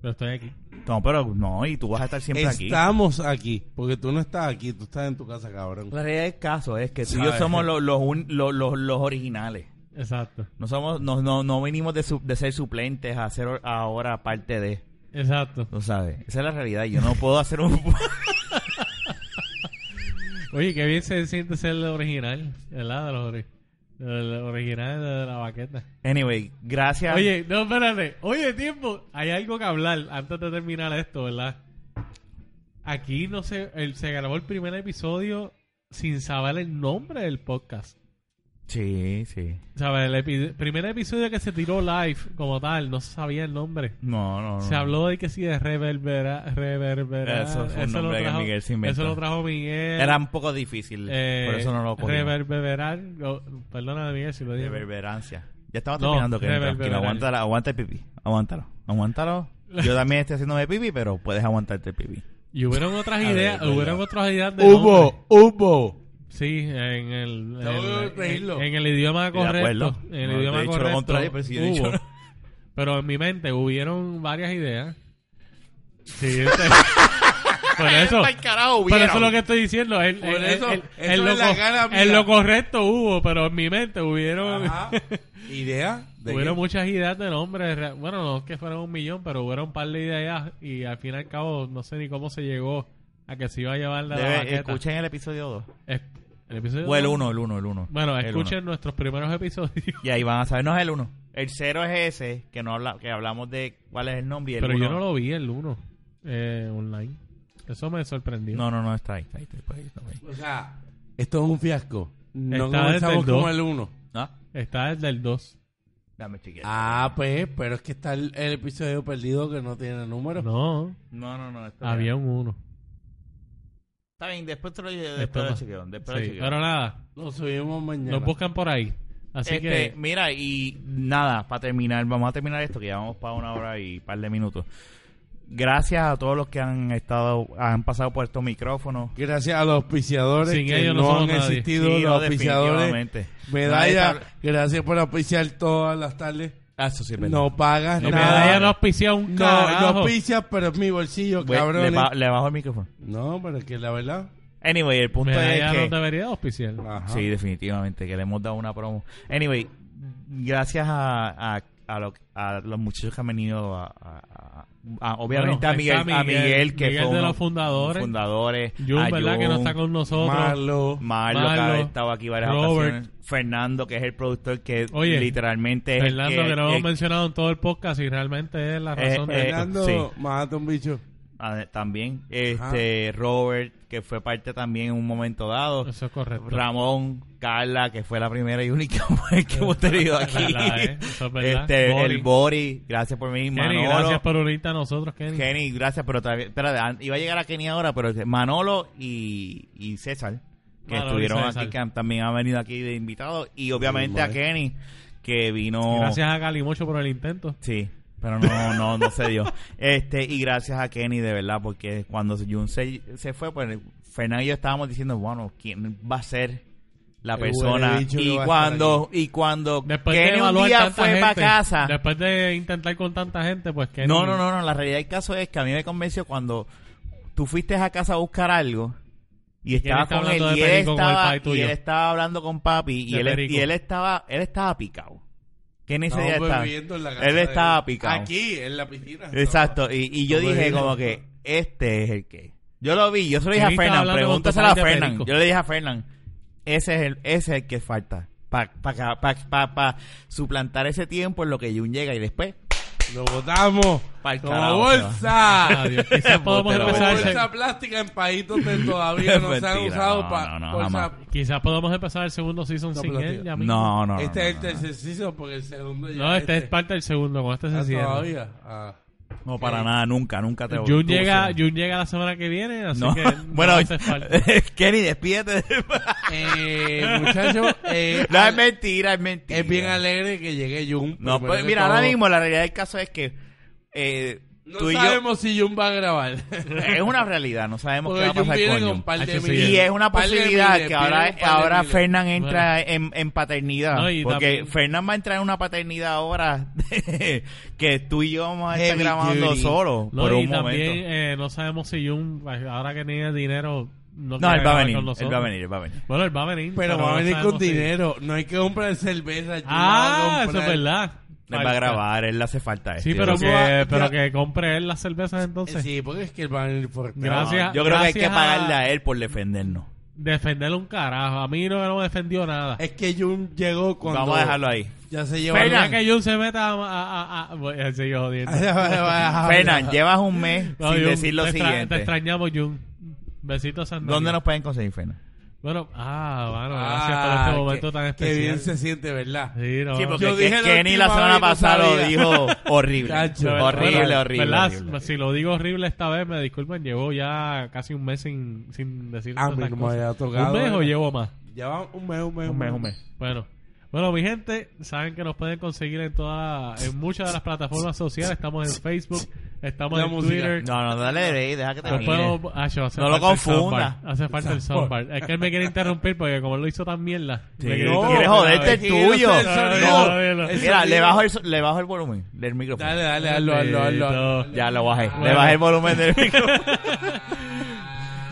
S3: Pero estoy aquí.
S1: No, pero no, y tú vas a estar siempre aquí.
S2: Estamos aquí. Porque tú no estás aquí, tú estás en tu casa, cabrón.
S1: La realidad del caso es que tú y yo
S2: ¿Sabes?
S1: somos los, los, un- los, los- los originales.
S3: Exacto.
S1: No somos, no, no, no venimos de, su- de ser suplentes a ser ahora parte de.
S3: Exacto.
S1: Tú sabes. Esa es la realidad. Yo no puedo hacer un.
S3: Oye, qué bien se siente ser el original, ¿verdad? De los ori- el original de la baqueta.
S1: anyway, gracias.
S3: Oye, no, espérate. Oye, tiempo. Hay algo que hablar antes de terminar esto, ¿verdad? Aquí no se, el- se grabó el primer episodio sin saber el nombre del podcast.
S1: Sí, sí.
S3: ¿Sabes? El epi- primer episodio que se tiró live como tal, no se sabía el nombre.
S1: No, no, no.
S3: Se habló de que sí de reverbera, reverbera.
S1: Ah. Eso fue un nombre que Miguel se inventó.
S3: Eso lo trajo Miguel.
S1: Era un poco difícil.
S3: Eh,
S1: por eso no lo cogí.
S3: Reverberar. oh, perdona, Miguel, si lo dije.
S1: Reverberancia. Ya estaba
S3: No,
S1: terminando, que tranquilo.
S3: reverberancia.
S1: Aguántala, aguanta el pipí. Aguántalo. Aguántalo. Yo también estoy haciéndome pipí, pero puedes aguantarte el pipí.
S3: Y hubieron otras
S1: ver, pues
S3: ideas,
S1: verdad.
S3: hubieron otras ideas de nombre.
S2: Hubo, hubo.
S3: Sí, en el,
S2: Tengo que
S3: en,
S2: reírlo.
S3: en el idioma
S1: Estoy de
S3: correcto.
S1: acuerdo.
S3: En el
S1: No,
S3: idioma
S1: he dicho lo
S3: correcto.
S1: contrario,
S2: pues,
S1: pero sí he
S3: hubo.
S1: dicho-
S3: Pero en mi mente hubieron varias ideas. Sí, este- por eso. Pero eso es lo que estoy diciendo. El,
S2: Por
S3: el- el-
S2: eso,
S3: el-
S2: eso
S3: el
S2: es
S3: lo,
S2: la
S3: co-
S2: gana mía.
S3: en lo correcto hubo, pero en mi mente hubieron,
S2: Ajá. Idea. de
S3: hubieron
S2: que-
S3: muchas ideas de nombres. re- Bueno, no es que fueron un millón, pero hubieron un par de ideas y al fin y al cabo no sé ni cómo se llegó a que se iba a llevar Pues, la
S1: Debe-
S3: baqueta.
S1: escuchen el episodio 2.
S3: Es- el episodio
S1: O el
S3: dos.
S1: 1, el 1, el 1.
S3: Bueno, escuchen nuestros primeros episodios.
S1: Y ahí van a saber, no es el 1. El 0 es ese, que no habla, que hablamos de cuál es el nombre. y el
S3: Pero yo
S1: uno-
S3: no lo vi el 1 eh, online. Eso me sorprendió.
S1: No, no, no, está ahí. Está ahí, está ahí, está ahí, está ahí.
S2: O sea, esto es un fiasco. No
S3: Está
S2: comenzamos
S3: desde el
S2: como
S3: dos.
S2: el uno.
S1: ¿Ah?
S3: Está el del 2.
S1: Dame chiquito.
S2: Ah, pues, pero es que está el, el episodio perdido que no tiene número.
S3: No,
S1: No, no, no. Esto
S3: había un 1.
S1: Está bien, después te lo después
S3: Esto
S1: lo
S3: no.
S1: chequeo. Después lo
S3: Sí,
S1: chequeo.
S3: pero nada,
S2: Lo subimos mañana.
S3: nos buscan por ahí. Así
S1: Este,
S3: que
S1: Mira, y nada, para terminar, vamos a terminar esto, que ya vamos para una hora y un par de minutos. Gracias a todos los que han estado, han pasado por estos micrófonos.
S2: Gracias a los auspiciadores
S3: Sin
S2: que
S3: ellos no
S2: no
S3: somos
S2: han
S3: nadie.
S2: existido,
S1: Sí,
S2: los
S1: no,
S2: auspiciadores.
S1: definitivamente.
S2: Medalla,
S1: Nadie está-
S2: gracias por auspiciar todas las tardes.
S1: Ah, Eso sí, es verdad.
S2: No pagas
S3: no,
S2: nada.
S3: Medalla no auspicia un
S2: no, yo
S3: carajo.
S2: auspicias, pero es mi bolsillo,
S1: Güey,
S2: cabrón.
S1: le, ba- le bajo el micrófono.
S2: No, pero es que la verdad.
S1: Anyway, el punto
S3: Medalla
S1: es que...
S3: nos debería auspiciar.
S2: Ajá.
S1: Sí, eh, definitivamente, que le hemos dado una promo. Anyway, gracias a, a, a lo- a los muchachos que han venido a... a- a- a- obviamente
S3: Bueno,
S1: a, Miguel,
S3: está
S1: a Miguel, que
S3: Miguel
S1: fue
S3: de
S1: uno-
S3: los fundadores.
S1: fundadores
S3: Jun,
S1: a
S3: ¿verdad? Que no
S1: Ah, Jun,
S3: está con nosotros.
S2: Malo.
S1: Marlo, que
S3: Marlo,
S1: ha estado aquí varias
S3: Robert.
S1: ocasiones. Fernando, que es el productor que
S3: Oye,
S1: literalmente es el
S3: Fernando, que,
S1: que-
S3: lo
S1: el-
S3: hemos mencionado en todo el podcast y realmente es la
S1: Eh,
S3: razón de
S1: eh,
S3: esto.
S2: Fernando,
S1: sí.
S2: mátate un bicho.
S1: ah, también este Robert, que fue parte también en un momento dado.
S3: Eso es correcto.
S1: Ramón, Carla, que fue la primera y única mujer que hemos tenido aquí.
S3: verdad, ¿eh? Eso es verdad.
S1: Este,
S3: Bori.
S1: el Bori, gracias por venir,
S3: Kenny,
S1: Manolo.
S3: gracias por unirte a nosotros, Kenny.
S1: Kenny, gracias, pero todavía, espérate, an- iba a llegar a Kenny ahora, pero Manolo y, y César, que
S3: Manolo y
S1: estuvieron
S3: César.
S1: aquí, que han- también han venido aquí de invitados, y obviamente a Kenny, que vino...
S3: Gracias a Galimocho por el intento.
S1: Sí, pero no, no, no se dio. Este, y gracias a Kenny, de verdad, porque cuando Jun se, se fue, pues Fernando y yo estábamos diciendo, bueno, ¿quién va a ser la
S2: El
S1: persona?
S2: huele bicho que
S1: Y
S2: va a
S1: cuando, y cuando
S3: Después de
S1: Kenny un
S3: evaluar
S1: día
S3: tanta
S1: fue
S3: gente,
S1: para casa.
S3: después de intentar con tanta gente, pues Kenny.
S1: No, no, no, no, la realidad del caso es que a mí me convenció cuando tú fuiste a casa a buscar algo y
S3: él
S1: estaba
S3: está
S1: con él
S3: hablando
S1: y
S3: de
S1: él
S3: perico con el
S1: estaba
S3: pai
S1: y
S3: tuyo.
S1: él estaba hablando con papi y
S3: De
S1: él,
S3: perico.
S1: y él estaba él estaba picado. Kenny ese
S2: Estamos
S1: día estaba-
S2: bebiendo en la casa
S1: él
S2: de
S1: estaba picado.
S2: Aquí, en la piscina.
S1: Exacto, y, y yo
S2: Como
S1: dije
S2: dijo.
S1: como que este es el que. Yo lo vi, yo se lo dije
S3: Él
S1: a
S3: estaba
S1: Fernan,
S3: hablando con
S1: pregúntaselo a
S3: Tomás de
S1: Fernan.
S3: Perico.
S1: Yo le dije a Fernan, ese es el, ese es el que falta. Para pa, pa, pa, pa suplantar ese tiempo en lo que Jun llega y después.
S2: Lo botamos.
S1: Pa'l
S2: Como
S1: carajo,
S2: bolsa.
S3: Adiós. Quizás podemos
S1: Botero,
S2: Como
S3: empezar. el
S2: bolsa
S3: seg-
S2: plástica en países donde todavía no se han
S1: Mentira,
S2: usado
S1: no, no,
S2: para.
S1: no, jamás.
S3: Quizás podamos empezar el segundo season
S2: No,
S3: sin
S2: pero
S3: él.
S2: tío.
S3: Ya mismo. este
S1: No, no, no.
S2: este
S1: no,
S2: es el
S1: no.
S2: tercer season porque el segundo ya.
S3: No, este es parte del segundo. Con este
S2: Ah,
S3: se cierra.
S2: todavía. Ah.
S1: No, para nada, nunca, nunca te
S3: Jun
S1: tú,
S3: llega,
S1: sí.
S3: Jun llega la semana que viene, así
S1: No.
S3: que no
S1: bueno,
S3: hace falta.
S1: Kenny, despídete.
S2: Eh, muchacho, eh,
S1: no, es
S2: al-
S1: mentira, es mentira.
S2: es bien alegre que llegue Jun.
S1: No,
S2: primero
S1: pues
S2: que
S1: mira,
S2: todo.
S1: ahora mismo la realidad del caso es que eh,
S2: No
S1: tú y yo...
S2: sabemos si Jun va a grabar.
S1: Es una realidad, no sabemos qué va
S2: Porque
S1: a
S2: Jun
S1: pasar
S2: viene
S1: con
S2: con
S1: Jun.
S2: un par de
S3: Hacho, sí.
S2: miles.
S1: Y es una
S2: Par de
S1: posibilidad
S2: miles,
S1: que ahora,
S2: viene con un par de
S1: ahora
S2: miles.
S1: Fernán entra en, en paternidad.
S3: No, y
S1: porque
S3: también-
S1: Fernán va a entrar en una paternidad ahora que tú y yo vamos a estar
S2: Heavy
S1: grabando
S2: duty.
S1: solo
S3: No,
S1: por
S3: y
S1: un
S3: también
S1: momento.
S3: eh, no sabemos si Jun, pues, ahora que tiene dinero,
S1: No,
S3: no,
S1: él va
S3: quiere
S1: a
S3: grabar
S1: venir,
S3: con nosotros.
S1: él va a venir, él va a venir.
S3: Bueno, él va a venir.
S2: Pero va a
S3: no
S2: venir con
S3: sabemos si-
S2: dinero. No hay que comprar cerveza. Jun va a
S3: Ah, eso es
S2: comprar-
S3: verdad.
S1: Él va a grabar, él le hace falta esto.
S3: Sí, pero,
S1: Yo
S3: que,
S1: creo que-
S3: pero que compre él las cervezas
S2: Eh,
S3: entonces.
S2: Sí, porque es que él va a venir por
S3: Gracias.
S1: yo creo que hay que
S3: gracias a-
S1: pagarle a él por defendernos.
S3: Defenderle un carajo. A mí no no me defendió nada.
S1: Eh,
S2: Es que Jun llegó cuando.
S1: Vamos a dejarlo ahí.
S2: Ya se llevó.
S3: Fernán que Jun se meta a... a, a, a- bueno, él siguió jodiendo.
S1: Fernán, llevas un mes
S3: Ah, No,
S1: sin
S3: Jun,
S1: decir lo
S3: te extra- Te
S1: siguiente.
S3: extrañamos, Jun. Besitos a
S1: ¿Dónde nos pueden conseguir, Fernán?
S3: Bueno, ah, bueno, gracias por
S2: Ah,
S3: este momento
S2: qué-
S3: tan
S2: Qué bien
S3: especial.
S2: se siente, ¿verdad?
S3: Sí, no.
S1: Sí, porque
S2: Yo
S1: es que
S2: dije la
S1: Kenny la
S2: última
S1: semana
S2: vez y no
S1: pasada lo
S2: sabía.
S1: dijo horrible.
S2: Chacho.
S3: Pero,
S1: horrible,
S3: bueno,
S1: horrible,
S3: ¿verdad?
S1: horrible.
S3: Si lo digo horrible esta vez, me disculpan. Llevo ya casi un mes sin, sin decir
S2: A mí
S3: tantas
S2: no me
S3: cosas.
S2: había tocado,
S3: ¿Un mes o
S2: ¿verdad?
S3: llevo más?
S2: Ya va un mes, un mes.
S1: Un mes, un mes.
S3: Bueno, bueno, mi gente, saben que nos pueden conseguir en toda, en muchas de las plataformas sociales. Estamos en Facebook, estamos
S2: La
S3: en
S2: música.
S3: Twitter.
S1: No, no, dale, Rey, deja que
S3: Nos
S1: termine.
S3: podemos- ah, yo, hace
S1: No lo
S3: falta el
S1: confunda.
S3: soundbar. Hace falta el soundbar. Es que él me quiere interrumpir porque como él lo hizo tan mierda.
S1: Sí,
S3: me quiere
S1: no,
S3: interrumpir.
S1: quieres joderte el
S2: Es que yo
S1: tuyo.
S2: sé el
S3: sonido.
S1: No,
S2: El
S1: Mira,
S2: sonido.
S1: le bajo, el, so- le bajo el volumen del micrófono.
S2: Dale, dale, hazlo, hazlo, hazlo. hazlo.
S3: No.
S1: Ya lo bajé. Le
S3: Bueno.
S1: bajé el volumen del micrófono.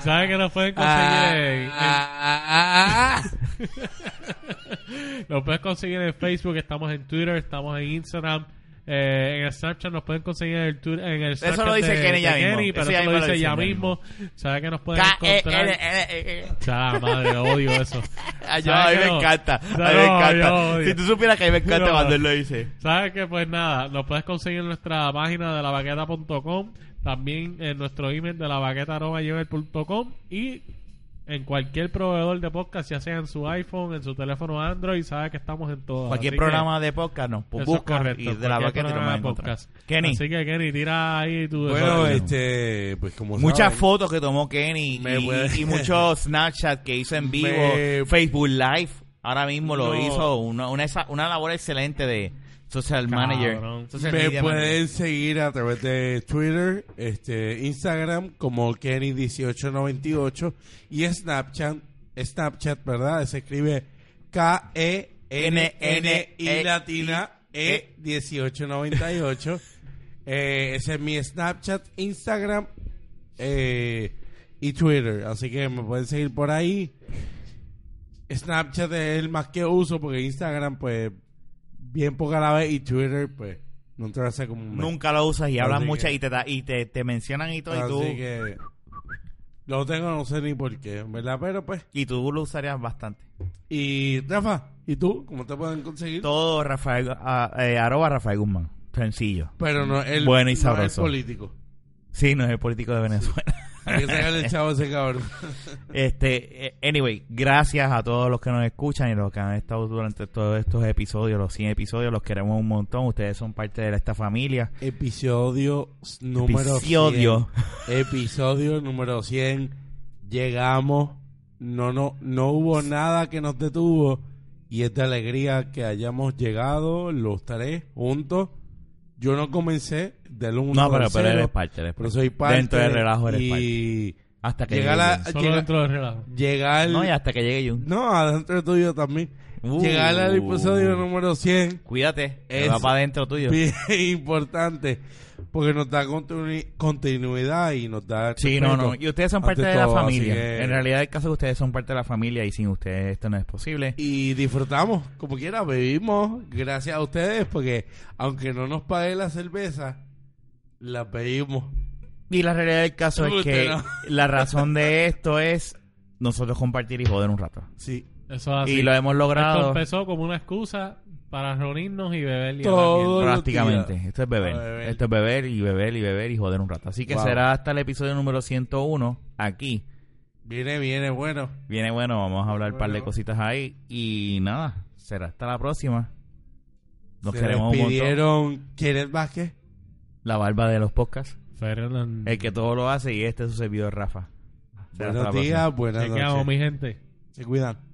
S3: Saben que nos pueden
S2: Ah,
S3: conseguir en- en
S2: ah, ah, ah, ah.
S3: Nos puedes conseguir en Facebook, estamos en Twitter, estamos en Instagram, eh, en el Snapchat, nos pueden conseguir en el, tu- en el Snapchat.
S1: lo dice
S3: de-
S1: Kenny
S3: de
S1: ya mismo.
S3: pero
S1: Eso
S3: eso
S1: ya
S3: lo
S1: mismo eh,
S3: dice
S1: lo
S3: ya
S1: dice ya
S3: mismo. ¿Sabes que nos pueden encontrar?
S1: K-E-N-N-E.
S3: Chá, madre, odio eso.
S1: eh, Ay, yo,
S3: ¿Sabes
S1: a mí
S3: que
S1: me
S3: no?
S1: encanta. A mí
S3: No,
S1: me
S3: yo
S1: encanta.
S3: odio.
S1: Si tú supieras que a mí me encanta
S3: No.
S1: cuando él lo dice.
S3: ¿Sabes que Pues nada, nos puedes conseguir en nuestra página de lavaqueta.com, también en nuestro email de lavaqueta.com y en cualquier proveedor de podcast, ya sea en su iPhone, en su teléfono Android, sabes que estamos en todas.
S1: Cualquier
S3: Así que-
S1: programa de podcast nos
S3: Eso es
S1: busca
S3: correcto,
S1: y de la
S3: cualquier
S1: vaqueta y lo
S3: programa
S1: van a
S3: de
S1: encontrar.
S3: podcast.
S1: Kenny,
S3: Así que Kenny, tira ahí tu
S2: Bueno,
S3: desorden.
S2: este, pues como
S1: muchas
S2: saben,
S1: fotos que tomó Kenny
S2: Me
S1: y,
S2: puede-
S1: y muchos Snapchat que hizo en vivo,
S2: Me-
S1: Facebook Live. Ahora mismo lo
S2: No.
S1: hizo. Una, una, esa- una labor excelente de social
S3: Cabrón.
S1: manager. Social
S2: me
S1: media manager.
S2: pueden seguir a través de Twitter, este, Instagram como Kenny1898 y Snapchat, Snapchat, ¿verdad? Se escribe K E N E N I latina E 1898. Eh, ese es mi Snapchat, Instagram eh, y Twitter, así que me pueden seguir por ahí. Snapchat es el más que uso porque Instagram pues bien poca la vez y Twitter pues no te hace como un mes.
S1: Nunca lo usas y hablas
S2: Así
S1: mucho
S2: que-
S1: y, te, da- y te, te mencionan y todo. Y
S2: Así
S1: tú,
S2: que lo tengo no sé ni por qué, ¿verdad? Pero pues
S1: y tú lo usarías bastante.
S2: y Rafa, ¿y tú cómo te pueden conseguir?
S1: Todo Rafael, ah, eh, arroba Rafael Guzmán. Sencillo.
S2: Pero no el
S1: Bueno y
S2: no
S1: sabroso.
S2: el político.
S1: Sí, no es el político de Venezuela.
S2: Hay que sacarle el chavo a ese cabrón.
S1: Este, eh, anyway, gracias a todos los que nos escuchan y los que han estado durante todos estos episodios, los 100 episodios, los queremos un montón. Ustedes son parte de esta familia.
S2: Episodio número
S1: Episodio.
S2: 100. Episodio número 100. Llegamos. No, no, no hubo nada que nos detuvo. Y es de alegría que hayamos llegado los tres juntos. Yo no comencé del 1
S1: No, pero,
S2: al
S1: pero
S2: cero,
S1: eres parte, eres
S2: pero
S1: parte.
S2: soy parte.
S1: Dentro del relajo eres
S2: y
S1: Hasta que llegue
S2: Llega la-
S1: Jun.
S3: Solo
S2: llega-
S3: dentro del relajo.
S2: llegar.
S1: No, y hasta que llegue Jun.
S2: No, adentro tuyo también.
S1: Uh.
S2: Llegar al episodio número 100
S1: Cuídate, que
S2: Es-
S1: va para adentro tuyo.
S2: bien importante porque nos da continui- continuidad y nos da
S1: Sí,
S2: respeto
S1: no, no. Y ustedes son
S2: ante
S1: parte de la
S2: todo, así
S1: familia.
S2: que-
S1: En realidad, el caso es que ustedes son parte de la familia y sin ustedes esto no es posible.
S2: y disfrutamos como quiera bebimos gracias a ustedes porque aunque no nos pague la cerveza la pedimos
S1: Y la realidad del caso es
S2: Usted
S1: que
S2: no.
S1: la razón de esto es nosotros compartir y joder un rato.
S2: sí
S3: Eso es así.
S1: Y lo hemos
S3: Esto
S1: logrado
S3: empezó como una excusa para reunirnos y beber y
S2: Todo.
S3: hablar mierda.
S1: prácticamente. Esto es beber.
S2: A beber.
S1: Esto es beber y beber y beber y joder un rato. Así que
S2: Wow.
S1: será hasta el episodio número 101 aquí.
S2: viene viene bueno
S1: Viene bueno, vamos a hablar un par de
S2: Bueno.
S1: cositas ahí. Y nada, será hasta la próxima. Nos
S2: Se
S1: queremos un montón.
S2: despidieron ¿Quieres Vázquez
S1: La barba de los podcasts.
S3: Fernan.
S1: El que todo lo hace y este es su servidor, Rafa. Será hasta la
S2: Buenos
S1: próxima.
S2: días, buenas
S3: Chequeamos,
S2: noches.
S3: mi gente.
S2: Se cuidan.